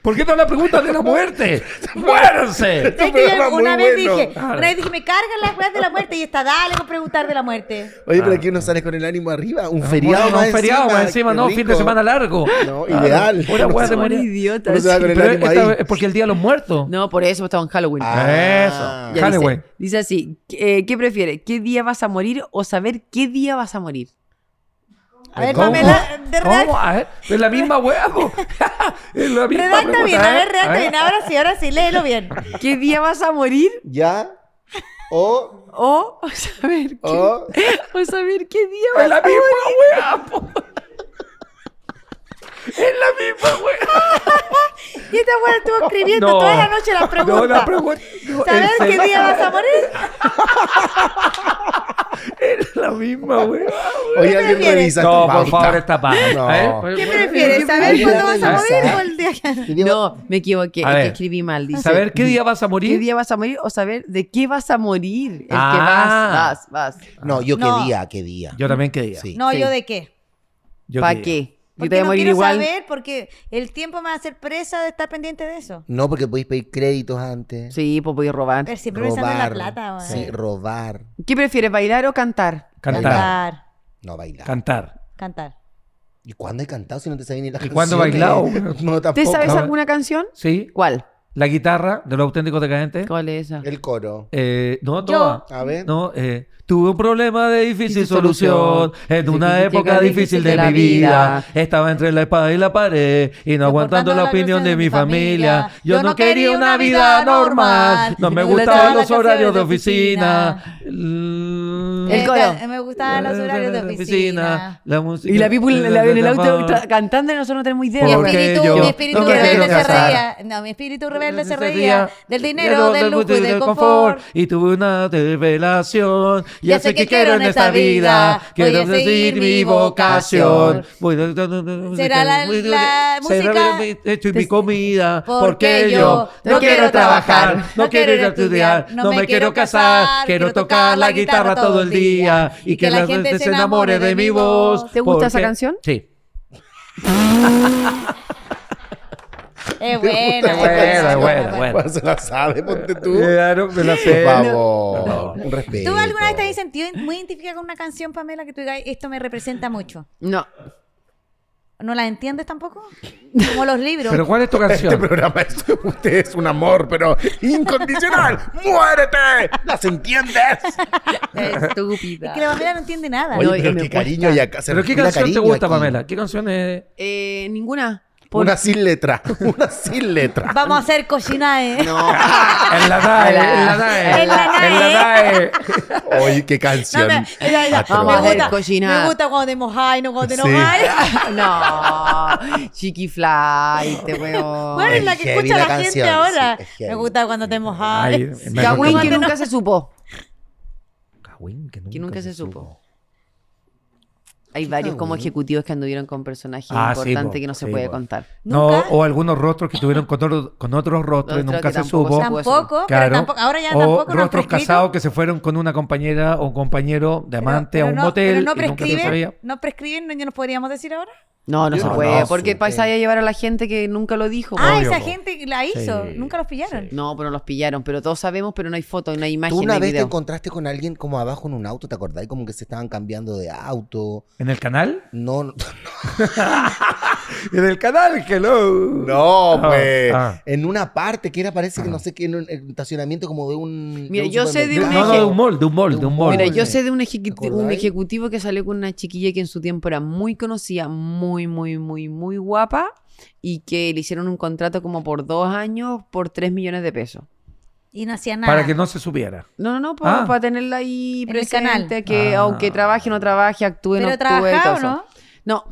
[SPEAKER 3] ¿Por qué no la pregunta de la muerte? ¡Muéranse!
[SPEAKER 2] ¿Sabes
[SPEAKER 4] Este
[SPEAKER 2] que yo
[SPEAKER 4] programa es
[SPEAKER 2] una
[SPEAKER 4] muy
[SPEAKER 2] vez
[SPEAKER 4] bueno.
[SPEAKER 2] dije,
[SPEAKER 3] Claro.
[SPEAKER 2] una vez dije, me cargan las weas de la muerte y está, dale con preguntar de la muerte.
[SPEAKER 4] Oye, pero aquí uno sale con el ánimo arriba. Un feriado
[SPEAKER 3] Ah. Bueno,
[SPEAKER 4] más
[SPEAKER 3] un feriado más encima,
[SPEAKER 4] qué
[SPEAKER 3] no,
[SPEAKER 4] rico.
[SPEAKER 3] fin de semana largo.
[SPEAKER 4] No,
[SPEAKER 3] Claro,
[SPEAKER 4] ideal.
[SPEAKER 3] pura hueá de
[SPEAKER 1] Son
[SPEAKER 3] morir.
[SPEAKER 1] idiotas.
[SPEAKER 4] Uno se va con el
[SPEAKER 3] Pero
[SPEAKER 4] ánimo
[SPEAKER 3] esta
[SPEAKER 4] ahí.
[SPEAKER 3] es porque el día de los muertos.
[SPEAKER 1] No, por eso estaba en Halloween.
[SPEAKER 4] Ah,
[SPEAKER 3] Eso.
[SPEAKER 4] Ya
[SPEAKER 1] Ya
[SPEAKER 3] Halloween.
[SPEAKER 1] dice, dice así, eh, ¿qué prefieres? ¿Qué día vas a morir o saber qué día vas a morir?
[SPEAKER 2] A ver,
[SPEAKER 3] ¿Cómo?
[SPEAKER 2] Pamela, de real-
[SPEAKER 3] ¿Cómo? A ver, es la misma hueá. po. es la misma
[SPEAKER 2] redacta
[SPEAKER 3] pregunta,
[SPEAKER 2] bien, a
[SPEAKER 3] ¿eh?
[SPEAKER 2] ver, redacta
[SPEAKER 3] ver.
[SPEAKER 2] bien, ahora sí, ahora sí, léelo bien.
[SPEAKER 1] ¿Qué día vas a morir
[SPEAKER 4] Ya. O...
[SPEAKER 1] o saber qué,
[SPEAKER 5] Oh.
[SPEAKER 4] O...
[SPEAKER 1] o saber qué día
[SPEAKER 3] Es
[SPEAKER 1] vas
[SPEAKER 3] la misma hueá. po. Es la misma hueá.
[SPEAKER 2] Y esta wea estuvo escribiendo
[SPEAKER 3] No.
[SPEAKER 2] toda la noche las preguntas.
[SPEAKER 3] No, la pregunta. no,
[SPEAKER 2] ¿Saber
[SPEAKER 3] es
[SPEAKER 2] qué
[SPEAKER 3] el-
[SPEAKER 2] día vas a morir?
[SPEAKER 3] Es la misma hueá.
[SPEAKER 4] Oye, alguien
[SPEAKER 2] prefieres?
[SPEAKER 4] revisa
[SPEAKER 3] No, por
[SPEAKER 4] tu pauta.
[SPEAKER 3] favor, esta paja.
[SPEAKER 4] No.
[SPEAKER 3] A ver, pues,
[SPEAKER 2] ¿Qué
[SPEAKER 3] bueno,
[SPEAKER 2] prefieres? ¿Saber
[SPEAKER 4] Ay,
[SPEAKER 2] cuándo vas a
[SPEAKER 4] ay,
[SPEAKER 2] morir
[SPEAKER 4] ay.
[SPEAKER 2] o el día que-
[SPEAKER 4] ¿Qué
[SPEAKER 1] a
[SPEAKER 4] día-
[SPEAKER 1] No, me equivoqué,
[SPEAKER 3] A
[SPEAKER 1] es que
[SPEAKER 3] ver.
[SPEAKER 1] escribí mal. Dice,
[SPEAKER 3] ¿Saber qué día vas a morir?
[SPEAKER 1] ¿Qué día vas a morir o saber de qué vas a morir? El
[SPEAKER 3] Ah.
[SPEAKER 1] que vas, vas, vas.
[SPEAKER 4] No, yo
[SPEAKER 2] No.
[SPEAKER 4] qué día, qué día.
[SPEAKER 3] Yo también qué día.
[SPEAKER 4] Sí.
[SPEAKER 2] No,
[SPEAKER 1] Sí.
[SPEAKER 2] ¿yo de qué?
[SPEAKER 3] Yo
[SPEAKER 1] ¿Para
[SPEAKER 3] qué día.
[SPEAKER 1] qué? Yo
[SPEAKER 2] Porque
[SPEAKER 1] te voy a
[SPEAKER 2] no
[SPEAKER 1] morir
[SPEAKER 2] quiero
[SPEAKER 1] igual.
[SPEAKER 2] saber porque el tiempo me va a hacer presa de estar pendiente de eso.
[SPEAKER 4] No, porque podéis pedir créditos antes.
[SPEAKER 1] Sí, pues voy a robar.
[SPEAKER 2] Pero siempre pensando en la
[SPEAKER 4] Robar.
[SPEAKER 2] plata, weón.
[SPEAKER 4] Sí, robar.
[SPEAKER 1] ¿Qué prefieres, bailar o cantar?
[SPEAKER 3] Cantar.
[SPEAKER 4] No bailar.
[SPEAKER 3] Cantar.
[SPEAKER 2] Cantar.
[SPEAKER 4] ¿Y cuándo he cantado si no te sabía ni las
[SPEAKER 3] ¿Y cuándo
[SPEAKER 4] canciones?
[SPEAKER 3] bailado?
[SPEAKER 4] No,
[SPEAKER 1] ¿Te
[SPEAKER 4] tampoco.
[SPEAKER 1] sabes
[SPEAKER 3] A ver.
[SPEAKER 1] alguna canción?
[SPEAKER 3] Sí.
[SPEAKER 1] ¿Cuál?
[SPEAKER 3] La guitarra de los auténticos decadentes.
[SPEAKER 1] ¿Cuál es esa?
[SPEAKER 4] El coro.
[SPEAKER 3] Eh, no,
[SPEAKER 2] Yo.
[SPEAKER 3] toda.
[SPEAKER 4] A ver.
[SPEAKER 3] No, eh, tuve un problema de difícil
[SPEAKER 1] Difícil solución.
[SPEAKER 3] solución en
[SPEAKER 1] Difícil
[SPEAKER 3] una
[SPEAKER 1] llega
[SPEAKER 3] época difícil de mi vida. Estaba entre la espada y la pared y no aguantando la opinión de mi familia. Yo no quería una vida normal. No me
[SPEAKER 2] Le
[SPEAKER 3] gustaban
[SPEAKER 2] gustaban las
[SPEAKER 3] los
[SPEAKER 2] canciones
[SPEAKER 3] horarios de
[SPEAKER 2] de
[SPEAKER 3] oficina. Mm.
[SPEAKER 1] El
[SPEAKER 2] Eh,
[SPEAKER 1] coro.
[SPEAKER 2] ta- Me gustaban los horarios de oficina.
[SPEAKER 3] La música.
[SPEAKER 1] Y la people en la- en el auto
[SPEAKER 3] Porque
[SPEAKER 1] tra- cantando y nosotros no tenemos idea.
[SPEAKER 2] Mi
[SPEAKER 3] Porque
[SPEAKER 1] güey.
[SPEAKER 2] espíritu,
[SPEAKER 3] yo
[SPEAKER 2] mi espíritu
[SPEAKER 3] no me
[SPEAKER 2] rebelde
[SPEAKER 3] quiero
[SPEAKER 2] se reía.
[SPEAKER 3] casar.
[SPEAKER 2] No, mi espíritu rebelde se reía del dinero, del lujo y del confort.
[SPEAKER 3] Y tuve una revelación. Ya, sé qué quiero en esta vida. Quiero seguir mi vocación.
[SPEAKER 2] Será la- la música.
[SPEAKER 3] Será mi techo y mi comida. Porque yo
[SPEAKER 1] no
[SPEAKER 3] no quiero
[SPEAKER 1] quiero
[SPEAKER 3] trabajar.
[SPEAKER 2] trabajar,
[SPEAKER 3] No quiero ir a estudiar. No me quiero casar. Quiero tocar la guitarra todo el día. Y que la gente se enamore de mi voz.
[SPEAKER 1] ¿Te gusta esa
[SPEAKER 3] porque-
[SPEAKER 1] canción?
[SPEAKER 3] Sí.
[SPEAKER 2] Es buena,
[SPEAKER 3] Es buena,
[SPEAKER 2] es
[SPEAKER 3] es
[SPEAKER 2] buena.
[SPEAKER 3] buena, buena.
[SPEAKER 4] Bueno, Pues se la sabe, ponte tú.
[SPEAKER 3] Claro, Eh, me la sé.
[SPEAKER 4] Por favor. Un respeto.
[SPEAKER 2] ¿Tú alguna vez te has sentido muy identificada con una canción, Pamela, que tú digas, esto me representa mucho?
[SPEAKER 1] No.
[SPEAKER 2] ¿No la entiendes tampoco? Como los libros.
[SPEAKER 3] ¿Pero cuál es tu
[SPEAKER 4] Este
[SPEAKER 3] canción?
[SPEAKER 4] programa es, usted es un amor, pero incondicional. ¡Muérete! ¿Las entiendes?
[SPEAKER 1] Estúpida.
[SPEAKER 2] que la Pamela no entiende nada.
[SPEAKER 4] Oye,
[SPEAKER 1] No, y
[SPEAKER 4] pero
[SPEAKER 1] me
[SPEAKER 4] qué cariño y acá se
[SPEAKER 3] ¿Pero qué
[SPEAKER 4] respira
[SPEAKER 3] canción te
[SPEAKER 4] cariño
[SPEAKER 3] gusta,
[SPEAKER 4] aquí.
[SPEAKER 3] Pamela? ¿Qué canción es?
[SPEAKER 1] Eh, ninguna. Por-
[SPEAKER 4] Una sin letra. Una sin letra.
[SPEAKER 2] Vamos a hacer cochinae. No,
[SPEAKER 3] En la DAE, en la DAE.
[SPEAKER 2] En Ah, la
[SPEAKER 3] En la DAE.
[SPEAKER 4] Oye, qué canción.
[SPEAKER 2] me, esa- esa-
[SPEAKER 4] atroz.
[SPEAKER 1] Vamos a
[SPEAKER 2] me
[SPEAKER 1] hacer
[SPEAKER 2] gusta,
[SPEAKER 1] cochinae.
[SPEAKER 2] me gusta cuando te mojáis, no cuando te
[SPEAKER 4] Sí.
[SPEAKER 2] enojáis.
[SPEAKER 1] no. Chiqui Fly, te veo.
[SPEAKER 2] ¿Cuál es la
[SPEAKER 4] Es
[SPEAKER 2] que
[SPEAKER 4] heavy
[SPEAKER 2] escucha
[SPEAKER 4] la
[SPEAKER 2] la, gente
[SPEAKER 4] canción,
[SPEAKER 2] ahora?
[SPEAKER 4] sí, es heavy.
[SPEAKER 2] me gusta cuando te mojáis.
[SPEAKER 3] Ay, me
[SPEAKER 1] Kawin,
[SPEAKER 3] acuerdo.
[SPEAKER 1] que nunca se supo.
[SPEAKER 3] Kawin,
[SPEAKER 1] Que nunca se supo. Hay varios como
[SPEAKER 4] Kawin?
[SPEAKER 1] ejecutivos que anduvieron con personajes
[SPEAKER 3] Ah, sí,
[SPEAKER 1] importantes
[SPEAKER 3] po,
[SPEAKER 1] que no se
[SPEAKER 3] sí,
[SPEAKER 1] puede
[SPEAKER 3] po.
[SPEAKER 1] contar.
[SPEAKER 3] No,
[SPEAKER 2] ¿Nunca?
[SPEAKER 3] o algunos rostros que tuvieron con, otro- con otros rostros y
[SPEAKER 1] Rostros
[SPEAKER 3] nunca
[SPEAKER 1] que
[SPEAKER 3] se
[SPEAKER 1] tampoco
[SPEAKER 3] supo.
[SPEAKER 1] se puede
[SPEAKER 2] Tampoco, pero
[SPEAKER 3] Claro.
[SPEAKER 2] tampoco, ahora ya
[SPEAKER 3] o
[SPEAKER 2] tampoco. no
[SPEAKER 3] rostros
[SPEAKER 2] prescrito.
[SPEAKER 3] casados que se fueron con una compañera o un compañero de
[SPEAKER 2] Pero-
[SPEAKER 3] amante
[SPEAKER 2] pero
[SPEAKER 3] a un
[SPEAKER 2] no-
[SPEAKER 3] motel
[SPEAKER 2] Pero no
[SPEAKER 3] y nunca se
[SPEAKER 2] prescriben,
[SPEAKER 3] sabía.
[SPEAKER 2] no prescriben, no, ya nos podríamos decir ahora.
[SPEAKER 1] No, no
[SPEAKER 5] Yo
[SPEAKER 1] se
[SPEAKER 5] no
[SPEAKER 1] puede.
[SPEAKER 5] lo
[SPEAKER 1] porque
[SPEAKER 4] supe.
[SPEAKER 1] país a llevar a la gente que nunca lo dijo.
[SPEAKER 2] Ah,
[SPEAKER 3] Obvio,
[SPEAKER 2] esa
[SPEAKER 3] po.
[SPEAKER 2] gente la hizo.
[SPEAKER 3] Sí,
[SPEAKER 2] Nunca los pillaron.
[SPEAKER 3] sí.
[SPEAKER 1] No, pero los pillaron. Pero todos sabemos, pero no hay foto, no hay imagen,
[SPEAKER 4] Tú
[SPEAKER 1] no
[SPEAKER 4] una
[SPEAKER 1] hay
[SPEAKER 4] vez te
[SPEAKER 1] video.
[SPEAKER 4] encontraste con alguien como abajo en un auto, ¿te acordás? Como que se estaban cambiando de auto.
[SPEAKER 3] ¿En el canal?
[SPEAKER 4] No, no-
[SPEAKER 3] En el canal, hello.
[SPEAKER 5] No,
[SPEAKER 3] Ah,
[SPEAKER 5] pues.
[SPEAKER 3] ah.
[SPEAKER 4] en una parte que era, parece que no sé qué, en un en un estacionamiento como de un.
[SPEAKER 1] Mira,
[SPEAKER 4] un
[SPEAKER 1] yo sé de un
[SPEAKER 3] No,
[SPEAKER 4] supermercado.
[SPEAKER 3] no, de un mall, de un mall, de un mall.
[SPEAKER 1] Mira, yo
[SPEAKER 4] Sí.
[SPEAKER 1] sé de un, ejecuti-
[SPEAKER 4] ¿Te
[SPEAKER 1] un
[SPEAKER 4] acordáis?
[SPEAKER 1] ejecutivo que salió con una chiquilla que en su tiempo era muy conocida, muy, muy, muy, muy guapa, y que le hicieron un contrato como por dos años por tres millones de pesos.
[SPEAKER 2] Y no hacía nada.
[SPEAKER 3] Para que no se supiera.
[SPEAKER 1] No, no, no, po-
[SPEAKER 3] Ah.
[SPEAKER 1] para tenerla ahí
[SPEAKER 2] En el
[SPEAKER 1] presente,
[SPEAKER 2] canal.
[SPEAKER 1] que
[SPEAKER 3] Ah.
[SPEAKER 1] aunque trabaje, no trabaje, actúe, no
[SPEAKER 2] Pero
[SPEAKER 1] actúe. y todo
[SPEAKER 2] trabajaba,
[SPEAKER 1] eso.
[SPEAKER 2] ¿no?
[SPEAKER 1] No,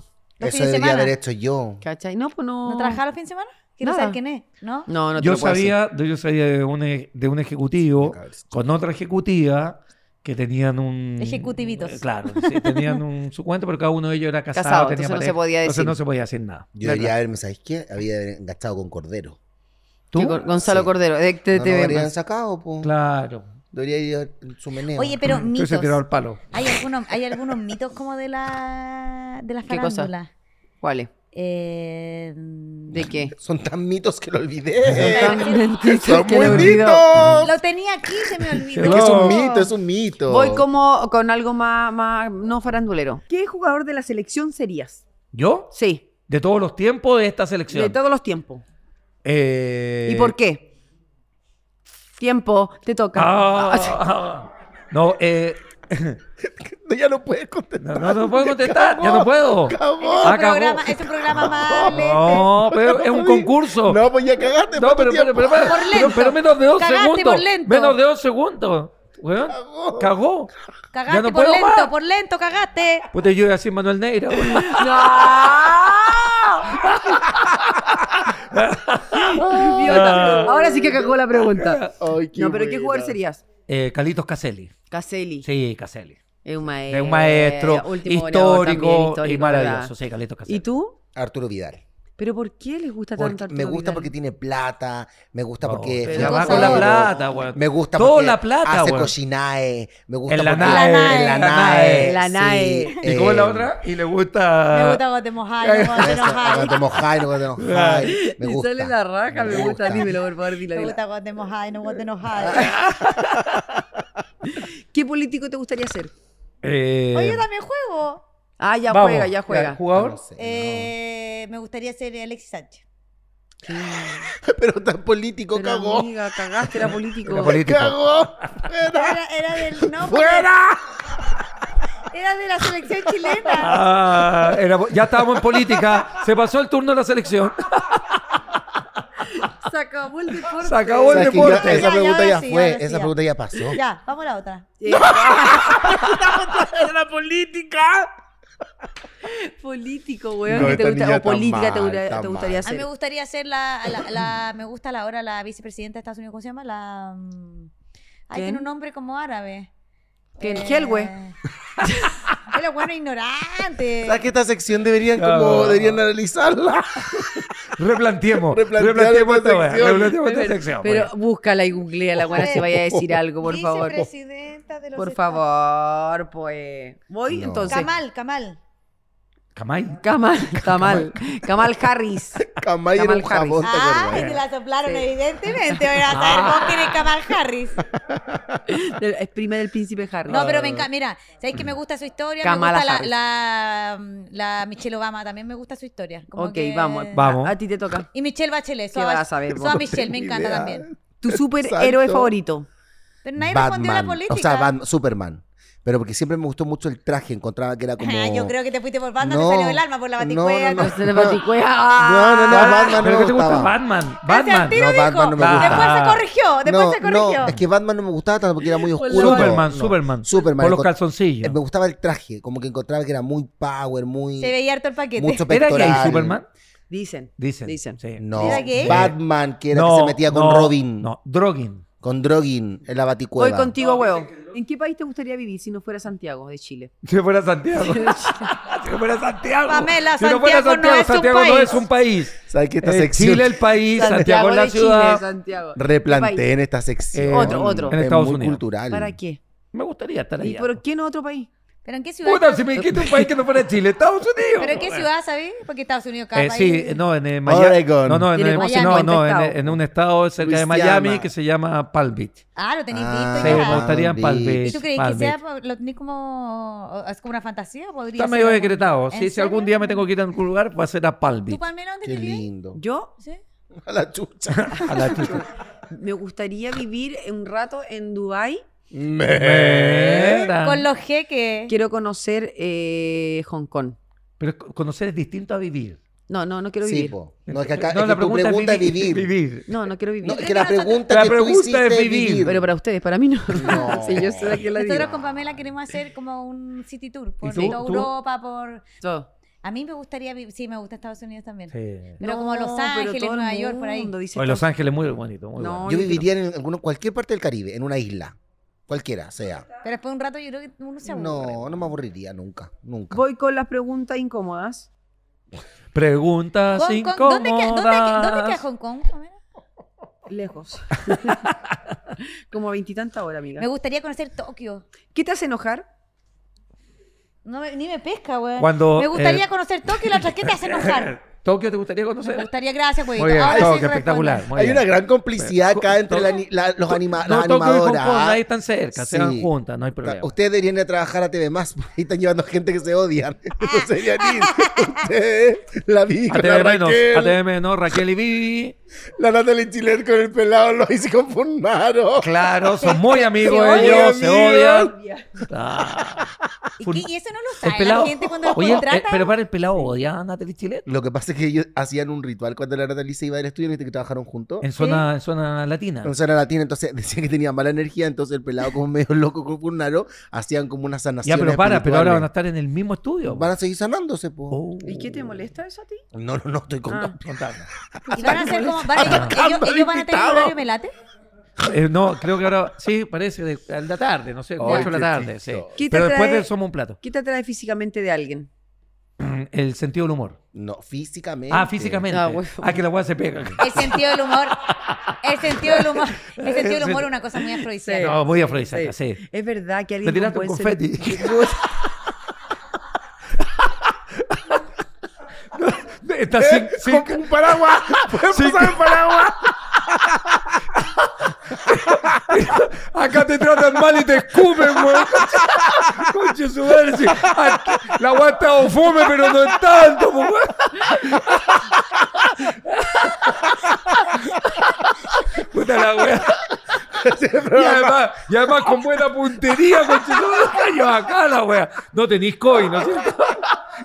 [SPEAKER 2] Los
[SPEAKER 4] Eso
[SPEAKER 2] fines de
[SPEAKER 4] debería
[SPEAKER 2] semana.
[SPEAKER 4] haber hecho yo.
[SPEAKER 1] ¿cachai? No, pues no.
[SPEAKER 2] ¿No trabajaba los fines de semana? Quiero
[SPEAKER 1] Nada.
[SPEAKER 2] saber quién es, ¿no?
[SPEAKER 1] No, no te
[SPEAKER 3] yo
[SPEAKER 1] lo puedo decir.
[SPEAKER 3] sabía, yo sabía de un, e- de un ejecutivo con otra ejecutiva que tenían un...
[SPEAKER 2] Ejecutivitos.
[SPEAKER 3] eh, Claro, sí, tenían un, su cuento, pero cada uno de ellos era casado,
[SPEAKER 1] Casado,
[SPEAKER 3] tenía
[SPEAKER 1] entonces no
[SPEAKER 3] pareja,
[SPEAKER 1] se podía
[SPEAKER 3] Entonces
[SPEAKER 1] decir.
[SPEAKER 3] no se podía decir nada.
[SPEAKER 4] Yo
[SPEAKER 3] ¿Verdad?
[SPEAKER 4] debería haberme, ¿sabes qué? Había de haber enganchado con Cordero.
[SPEAKER 3] ¿Tú?
[SPEAKER 1] Que Gon- Gonzalo
[SPEAKER 4] Sí.
[SPEAKER 1] Cordero, de
[SPEAKER 4] No,
[SPEAKER 1] de-
[SPEAKER 4] no
[SPEAKER 1] de-
[SPEAKER 4] lo habrían sacado, po.
[SPEAKER 3] Claro.
[SPEAKER 4] Debería ir a su meneo.
[SPEAKER 2] Oye, pero
[SPEAKER 3] Entonces
[SPEAKER 2] mitos.
[SPEAKER 3] se tiró al palo.
[SPEAKER 2] Hay algunos, hay algunos mitos como de la de la
[SPEAKER 1] ¿Qué cosa?
[SPEAKER 2] farándula.
[SPEAKER 1] ¿Cuál es?
[SPEAKER 2] Eh,
[SPEAKER 1] ¿De qué?
[SPEAKER 4] Son tan mitos que lo olvidé.
[SPEAKER 1] Son
[SPEAKER 4] Son muy
[SPEAKER 1] bonitos.
[SPEAKER 4] mitos.
[SPEAKER 2] lo tenía aquí, se me olvidó.
[SPEAKER 4] Es que es un mito, es un mito.
[SPEAKER 1] Voy como con algo más, más no farandulero.
[SPEAKER 6] ¿Qué jugador de la selección serías?
[SPEAKER 3] ¿Yo?
[SPEAKER 1] Sí,
[SPEAKER 3] De todos los tiempos de esta selección.
[SPEAKER 1] de todos los tiempos.
[SPEAKER 3] Eh,
[SPEAKER 1] ¿Y por qué? Tiempo, te toca.
[SPEAKER 3] Ah, ah, no, eh,
[SPEAKER 4] Ya no puedes contestar.
[SPEAKER 3] no, no, no puedo contestar, ya no puedo.
[SPEAKER 2] Es un,
[SPEAKER 3] Acabó.
[SPEAKER 2] programa, es un programa más lento.
[SPEAKER 3] No, pero es un concurso.
[SPEAKER 4] No, pues ya cagaste.
[SPEAKER 3] No, pero, pero, pero, pero,
[SPEAKER 2] Por
[SPEAKER 3] pero-
[SPEAKER 2] lento.
[SPEAKER 3] pero menos de dos
[SPEAKER 2] Cagaste
[SPEAKER 3] segundos.
[SPEAKER 2] por lento.
[SPEAKER 3] Menos de dos segundos. Weón,
[SPEAKER 4] Cagó.
[SPEAKER 3] cagó. Pues
[SPEAKER 2] Cagaste
[SPEAKER 3] Ya no
[SPEAKER 2] por
[SPEAKER 3] puedo
[SPEAKER 2] lento,
[SPEAKER 3] más.
[SPEAKER 2] por lento, cagaste.
[SPEAKER 3] Puta, yo iba a decir Manuel Neira. weón.
[SPEAKER 1] Idiota. Ahora sí que cagó la pregunta.
[SPEAKER 4] Ay, qué
[SPEAKER 1] no, pero ¿qué
[SPEAKER 4] buena.
[SPEAKER 1] jugador serías?
[SPEAKER 3] Eh, Calitos Caselli.
[SPEAKER 1] Caselli.
[SPEAKER 3] Sí, Caselli.
[SPEAKER 1] Es un maestro.
[SPEAKER 3] Es un maestro
[SPEAKER 1] Eh, último goleador
[SPEAKER 3] histórico,
[SPEAKER 1] también,
[SPEAKER 3] y
[SPEAKER 1] histórico, ¿verdad?
[SPEAKER 3] maravilloso. Sí, Calitos Caselli.
[SPEAKER 1] ¿Y tú?
[SPEAKER 4] Arturo Vidal.
[SPEAKER 1] ¿Pero por qué les gusta
[SPEAKER 4] Porque-
[SPEAKER 1] tanto Arturo
[SPEAKER 4] me gusta
[SPEAKER 1] Vidal?
[SPEAKER 4] porque tiene plata, me gusta
[SPEAKER 3] No,
[SPEAKER 4] porque...
[SPEAKER 1] pero
[SPEAKER 4] fue
[SPEAKER 1] ya va con
[SPEAKER 4] cocodrilo,
[SPEAKER 1] la
[SPEAKER 3] plata, weón.
[SPEAKER 4] Me gusta
[SPEAKER 3] Todo
[SPEAKER 4] porque
[SPEAKER 3] la plata,
[SPEAKER 4] hace
[SPEAKER 3] weón.
[SPEAKER 4] cochinae, me gusta
[SPEAKER 3] En la
[SPEAKER 4] porque-
[SPEAKER 3] NAE,
[SPEAKER 4] en la
[SPEAKER 3] en la NAE.
[SPEAKER 4] NAE.
[SPEAKER 1] La
[SPEAKER 4] sí,
[SPEAKER 1] NAE.
[SPEAKER 3] ¿Y cómo es la
[SPEAKER 4] eh,
[SPEAKER 3] otra? Y le gusta.
[SPEAKER 2] Me gusta cuando te mojáis, cuando te
[SPEAKER 4] Eso,
[SPEAKER 2] enojáis.
[SPEAKER 4] cuando te mojáis, cuando
[SPEAKER 3] Ah.
[SPEAKER 4] te enojáis. Me
[SPEAKER 1] Y
[SPEAKER 4] gusta.
[SPEAKER 1] sale la raja, me,
[SPEAKER 4] Me
[SPEAKER 1] gusta.
[SPEAKER 4] gusta.
[SPEAKER 1] Dímelo, por favor, dilo,
[SPEAKER 2] Me
[SPEAKER 1] dilo.
[SPEAKER 2] gusta cuando te mojáis, no cuando te enojáis.
[SPEAKER 1] ¿Qué político te gustaría ser?
[SPEAKER 3] Eh,
[SPEAKER 2] Oye, yo también juego.
[SPEAKER 1] Ah, ya
[SPEAKER 3] vamos,
[SPEAKER 1] juega, ya juega.
[SPEAKER 4] No
[SPEAKER 3] ¿Jugador?
[SPEAKER 4] sé, no.
[SPEAKER 2] Eh, me gustaría ser Alexis Sánchez.
[SPEAKER 4] Pero tan político,
[SPEAKER 1] Pero,
[SPEAKER 4] cagó.
[SPEAKER 1] amiga, cagaste, era político.
[SPEAKER 3] Era político.
[SPEAKER 4] ¡Cagó! ¡Fuera!
[SPEAKER 2] Era, era del no,
[SPEAKER 4] ¡Fuera!
[SPEAKER 2] era de la selección chilena.
[SPEAKER 3] Ah, era- ya estábamos en política. Se pasó el turno de la selección.
[SPEAKER 1] Se acabó el deporte.
[SPEAKER 3] Se acabó el
[SPEAKER 4] ¿Sabes que ya-
[SPEAKER 3] deporte.
[SPEAKER 2] Ya,
[SPEAKER 4] esa
[SPEAKER 2] ya,
[SPEAKER 4] pregunta
[SPEAKER 2] ahora
[SPEAKER 4] ya
[SPEAKER 2] sí,
[SPEAKER 4] fue,
[SPEAKER 2] ahora sí,
[SPEAKER 4] esa
[SPEAKER 2] ya.
[SPEAKER 4] pregunta ya pasó.
[SPEAKER 2] Ya, vamos a la otra.
[SPEAKER 1] Eh,
[SPEAKER 3] la política.
[SPEAKER 1] político, weón.
[SPEAKER 5] No,
[SPEAKER 1] que te
[SPEAKER 5] esta
[SPEAKER 1] gusta,
[SPEAKER 5] niña
[SPEAKER 1] o
[SPEAKER 5] está
[SPEAKER 1] política te,
[SPEAKER 5] mal,
[SPEAKER 1] gusta-
[SPEAKER 5] está
[SPEAKER 1] te gustaría
[SPEAKER 2] A mí me
[SPEAKER 1] ser.
[SPEAKER 2] gustaría ser la, la- la- me gusta la hora la vicepresidenta de Estados Unidos, ¿cómo se llama? La mm, Ay,
[SPEAKER 1] ¿Quién?
[SPEAKER 2] tiene un nombre como árabe.
[SPEAKER 1] ¿Quién?
[SPEAKER 2] Eh,
[SPEAKER 1] Helwe.
[SPEAKER 2] Es lo bueno ignorante.
[SPEAKER 4] ¿Sabes que esta sección deberían como
[SPEAKER 3] Cagó.
[SPEAKER 4] deberían analizarla?
[SPEAKER 3] Replanteemos.
[SPEAKER 4] Replantear
[SPEAKER 3] Replanteemos
[SPEAKER 4] esta
[SPEAKER 3] esta wea,
[SPEAKER 4] sección.
[SPEAKER 3] Replanteemos esta
[SPEAKER 1] Pero-
[SPEAKER 3] sección.
[SPEAKER 1] Pero
[SPEAKER 3] wea.
[SPEAKER 1] búscala y googlea la buena si vaya a decir algo, por favor.
[SPEAKER 2] Vicepresidenta de los
[SPEAKER 1] Por
[SPEAKER 2] Estados-
[SPEAKER 1] favor, pues. Voy
[SPEAKER 4] No.
[SPEAKER 1] entonces.
[SPEAKER 2] Kamal, Kamal.
[SPEAKER 3] Camay.
[SPEAKER 1] Kamal, Kamal, Kamal Harris.
[SPEAKER 4] Kamai era
[SPEAKER 1] Kamal
[SPEAKER 4] un jabón, ¿te eh. Ah.
[SPEAKER 2] Ah,
[SPEAKER 4] acuerdas?
[SPEAKER 2] te la soplaron, evidentemente. Voy a saber vos quién es Kamal Harris.
[SPEAKER 1] Del- Es prima del príncipe Harris.
[SPEAKER 2] No, pero me encanta. Mira, ¿sabéis que me gusta su historia?
[SPEAKER 1] Kamala
[SPEAKER 2] me gusta
[SPEAKER 1] Harris.
[SPEAKER 2] la, la, la Michelle Obama, también me gusta su historia. Como
[SPEAKER 1] ok,
[SPEAKER 2] que-
[SPEAKER 1] vamos.
[SPEAKER 3] Vamos.
[SPEAKER 1] A, a ti te toca.
[SPEAKER 2] Y Michelle Bachelet.
[SPEAKER 1] ¿Qué
[SPEAKER 2] Soa,
[SPEAKER 1] vas a ver vos?
[SPEAKER 2] Soa
[SPEAKER 1] No
[SPEAKER 2] Michelle, me
[SPEAKER 4] tengo
[SPEAKER 2] encanta
[SPEAKER 4] idea.
[SPEAKER 2] también.
[SPEAKER 1] Tu superhéroe
[SPEAKER 4] Exacto.
[SPEAKER 1] favorito.
[SPEAKER 2] Pero nadie respondió a la
[SPEAKER 4] Batman.
[SPEAKER 2] política.
[SPEAKER 4] O sea, Batman- Superman. Pero porque siempre me gustó mucho el traje, encontraba que era como.
[SPEAKER 2] Ah, Yo creo que te fuiste por Batman,
[SPEAKER 4] No.
[SPEAKER 2] te salió el alma por la
[SPEAKER 4] No,
[SPEAKER 2] baticuea.
[SPEAKER 4] no, no.
[SPEAKER 2] todo.
[SPEAKER 1] Se le baticuea. ¡Ah!
[SPEAKER 4] No, no, no, Batman no
[SPEAKER 3] ¿Pero
[SPEAKER 4] me
[SPEAKER 3] qué te gusta?
[SPEAKER 4] gustaba.
[SPEAKER 3] Batman.
[SPEAKER 2] Ese al
[SPEAKER 3] Batman.
[SPEAKER 2] tiro
[SPEAKER 4] No,
[SPEAKER 2] dijo.
[SPEAKER 4] Batman no me gusta.
[SPEAKER 2] Después se corrigió, después
[SPEAKER 4] no,
[SPEAKER 2] se corrigió.
[SPEAKER 4] no, es que Batman no me gustaba tanto porque era muy
[SPEAKER 1] Por
[SPEAKER 4] oscuro.
[SPEAKER 1] la-
[SPEAKER 4] todo.
[SPEAKER 3] Superman,
[SPEAKER 4] No,
[SPEAKER 3] Superman.
[SPEAKER 4] Superman.
[SPEAKER 3] Por los
[SPEAKER 4] encont- eh,
[SPEAKER 3] calzoncillos.
[SPEAKER 4] Me gustaba el traje, como que encontraba que era muy power, muy.
[SPEAKER 2] Se veía harto el paquete.
[SPEAKER 4] mucho
[SPEAKER 3] ¿Era
[SPEAKER 4] pectoral.
[SPEAKER 3] gay Superman?
[SPEAKER 1] Dicen.
[SPEAKER 3] Dicen.
[SPEAKER 1] Dicen.
[SPEAKER 3] Sí.
[SPEAKER 4] No.
[SPEAKER 2] ¿Era gay?
[SPEAKER 4] Batman, que era
[SPEAKER 3] No,
[SPEAKER 4] que se metía con
[SPEAKER 3] no,
[SPEAKER 4] Robin,
[SPEAKER 3] No, Drogin.
[SPEAKER 4] con Drogin en la
[SPEAKER 1] Voy
[SPEAKER 4] baticueva.
[SPEAKER 1] contigo, huevo. ¿En qué país te gustaría vivir si no fuera Santiago de Chile?
[SPEAKER 3] Si fuera Santiago. si fuera Santiago.
[SPEAKER 2] Pamela,
[SPEAKER 3] si no fuera
[SPEAKER 2] Santiago no
[SPEAKER 3] Santiago,
[SPEAKER 2] es un
[SPEAKER 3] Santiago no
[SPEAKER 2] país.
[SPEAKER 3] es un país.
[SPEAKER 4] ¿Sabes qué esta
[SPEAKER 3] Eh,
[SPEAKER 4] sección?
[SPEAKER 3] Chile el país, Santiago, es la
[SPEAKER 1] de
[SPEAKER 3] ciudad.
[SPEAKER 1] Chile, Santiago.
[SPEAKER 4] Replanteen esta sección.
[SPEAKER 3] Eh,
[SPEAKER 1] Otro, otro.
[SPEAKER 3] en
[SPEAKER 4] Es
[SPEAKER 3] Estados
[SPEAKER 4] muy
[SPEAKER 3] Unidos.
[SPEAKER 4] cultural.
[SPEAKER 1] ¿Para qué?
[SPEAKER 3] Me gustaría estar
[SPEAKER 1] ¿Y
[SPEAKER 3] allá.
[SPEAKER 1] por qué no otro país?
[SPEAKER 2] Pero ¿Pero en qué ciudad?
[SPEAKER 3] Puta, si me dijiste un país que no fuera Chile, Estados Unidos.
[SPEAKER 2] ¿Pero en qué ciudad, sabes? Porque Estados Unidos cada
[SPEAKER 3] Eh,
[SPEAKER 2] país-
[SPEAKER 3] sí, no, en eh, Miami.
[SPEAKER 5] Oregon.
[SPEAKER 3] No, no, en,
[SPEAKER 1] Tiene
[SPEAKER 3] eh,
[SPEAKER 1] como
[SPEAKER 3] sí, no,
[SPEAKER 1] 50
[SPEAKER 3] no, en,
[SPEAKER 1] estados.
[SPEAKER 3] en un estado cerca de
[SPEAKER 5] Luisiana.
[SPEAKER 3] Miami que se llama Palm Beach.
[SPEAKER 2] Ah, lo tenéis
[SPEAKER 4] Ah,
[SPEAKER 3] Sí,
[SPEAKER 2] visto ya.
[SPEAKER 3] me gustaría
[SPEAKER 4] Palm
[SPEAKER 3] en Palm
[SPEAKER 4] Beach.
[SPEAKER 3] Beach.
[SPEAKER 2] ¿Y tú crees que
[SPEAKER 3] Palm
[SPEAKER 2] sea,
[SPEAKER 3] Beach.
[SPEAKER 2] lo tenéis como, es como una fantasía? Podría
[SPEAKER 3] Está
[SPEAKER 2] ser
[SPEAKER 3] medio
[SPEAKER 2] algo-
[SPEAKER 3] decretado.
[SPEAKER 2] ¿En
[SPEAKER 3] Sí, si
[SPEAKER 2] serio?
[SPEAKER 3] algún día me tengo que ir a algún lugar, va a ser a Palm
[SPEAKER 2] ¿Tú,
[SPEAKER 3] Beach.
[SPEAKER 2] Palmela, dónde
[SPEAKER 4] Qué
[SPEAKER 2] te vivís?
[SPEAKER 4] lindo.
[SPEAKER 1] Yo
[SPEAKER 2] ¿Sí?
[SPEAKER 4] A la chucha.
[SPEAKER 3] A la chucha.
[SPEAKER 1] me gustaría vivir un rato en Dubai.
[SPEAKER 3] Mira.
[SPEAKER 2] Con los jeques.
[SPEAKER 1] Quiero conocer eh, Hong Kong.
[SPEAKER 3] Pero co- conocer es distinto a vivir.
[SPEAKER 1] No, no, no quiero
[SPEAKER 4] Sí,
[SPEAKER 1] vivir.
[SPEAKER 4] po. No, es que acá
[SPEAKER 3] No,
[SPEAKER 4] es
[SPEAKER 3] la
[SPEAKER 4] que tu
[SPEAKER 3] pregunta,
[SPEAKER 4] pregunta es vivir.
[SPEAKER 1] No, no quiero vivir.
[SPEAKER 4] No, es que la pregunta
[SPEAKER 3] La
[SPEAKER 4] que tú
[SPEAKER 3] pregunta
[SPEAKER 4] hiciste
[SPEAKER 3] es
[SPEAKER 4] es
[SPEAKER 3] vivir.
[SPEAKER 4] vivir.
[SPEAKER 1] Pero para ustedes, para mí no.
[SPEAKER 4] No.
[SPEAKER 1] Sí, yo soy la que la digo.
[SPEAKER 2] Nosotros con Pamela queremos hacer como un city tour por
[SPEAKER 3] tú?
[SPEAKER 2] toda
[SPEAKER 3] ¿Tú?
[SPEAKER 2] Europa, por...
[SPEAKER 1] Todo.
[SPEAKER 2] A mí me gustaría vivir... Sí, me gusta Estados Unidos también.
[SPEAKER 3] Sí.
[SPEAKER 2] Pero como Los
[SPEAKER 1] pero
[SPEAKER 2] Ángeles,
[SPEAKER 1] todo el
[SPEAKER 2] Nueva York, por ahí.
[SPEAKER 1] mundo dice
[SPEAKER 3] Oye, Los
[SPEAKER 1] todo-
[SPEAKER 3] Ángeles muy bonito. Muy
[SPEAKER 1] No,
[SPEAKER 3] bueno.
[SPEAKER 4] Yo
[SPEAKER 1] yo
[SPEAKER 4] viviría en alguna- cualquier parte del Caribe, en una isla. Cualquiera sea.
[SPEAKER 2] Pero después de un rato yo creo que uno se aburre.
[SPEAKER 4] No, no me aburriría nunca. Nunca.
[SPEAKER 1] Voy con las preguntas incómodas.
[SPEAKER 3] Preguntas
[SPEAKER 2] Hong Kong,
[SPEAKER 3] incómodas.
[SPEAKER 2] ¿dónde, queda, dónde, queda- dónde queda Hong Kong? Pamela?
[SPEAKER 1] Lejos. como a veintitanta horas, amiga.
[SPEAKER 2] Me gustaría conocer Tokio.
[SPEAKER 1] ¿Qué te hace enojar?
[SPEAKER 2] No me- ni me pesca, güey.
[SPEAKER 3] Cuando,
[SPEAKER 2] Me gustaría
[SPEAKER 3] eh,
[SPEAKER 2] conocer Tokio y la otra que te hace enojar.
[SPEAKER 3] ¿Tokio te gustaría
[SPEAKER 2] Me
[SPEAKER 3] conocer?
[SPEAKER 2] gustaría, gracias, güey.
[SPEAKER 3] Muy bien,
[SPEAKER 2] Ahora sí
[SPEAKER 3] Tokio,
[SPEAKER 2] respondo.
[SPEAKER 3] espectacular. muy
[SPEAKER 4] Hay
[SPEAKER 3] bien.
[SPEAKER 4] una gran complicidad acá entre la ni- la- los
[SPEAKER 3] To-
[SPEAKER 4] anima-
[SPEAKER 3] no,
[SPEAKER 4] las
[SPEAKER 3] Tokio y Hong Kong, ahí
[SPEAKER 4] animadoras.
[SPEAKER 3] están cerca,
[SPEAKER 4] Sí.
[SPEAKER 3] se van juntas, no hay
[SPEAKER 4] Claro,
[SPEAKER 3] problema.
[SPEAKER 4] Ustedes deberían ir a trabajar a TV Más, porque ahí están llevando gente que se odian. No serían ir. Ustedes, la vi con la
[SPEAKER 3] ATV menos,
[SPEAKER 4] Raquel,
[SPEAKER 3] ATV menos, Raquel y Vivi.
[SPEAKER 4] la Natalie Chilet con el pelado, lo hice conformaron.
[SPEAKER 3] Claro, son muy amigos
[SPEAKER 4] odian,
[SPEAKER 3] ellos, se
[SPEAKER 4] amigos.
[SPEAKER 3] odian. Ah,
[SPEAKER 2] ¿Y,
[SPEAKER 3] Fun-
[SPEAKER 2] qué- y eso no lo
[SPEAKER 3] el
[SPEAKER 2] sabe
[SPEAKER 3] pelado.
[SPEAKER 2] la gente cuando lo
[SPEAKER 3] Oye, eh,
[SPEAKER 2] contrata.
[SPEAKER 3] pero para el pelado odia a Natalie Chile.
[SPEAKER 4] Lo que pasa es que ellos hacían un ritual cuando la Natalie se iba del estudio, viste que trabajaron juntos.
[SPEAKER 3] En zona, en zona latina.
[SPEAKER 4] O sea, era latina, entonces decían que tenía mala energía, entonces el pelado como medio loco con Furnaro, hacían como una
[SPEAKER 3] Ya,
[SPEAKER 4] sanación.
[SPEAKER 3] pero para, pero ahora van a estar en el mismo estudio.
[SPEAKER 4] Van a seguir sanándose, pues.
[SPEAKER 3] Oh.
[SPEAKER 1] ¿Y qué te molesta eso a ti?
[SPEAKER 4] No, no, no, estoy con
[SPEAKER 1] Ah.
[SPEAKER 3] Contame.
[SPEAKER 2] Y van a ser como. Van, ellos, ellos, ellos van a tener un horario melate.
[SPEAKER 3] Eh, no, creo que ahora sí, parece de, a la tarde, no sé,
[SPEAKER 4] Ay,
[SPEAKER 3] 8 de
[SPEAKER 4] qué
[SPEAKER 3] la tarde, sí.
[SPEAKER 4] chistoso.
[SPEAKER 1] ¿Qué te
[SPEAKER 3] Pero después
[SPEAKER 1] trae?
[SPEAKER 3] del somos un plato.
[SPEAKER 1] ¿Qué te atrae físicamente de alguien?
[SPEAKER 3] El sentido del humor.
[SPEAKER 4] No, físicamente.
[SPEAKER 3] Ah, físicamente.
[SPEAKER 1] Ah, bueno.
[SPEAKER 3] Ah, que la weá se pega.
[SPEAKER 2] El sentido del humor. El sentido del humor. El sentido del humor es una cosa muy afrodisíaca.
[SPEAKER 3] No, muy afrodisíaca, sí.
[SPEAKER 1] Es verdad que
[SPEAKER 3] Te
[SPEAKER 1] alguien
[SPEAKER 3] tiraste
[SPEAKER 1] con
[SPEAKER 3] un
[SPEAKER 1] buen
[SPEAKER 3] confeti.
[SPEAKER 5] eh,
[SPEAKER 3] Está sin, sin-
[SPEAKER 5] Con un paraguas. Puedes pasar el paraguas.
[SPEAKER 3] Acá te tratan mal y te escupen, weón. Conche su madre. sí. Aquí- La weá está o fome, pero no es tanto, po, weón. Puta la weá. Y además, y además con buena puntería, conche su madre. Yo acá la weá. No tenéis coin, ¿no es cierto?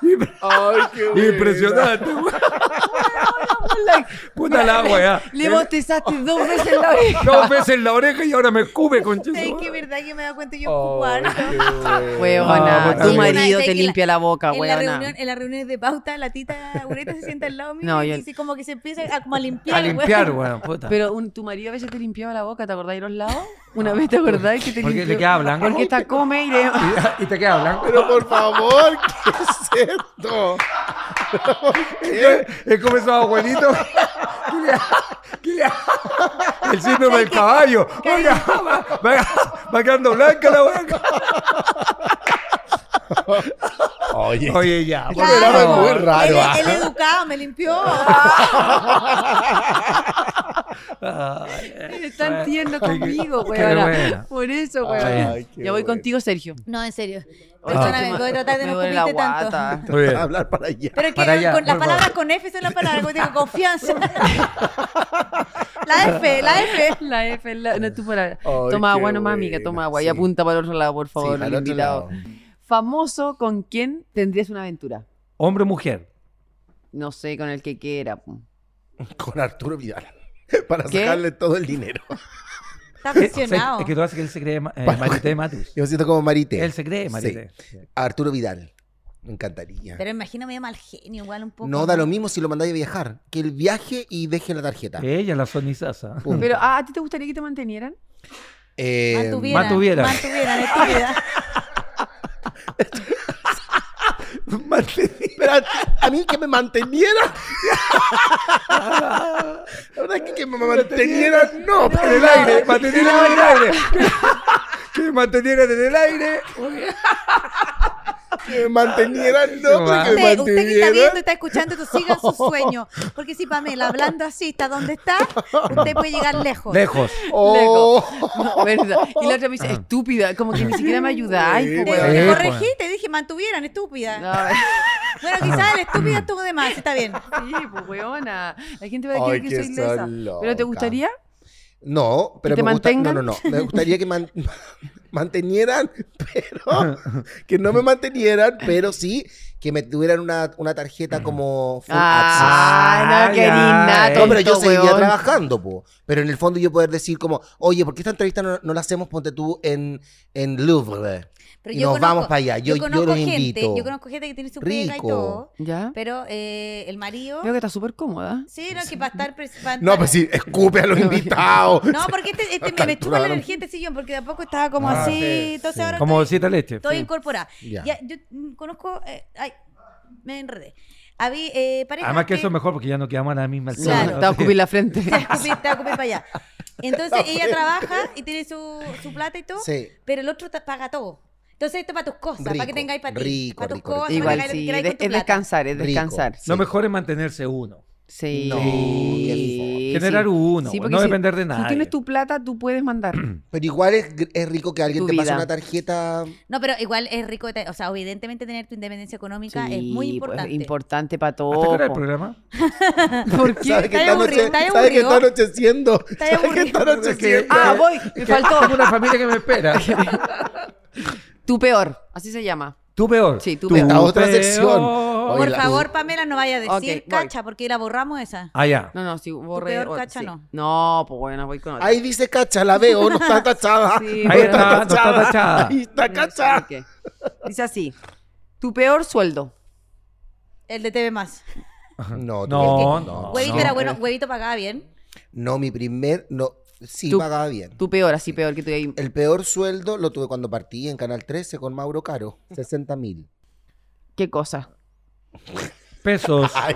[SPEAKER 3] Impre-
[SPEAKER 5] Ay, qué buena.
[SPEAKER 3] Impresionante, weón. Puta la Ah, weá.
[SPEAKER 1] Le bostezaste dos veces la vez.
[SPEAKER 3] Dos veces en la oreja y ahora me escupe, conche su
[SPEAKER 2] Ay,
[SPEAKER 3] madre.
[SPEAKER 2] que verdad que me he dado cuenta yo
[SPEAKER 3] Oh,
[SPEAKER 2] jugar.
[SPEAKER 3] Ah,
[SPEAKER 1] Huevona,
[SPEAKER 3] bueno.
[SPEAKER 1] tu
[SPEAKER 3] Sí,
[SPEAKER 1] marido
[SPEAKER 2] una vez
[SPEAKER 1] te
[SPEAKER 2] que la-
[SPEAKER 1] limpia la boca,
[SPEAKER 2] En, la
[SPEAKER 1] huevona.
[SPEAKER 2] reunión, en las reuniones de pauta, la tita Ureta se sienta al lado mío
[SPEAKER 1] No,
[SPEAKER 2] y
[SPEAKER 1] yo-
[SPEAKER 2] así como que se empieza a, como a limpiar.
[SPEAKER 3] A
[SPEAKER 2] güey.
[SPEAKER 3] limpiar, weón, puta.
[SPEAKER 1] Pero un- tu marido a veces te limpiaba la boca, ¿te acordás de los lados? Una vez te acordás que te
[SPEAKER 3] Porque
[SPEAKER 1] limpió.
[SPEAKER 3] le queda blanco.
[SPEAKER 1] Porque esta come y le...
[SPEAKER 3] Y- y te queda blanco.
[SPEAKER 5] Pero por favor, ¿qué es esto?
[SPEAKER 3] Es como esos abuelitos. que le- que le- El síndrome del caballo. Oiga, va, va- va quedando blanca la boca.
[SPEAKER 5] Oye.
[SPEAKER 3] Oye, ya. por
[SPEAKER 2] Claro.
[SPEAKER 5] programa
[SPEAKER 3] favor.
[SPEAKER 5] es muy raro,
[SPEAKER 2] Él-
[SPEAKER 5] ah.
[SPEAKER 2] Él, educado, me limpió.
[SPEAKER 3] Ay,
[SPEAKER 1] Eres tan tierno
[SPEAKER 3] Ay, qué-
[SPEAKER 1] conmigo,
[SPEAKER 3] qué
[SPEAKER 1] huevona.
[SPEAKER 3] buena.
[SPEAKER 1] Por eso,
[SPEAKER 3] Ay,
[SPEAKER 1] huevona.
[SPEAKER 5] qué
[SPEAKER 1] Ya voy
[SPEAKER 5] bueno.
[SPEAKER 1] contigo, Sergio.
[SPEAKER 2] No, en serio.
[SPEAKER 1] Ay,
[SPEAKER 3] Ah,
[SPEAKER 2] Perdóname, voy a tratar de
[SPEAKER 1] me
[SPEAKER 2] no
[SPEAKER 1] duele la
[SPEAKER 2] escupirte tanto.
[SPEAKER 1] guata.
[SPEAKER 3] Muy bien.
[SPEAKER 4] hablar para allá.
[SPEAKER 2] Pero que
[SPEAKER 3] Para allá,
[SPEAKER 2] con las
[SPEAKER 3] vuelvo.
[SPEAKER 2] palabras con F son las palabras que tengo confianza. la F, la F.
[SPEAKER 1] La F, la, no, tú para.
[SPEAKER 5] Ay,
[SPEAKER 1] toma
[SPEAKER 5] qué
[SPEAKER 1] agua nomás, amiga, toma
[SPEAKER 4] buena,
[SPEAKER 1] agua. Y
[SPEAKER 4] sí.
[SPEAKER 1] apunta para el otro lado, por favor, al
[SPEAKER 4] Sí, al otro
[SPEAKER 1] invitado.
[SPEAKER 4] lado.
[SPEAKER 1] Famoso con quién tendrías una aventura.
[SPEAKER 3] Hombre o mujer.
[SPEAKER 1] No sé, con el que quiera. po.
[SPEAKER 4] Con Arturo Vidal. Para
[SPEAKER 1] ¿Qué?
[SPEAKER 4] sacarle todo el dinero.
[SPEAKER 2] Está
[SPEAKER 3] Eh, se-
[SPEAKER 2] presionado.
[SPEAKER 3] Es que tú haces que él se cree ma- eh, Marité de Matus.
[SPEAKER 4] Yo siento como Marite.
[SPEAKER 3] Él se cree Marité.
[SPEAKER 4] Arturo Vidal. Me encantaría.
[SPEAKER 2] Pero imagino medio mal genio, igual un poco.
[SPEAKER 4] No da lo mismo si lo mandáis a viajar. Que él viaje y deje la tarjeta.
[SPEAKER 3] Ella, la Sony Sasa.
[SPEAKER 4] Punto.
[SPEAKER 1] Pero, ah, ¿a ti te gustaría que te mantuvieran?
[SPEAKER 4] Eh,
[SPEAKER 2] Mantuvieran.
[SPEAKER 3] mantuviera.
[SPEAKER 2] Mantuvieran esta vida.
[SPEAKER 4] pero a, a mí que me manteniera. la verdad es que, que me manteniera no.
[SPEAKER 3] En el aire, mantener en el aire. que mantenieran en el aire.
[SPEAKER 5] Que me mantenieran, no,
[SPEAKER 3] Toma.
[SPEAKER 5] porque me
[SPEAKER 2] Usted, usted que está viendo,
[SPEAKER 5] mantuvieran.
[SPEAKER 2] está escuchando, entonces sigan su sueño. Porque si Pamela, hablando así, está donde está, usted puede llegar lejos.
[SPEAKER 3] Lejos.
[SPEAKER 5] Oh,
[SPEAKER 1] ¿verdad? Y la otra me dice, estúpida, como que ni siquiera me
[SPEAKER 5] Sí,
[SPEAKER 1] ayudáis.
[SPEAKER 2] Te,
[SPEAKER 1] po,
[SPEAKER 5] pues.
[SPEAKER 1] weón.
[SPEAKER 2] te
[SPEAKER 3] Eh,
[SPEAKER 2] corregí,
[SPEAKER 3] pues.
[SPEAKER 2] te dije, mantuvieran, estúpida.
[SPEAKER 1] No, a
[SPEAKER 2] Bueno,
[SPEAKER 1] ver,
[SPEAKER 2] quizás el estúpida estuvo de más, está bien.
[SPEAKER 1] sí, pues, weona. La gente va a
[SPEAKER 5] Ay,
[SPEAKER 1] decir que
[SPEAKER 5] que
[SPEAKER 1] soy lesa.
[SPEAKER 5] son
[SPEAKER 1] ¿Pero te
[SPEAKER 5] locas.
[SPEAKER 1] gustaría?
[SPEAKER 4] No, pero
[SPEAKER 1] ¿Que te
[SPEAKER 4] me gusta-
[SPEAKER 1] mantengan?
[SPEAKER 4] No, no, no. Me gustaría que man- mantenieran, pero que no me mantenieran, pero sí que me tuvieran una, una tarjeta como full
[SPEAKER 1] Ah,
[SPEAKER 3] Ah,
[SPEAKER 1] no querís
[SPEAKER 3] ya,
[SPEAKER 1] nada.
[SPEAKER 3] eh.
[SPEAKER 4] access. No, pero yo
[SPEAKER 1] tonto,
[SPEAKER 4] seguiría
[SPEAKER 1] weón.
[SPEAKER 4] trabajando, po. Pero en el fondo yo poder decir como, oye, ¿por qué esta entrevista no, no la hacemos, ponte tú, en, en Louvre?
[SPEAKER 2] Pero
[SPEAKER 4] Y
[SPEAKER 2] yo
[SPEAKER 4] nos
[SPEAKER 2] conozco-
[SPEAKER 4] vamos para allá. Yo- yo
[SPEAKER 2] conozco
[SPEAKER 4] los
[SPEAKER 2] gente,
[SPEAKER 4] invito.
[SPEAKER 2] Yo conozco gente que tiene su pega y
[SPEAKER 4] Rico.
[SPEAKER 2] todo.
[SPEAKER 1] ¿Ya?
[SPEAKER 2] Pero eh, el marido.
[SPEAKER 1] Veo que está súper cómoda.
[SPEAKER 2] Sí, no, que para estar. pres- para
[SPEAKER 5] No,
[SPEAKER 2] estar-
[SPEAKER 5] pues sí, escupe a los invitados.
[SPEAKER 2] No, porque este, este me- me estuvo la energía este sillón, porque de a poco estaba como
[SPEAKER 3] Ah,
[SPEAKER 2] así.
[SPEAKER 3] sí,
[SPEAKER 2] entonces
[SPEAKER 3] sí.
[SPEAKER 2] ahora
[SPEAKER 3] Como
[SPEAKER 2] estoy,
[SPEAKER 3] bolsita de leche.
[SPEAKER 2] estoy
[SPEAKER 3] sí.
[SPEAKER 2] incorporada.
[SPEAKER 4] Ya.
[SPEAKER 2] Ya, yo mm, conozco. eh, ay, me enredé. Había eh, parejas
[SPEAKER 3] Además que eso es mejor porque ya no quedamos a la misma altura.
[SPEAKER 2] Claro.
[SPEAKER 1] Claro. Te va a escupir la frente.
[SPEAKER 2] Te escupí- te escupí para allá. Entonces ella trabaja y tiene su, su plata y todo,
[SPEAKER 4] pues. Sí.
[SPEAKER 2] pero el otro te paga todo. Entonces esto es para tus cosas, para que
[SPEAKER 4] Rico,
[SPEAKER 2] tengáis para ti.
[SPEAKER 4] rico,
[SPEAKER 2] Para tus
[SPEAKER 4] rico, rico.
[SPEAKER 2] cosas,
[SPEAKER 1] Igual
[SPEAKER 2] para que
[SPEAKER 1] sí,
[SPEAKER 2] queráis
[SPEAKER 1] de-
[SPEAKER 2] con tu
[SPEAKER 1] es
[SPEAKER 2] plata.
[SPEAKER 1] descansar, es
[SPEAKER 4] Rico.
[SPEAKER 1] descansar.
[SPEAKER 4] Sí.
[SPEAKER 3] Lo mejor es mantenerse uno.
[SPEAKER 1] Sí.
[SPEAKER 4] No, qué
[SPEAKER 3] Generar uno, güey, no depender de
[SPEAKER 1] Si
[SPEAKER 3] nadie.
[SPEAKER 1] tienes tu plata, tú puedes mandar.
[SPEAKER 4] Pero igual es, es rico que alguien
[SPEAKER 1] Tu
[SPEAKER 4] te pase
[SPEAKER 1] vida.
[SPEAKER 4] una tarjeta.
[SPEAKER 2] No, pero igual es rico, te- o sea, evidentemente tener tu independencia económica es muy
[SPEAKER 1] Sí, pues,
[SPEAKER 2] importante.
[SPEAKER 1] importante para
[SPEAKER 3] ¿Hasta qué hora el
[SPEAKER 1] todos.
[SPEAKER 3] programa?
[SPEAKER 1] ¿Por
[SPEAKER 4] ¿Sabes
[SPEAKER 1] qué?
[SPEAKER 4] que
[SPEAKER 2] Está
[SPEAKER 4] está,
[SPEAKER 2] aburrido,
[SPEAKER 4] anoche-
[SPEAKER 2] está
[SPEAKER 4] sabe que
[SPEAKER 2] aburrido.
[SPEAKER 4] está anocheciendo?
[SPEAKER 2] Está
[SPEAKER 4] ¿Sabe que
[SPEAKER 2] aburrido.
[SPEAKER 4] está anocheciendo?
[SPEAKER 1] Ah, voy.
[SPEAKER 3] Me
[SPEAKER 1] Me faltó.
[SPEAKER 3] una familia que me espera.
[SPEAKER 1] Tu peor. Así se llama.
[SPEAKER 3] Tú peor.
[SPEAKER 1] Sí, tú
[SPEAKER 3] Tú
[SPEAKER 1] peor.
[SPEAKER 4] Esta otra sección.
[SPEAKER 3] peor.
[SPEAKER 4] Oye,
[SPEAKER 2] Por
[SPEAKER 4] la-
[SPEAKER 2] favor, Pamela, no vaya a decir
[SPEAKER 1] Ok, voy.
[SPEAKER 2] cacha, porque la borramos esa.
[SPEAKER 3] Ah, ya.
[SPEAKER 1] No, no, si borré.
[SPEAKER 2] peor
[SPEAKER 1] otra,
[SPEAKER 2] cacha
[SPEAKER 1] sí.
[SPEAKER 2] no.
[SPEAKER 1] No, pues bueno, voy con otra.
[SPEAKER 4] Ahí dice cacha, la veo, no está tachada.
[SPEAKER 1] Sí,
[SPEAKER 4] no
[SPEAKER 3] Ahí
[SPEAKER 1] pero-
[SPEAKER 3] está, no está tachada.
[SPEAKER 4] Ahí está
[SPEAKER 1] no sé
[SPEAKER 4] cachada.
[SPEAKER 1] por qué. Dice así. Tu peor sueldo.
[SPEAKER 2] El de TV más.
[SPEAKER 4] No,
[SPEAKER 3] No,
[SPEAKER 4] tú-
[SPEAKER 3] no,
[SPEAKER 2] Huevito
[SPEAKER 3] no.
[SPEAKER 2] era bueno, huevito pagaba bien.
[SPEAKER 4] No, mi primer, no, sí
[SPEAKER 1] Tú-
[SPEAKER 4] pagaba bien.
[SPEAKER 1] Tu peor, así peor que tú ahí.
[SPEAKER 4] El peor sueldo lo tuve cuando partí en Canal 13 con Mauro Caro, 60 mil.
[SPEAKER 1] ¿Qué cosa?
[SPEAKER 3] Pesos.
[SPEAKER 4] Ay,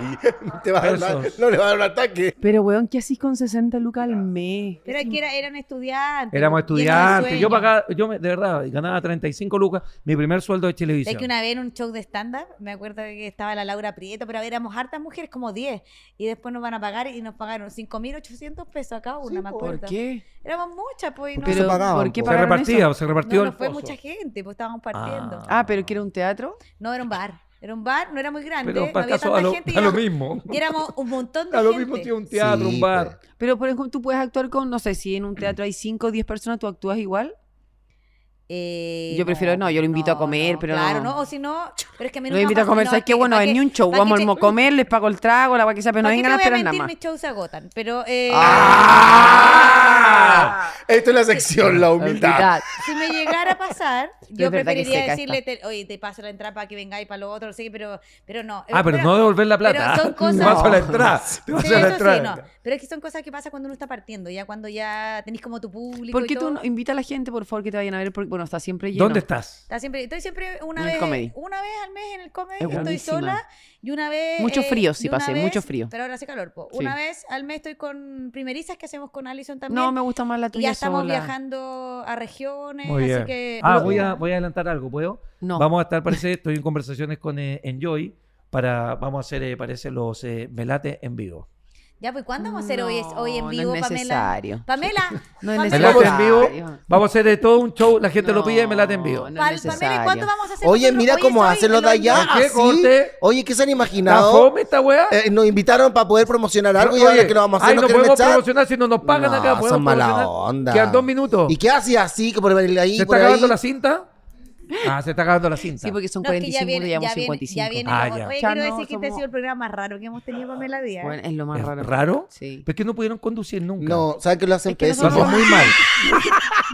[SPEAKER 4] te va a dar,
[SPEAKER 3] Pesos.
[SPEAKER 4] no le va a dar un ataque.
[SPEAKER 1] Pero, weón, ¿qué haces con 60 lucas al mes?
[SPEAKER 2] Pero es que era, eran estudiantes.
[SPEAKER 3] Éramos
[SPEAKER 2] llenos de
[SPEAKER 3] estudiantes. Yo
[SPEAKER 2] sueños.
[SPEAKER 3] pagaba, yo me- de verdad ganaba 35 lucas, mi primer sueldo de televisión.
[SPEAKER 2] Es que una vez en un show de stand-up, me acuerdo que estaba la Laura Prieto, pero éramos hartas mujeres, como 10. Y después nos van a pagar y nos pagaron 5.800 pesos a cada una, me acuerdo.
[SPEAKER 1] ¿Por qué?
[SPEAKER 2] Éramos muchas, pues. y No,
[SPEAKER 4] Porque se
[SPEAKER 1] Pero,
[SPEAKER 4] pagaban,
[SPEAKER 1] ¿por qué
[SPEAKER 4] po.
[SPEAKER 3] se
[SPEAKER 1] pagaron
[SPEAKER 3] repartía,
[SPEAKER 1] eso?
[SPEAKER 3] se
[SPEAKER 2] no,
[SPEAKER 3] repartió
[SPEAKER 2] no
[SPEAKER 3] el
[SPEAKER 2] fue
[SPEAKER 3] pozo.
[SPEAKER 2] mucha gente, pues estábamos partiendo.
[SPEAKER 1] Ah, pero que era un teatro.
[SPEAKER 2] No, era un bar. Era un bar, no era muy grande.
[SPEAKER 3] Pero
[SPEAKER 2] no
[SPEAKER 3] para
[SPEAKER 2] había
[SPEAKER 3] caso, a
[SPEAKER 2] tanta
[SPEAKER 3] lo,
[SPEAKER 2] gente. y
[SPEAKER 3] da lo
[SPEAKER 2] éramos-
[SPEAKER 3] mismo.
[SPEAKER 2] Y éramos un montón de
[SPEAKER 3] A lo
[SPEAKER 2] gente.
[SPEAKER 3] mismo tiene un teatro,
[SPEAKER 4] Sí,
[SPEAKER 3] un bar.
[SPEAKER 4] pues.
[SPEAKER 1] Pero, por ejemplo, tú puedes actuar con, no sé, si en un teatro hay 5 o 10 personas, ¿tú actúas igual?
[SPEAKER 2] Eh,
[SPEAKER 1] Yo prefiero- no, yo lo invito a comer, pero
[SPEAKER 2] claro,
[SPEAKER 1] no.
[SPEAKER 2] O si no, pero es que a mí no
[SPEAKER 1] Los invito a comer, ¿sabes qué? Bueno, hay ni un show, vamos a comer, les pago el trago, la guaquiza, pero no vengan a esperar nada más.
[SPEAKER 2] mis shows se agotan, pero eh,
[SPEAKER 5] ¡Ah! Esta es la sección, la humildad.
[SPEAKER 1] Humildad.
[SPEAKER 2] si me llegara a pasar, yo
[SPEAKER 1] verdad que
[SPEAKER 2] preferiría
[SPEAKER 1] seca
[SPEAKER 2] decirle, te- oye, te paso la entrada para que vengáis para lo otro, no sé qué, pero, pero no.
[SPEAKER 3] Ah, pero
[SPEAKER 2] Espera,
[SPEAKER 3] no devolver la plata.
[SPEAKER 2] pero son cosas-
[SPEAKER 3] Te vas a la entrada. Te vas
[SPEAKER 2] Sí,
[SPEAKER 3] a la
[SPEAKER 2] eso sí,
[SPEAKER 3] entrada.
[SPEAKER 2] no. Pero es que son cosas que pasa cuando uno está partiendo, ya cuando ya tenés como tu público.
[SPEAKER 1] ¿Por
[SPEAKER 2] y
[SPEAKER 1] qué tú
[SPEAKER 2] todo.
[SPEAKER 1] no- invita a la gente, por favor, que te vayan a ver? Porque, bueno, está siempre lleno.
[SPEAKER 3] ¿Dónde estás?
[SPEAKER 2] Está siempre, estoy siempre una
[SPEAKER 1] En el
[SPEAKER 2] vez,
[SPEAKER 1] comedy.
[SPEAKER 2] una vez al mes en el comedy,
[SPEAKER 1] Es
[SPEAKER 2] estoy
[SPEAKER 1] buenísima.
[SPEAKER 2] sola y una vez eh,
[SPEAKER 1] Mucho frío sí
[SPEAKER 2] y una
[SPEAKER 1] pasé, mucho frío.
[SPEAKER 2] Pero ahora hace calor, po.
[SPEAKER 1] Sí.
[SPEAKER 2] Una vez al mes estoy con primerizas que hacemos con Alison también.
[SPEAKER 1] No, me gusta más la
[SPEAKER 2] y
[SPEAKER 1] tuya
[SPEAKER 2] ya estamos
[SPEAKER 1] sola.
[SPEAKER 2] viajando a regiones,
[SPEAKER 3] Muy bien.
[SPEAKER 2] así que
[SPEAKER 3] Ah, voy a, voy a adelantar algo, ¿puedo?
[SPEAKER 1] No.
[SPEAKER 3] Vamos a estar, parece, estoy en conversaciones con eh, Enjoy para, vamos a hacer, eh, parece, los eh, melates en vivo.
[SPEAKER 2] Ya pues ¿cuándo vamos a hacer hoy es- hoy en
[SPEAKER 1] No, no
[SPEAKER 2] vivo,
[SPEAKER 1] es
[SPEAKER 2] Pamela?
[SPEAKER 1] necesario.
[SPEAKER 2] Pamela.
[SPEAKER 1] No es
[SPEAKER 2] Pamela,
[SPEAKER 3] Melates en vivo,
[SPEAKER 1] necesario.
[SPEAKER 3] vamos a hacer eh, todo un show, la gente lo
[SPEAKER 1] No,
[SPEAKER 3] pide y melates en vivo.
[SPEAKER 1] no.
[SPEAKER 2] Pa-
[SPEAKER 1] es
[SPEAKER 2] Pamela, ¿y ¿cuándo
[SPEAKER 1] necesario.
[SPEAKER 2] vamos a hacer
[SPEAKER 4] Oye,
[SPEAKER 2] nosotros?
[SPEAKER 4] mira cómo
[SPEAKER 2] soy
[SPEAKER 4] hacen los
[SPEAKER 2] el
[SPEAKER 4] de allá.
[SPEAKER 2] hoy.
[SPEAKER 3] ¿Qué
[SPEAKER 4] así.
[SPEAKER 3] corte?
[SPEAKER 4] Oye, ¿qué se han
[SPEAKER 3] ¿Está
[SPEAKER 4] imaginado?
[SPEAKER 3] fome esta weá?
[SPEAKER 4] Eh, nos invitaron para poder promocionar algo y
[SPEAKER 3] Oye,
[SPEAKER 4] ahora que lo vamos a hacer,
[SPEAKER 3] ay, no
[SPEAKER 4] nos quieren
[SPEAKER 3] podemos
[SPEAKER 4] echar.
[SPEAKER 3] promocionar si no nos pagan
[SPEAKER 4] No,
[SPEAKER 3] acá. podemos
[SPEAKER 4] son mala
[SPEAKER 3] promocionar.
[SPEAKER 4] onda.
[SPEAKER 3] Quedan dos minutos.
[SPEAKER 4] ¿Y qué hacía así? Que por ahí,
[SPEAKER 3] ¿Se
[SPEAKER 4] por
[SPEAKER 3] está acabando
[SPEAKER 4] ahí?
[SPEAKER 3] la cinta? Ah, se está acabando la cinta.
[SPEAKER 1] Sí, porque son
[SPEAKER 2] No, es que
[SPEAKER 1] 45
[SPEAKER 2] ya viene,
[SPEAKER 1] y
[SPEAKER 2] ya
[SPEAKER 1] llevamos
[SPEAKER 2] viene, ya
[SPEAKER 1] 55.
[SPEAKER 2] viene.
[SPEAKER 3] Ah,
[SPEAKER 2] como-
[SPEAKER 3] ya.
[SPEAKER 2] Oye,
[SPEAKER 1] Ya
[SPEAKER 2] quiero
[SPEAKER 1] no,
[SPEAKER 2] decir que este ha
[SPEAKER 1] somos-
[SPEAKER 2] sido el programa más raro que hemos tenido Pamela Díaz.
[SPEAKER 1] Bueno, es lo más
[SPEAKER 3] ¿Es
[SPEAKER 1] raro.
[SPEAKER 3] raro?
[SPEAKER 1] Sí.
[SPEAKER 3] ¿Por qué no pudieron conducir nunca?
[SPEAKER 4] No, ¿saben que lo hacen
[SPEAKER 1] Es que
[SPEAKER 4] peso?
[SPEAKER 3] Lo hacen
[SPEAKER 1] nosotros-
[SPEAKER 3] muy mal.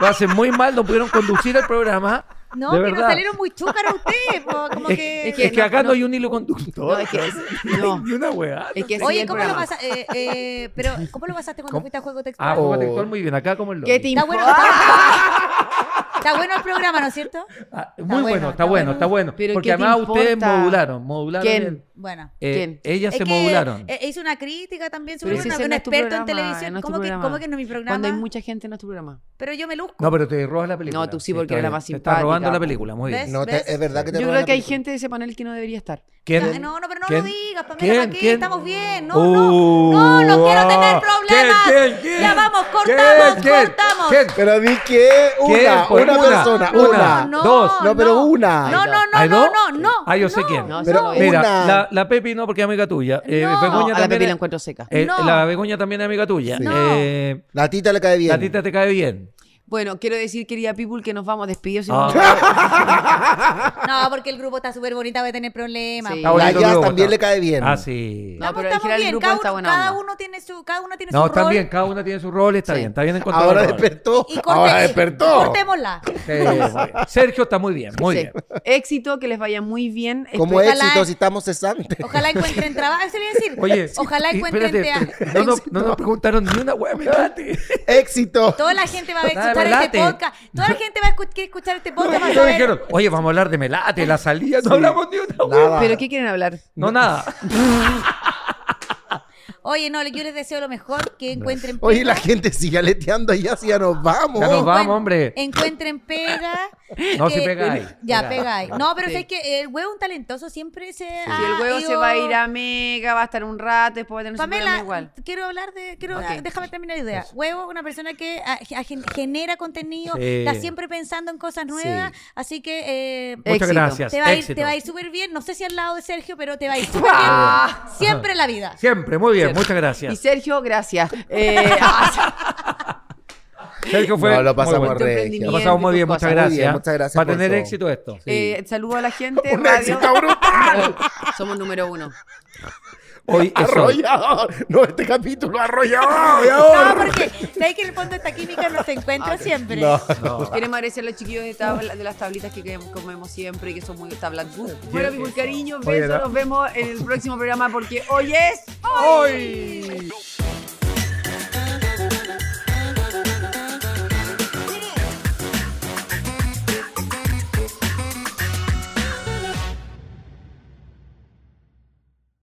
[SPEAKER 3] Lo hacen muy mal, no pudieron conducir el programa.
[SPEAKER 2] No,
[SPEAKER 3] de
[SPEAKER 2] pero
[SPEAKER 3] verdad.
[SPEAKER 2] salieron muy chúcaros ustedes, po, como
[SPEAKER 3] Es,
[SPEAKER 2] que...
[SPEAKER 3] es que,
[SPEAKER 1] no,
[SPEAKER 3] acá no,
[SPEAKER 1] no.
[SPEAKER 3] hay un hilo conductor.
[SPEAKER 1] No, es que es- no.
[SPEAKER 3] Ni una weá.
[SPEAKER 1] Es que es
[SPEAKER 2] Oye,
[SPEAKER 1] el
[SPEAKER 2] ¿cómo lo,
[SPEAKER 1] programa.
[SPEAKER 2] pasa, eh, eh, pero, ¿cómo lo pasaste cuando
[SPEAKER 3] ¿Cómo?
[SPEAKER 2] fuiste a Juego Textual?
[SPEAKER 3] Ah, como
[SPEAKER 4] Oh.
[SPEAKER 3] textual muy bien. Acá como el
[SPEAKER 1] ¿Qué te
[SPEAKER 3] lobby.
[SPEAKER 2] está, bueno,
[SPEAKER 1] importa?
[SPEAKER 2] está bueno el programa, ¿no es cierto?
[SPEAKER 3] Ah, Muy bueno, está bueno, está bueno.
[SPEAKER 1] Pero
[SPEAKER 3] Porque
[SPEAKER 1] ¿qué te
[SPEAKER 3] además ustedes
[SPEAKER 1] importa?
[SPEAKER 3] modularon. modularon
[SPEAKER 1] ¿Quién?
[SPEAKER 3] el-
[SPEAKER 2] Bueno.
[SPEAKER 3] Eh,
[SPEAKER 1] ¿Quién?
[SPEAKER 3] ellas
[SPEAKER 2] Es
[SPEAKER 3] se
[SPEAKER 2] que,
[SPEAKER 3] modularon.
[SPEAKER 2] eh, hizo una crítica también
[SPEAKER 1] Pero
[SPEAKER 2] sobre
[SPEAKER 1] si
[SPEAKER 2] una-
[SPEAKER 1] ese
[SPEAKER 2] un
[SPEAKER 1] no es tu
[SPEAKER 2] experto en
[SPEAKER 1] programa, no
[SPEAKER 2] televisión.
[SPEAKER 1] es tu
[SPEAKER 2] ¿Cómo que,
[SPEAKER 1] programa.
[SPEAKER 2] ¿Cómo que no es mi programa?
[SPEAKER 1] Cuando hay mucha gente en nuestro programa.
[SPEAKER 2] pero yo me luzco.
[SPEAKER 3] No, pero te robas la película.
[SPEAKER 1] No, tú sí, porque
[SPEAKER 3] está
[SPEAKER 1] eres la
[SPEAKER 3] bien.
[SPEAKER 1] más
[SPEAKER 3] Te estás robando
[SPEAKER 1] simpática,
[SPEAKER 3] la
[SPEAKER 1] po.
[SPEAKER 3] película, muy bien.
[SPEAKER 2] ¿Ves?
[SPEAKER 4] No, te- es verdad que te
[SPEAKER 1] Yo
[SPEAKER 4] roban
[SPEAKER 1] creo
[SPEAKER 4] la
[SPEAKER 1] que hay
[SPEAKER 4] película.
[SPEAKER 1] gente de ese panel que no debería estar.
[SPEAKER 3] ¿Quién?
[SPEAKER 2] No, no, pero no
[SPEAKER 3] ¿Quién?
[SPEAKER 2] lo digas, Pamela,
[SPEAKER 3] ¿Quién?
[SPEAKER 2] ¿para qué?
[SPEAKER 3] ¿Quién?
[SPEAKER 2] Estamos bien. No, no.
[SPEAKER 3] Uh,
[SPEAKER 2] No, no quiero tener
[SPEAKER 3] ah,
[SPEAKER 2] problemas.
[SPEAKER 3] ¿Quién? ¿Quién? ¿Quién?
[SPEAKER 2] Ya vamos, cortamos,
[SPEAKER 3] ¿Quién?
[SPEAKER 2] cortamos.
[SPEAKER 3] ¿Quién?
[SPEAKER 5] Pero a mí que
[SPEAKER 3] ¿Quién?
[SPEAKER 5] una,
[SPEAKER 3] Pues
[SPEAKER 5] una, persona,
[SPEAKER 3] una,
[SPEAKER 5] una.
[SPEAKER 3] no. dos.
[SPEAKER 5] No, pero una.
[SPEAKER 2] No, no, no,
[SPEAKER 3] ¿Hay
[SPEAKER 2] no,
[SPEAKER 3] dos?
[SPEAKER 2] no, no.
[SPEAKER 3] Ah, yo sé
[SPEAKER 2] no.
[SPEAKER 3] quién.
[SPEAKER 1] No,
[SPEAKER 5] Pero
[SPEAKER 1] solo
[SPEAKER 3] Mira,
[SPEAKER 5] una.
[SPEAKER 3] la, la Pepi no, porque es amiga tuya. Eh,
[SPEAKER 2] No.
[SPEAKER 3] Begoña
[SPEAKER 1] No, a la
[SPEAKER 3] también
[SPEAKER 1] Pepi la
[SPEAKER 3] es-
[SPEAKER 1] encuentro seca.
[SPEAKER 3] eh,
[SPEAKER 2] No.
[SPEAKER 3] La Begoña también es amiga tuya.
[SPEAKER 5] Sí.
[SPEAKER 2] No.
[SPEAKER 3] Eh,
[SPEAKER 4] La tita le cae bien.
[SPEAKER 3] La tita te cae bien.
[SPEAKER 1] Bueno, quiero decir, querida People, que nos vamos despedidos.
[SPEAKER 3] Ah,
[SPEAKER 2] No, porque el grupo está súper bonito, va a tener problemas.
[SPEAKER 1] Sí.
[SPEAKER 2] po.
[SPEAKER 3] está bonito
[SPEAKER 4] La
[SPEAKER 3] el
[SPEAKER 4] Jazz
[SPEAKER 3] grupo,
[SPEAKER 4] también
[SPEAKER 3] está.
[SPEAKER 4] le cae bien.
[SPEAKER 3] Ah, sí.
[SPEAKER 1] No,
[SPEAKER 2] Estamos-
[SPEAKER 1] pero en
[SPEAKER 2] estamos
[SPEAKER 1] general el
[SPEAKER 2] bien,
[SPEAKER 1] grupo
[SPEAKER 2] cada,
[SPEAKER 1] está
[SPEAKER 2] uno,
[SPEAKER 1] buena
[SPEAKER 2] cada
[SPEAKER 1] onda.
[SPEAKER 2] uno tiene su, cada uno tiene
[SPEAKER 3] No,
[SPEAKER 2] su
[SPEAKER 3] están
[SPEAKER 2] rol.
[SPEAKER 3] bien, cada una tiene su rol, está
[SPEAKER 1] Sí.
[SPEAKER 3] bien, está bien encontrado.
[SPEAKER 5] Ahora
[SPEAKER 3] el rol.
[SPEAKER 5] despertó.
[SPEAKER 2] Y corte,
[SPEAKER 5] Ahora despertó.
[SPEAKER 2] cortémosla.
[SPEAKER 3] Sí, muy bien. Sergio está muy bien, muy
[SPEAKER 1] Sí.
[SPEAKER 3] bien.
[SPEAKER 1] Éxito, que les vaya muy bien.
[SPEAKER 4] Como
[SPEAKER 2] Ojalá-
[SPEAKER 4] éxito si estamos cesantes.
[SPEAKER 2] Ojalá encuentren trabajo. Eso le iba a decir.
[SPEAKER 3] Oye,
[SPEAKER 2] Ojalá
[SPEAKER 3] y-
[SPEAKER 2] encuentren
[SPEAKER 3] espérate,
[SPEAKER 2] tea-
[SPEAKER 3] no, nos- no nos preguntaron ni una hueá, me late.
[SPEAKER 4] Éxito.
[SPEAKER 2] Toda la gente va a
[SPEAKER 3] Nada,
[SPEAKER 2] escuchar este
[SPEAKER 3] relate.
[SPEAKER 2] podcast. Toda la gente va a escu- quiere escuchar este podcast. va a
[SPEAKER 3] Y nos
[SPEAKER 2] saber-
[SPEAKER 3] dijeron, oye, vamos a hablar de Melate, la salida, no hablamos ni una hueá.
[SPEAKER 4] Nada.
[SPEAKER 1] ¿Pero qué quieren hablar?
[SPEAKER 3] No, nada.
[SPEAKER 2] Oye, no, yo les deseo lo mejor, que encuentren
[SPEAKER 4] Oye, la
[SPEAKER 2] pega,
[SPEAKER 4] gente sigue aleteando allá, si ya nos vamos.
[SPEAKER 3] Ya nos
[SPEAKER 2] encuent-
[SPEAKER 3] vamos, hombre.
[SPEAKER 2] Encuentren pega.
[SPEAKER 3] No,
[SPEAKER 2] que-
[SPEAKER 3] si pegáis.
[SPEAKER 2] Ya, pegáis. No, pero
[SPEAKER 1] Sí.
[SPEAKER 2] sé que el huevo un talentoso siempre se.
[SPEAKER 1] Si el huevo se va a ir a Mega, va a estar un rato, después va a tener su programa
[SPEAKER 2] Pamela,
[SPEAKER 1] igual.
[SPEAKER 2] quiero hablar de. Quiero,
[SPEAKER 1] Ok.
[SPEAKER 2] Déjame terminar la idea. Huevo, una persona que ah, ge- gen- genera contenido,
[SPEAKER 3] Sí.
[SPEAKER 2] está siempre pensando en cosas nuevas. Así que. eh,
[SPEAKER 3] Muchas
[SPEAKER 1] Éxito.
[SPEAKER 3] gracias.
[SPEAKER 2] te va, a ir,
[SPEAKER 3] éxito.
[SPEAKER 2] te va a ir súper bien. No sé si al lado de Sergio, pero te va a ir súper bien. Siempre en la vida.
[SPEAKER 3] Siempre, muy bien, muchas gracias.
[SPEAKER 1] Y Sergio, gracias. Eh,
[SPEAKER 3] Sergio fue.
[SPEAKER 5] No, lo
[SPEAKER 3] muy
[SPEAKER 5] pasamos
[SPEAKER 3] bueno.
[SPEAKER 1] re-
[SPEAKER 5] regio.
[SPEAKER 3] Lo
[SPEAKER 1] bien,
[SPEAKER 3] pasamos muy
[SPEAKER 1] tus
[SPEAKER 3] bien,
[SPEAKER 1] cosas.
[SPEAKER 3] muchas gracias.
[SPEAKER 4] Muy bien, muchas gracias
[SPEAKER 3] Para
[SPEAKER 4] por
[SPEAKER 3] tener
[SPEAKER 4] todo.
[SPEAKER 3] éxito esto. Sí.
[SPEAKER 1] eh, saludo a la gente.
[SPEAKER 5] Un
[SPEAKER 1] radio.
[SPEAKER 5] éxito brutal.
[SPEAKER 1] Somos número uno.
[SPEAKER 3] Hoy es hoy.
[SPEAKER 5] Arrollador. No, este capítulo arrollador.
[SPEAKER 2] No, porque sabes que en el fondo esta química nos encuentra siempre.
[SPEAKER 3] No.
[SPEAKER 1] Queremos agradecer a los chiquillos de, tabla- de las tablitas que que comemos siempre y que son muy tablas. good. Bueno, mi cariño,
[SPEAKER 3] Oye,
[SPEAKER 1] besos.
[SPEAKER 3] la-
[SPEAKER 1] Nos vemos en el próximo programa porque hoy es.
[SPEAKER 3] Hoy.
[SPEAKER 7] Go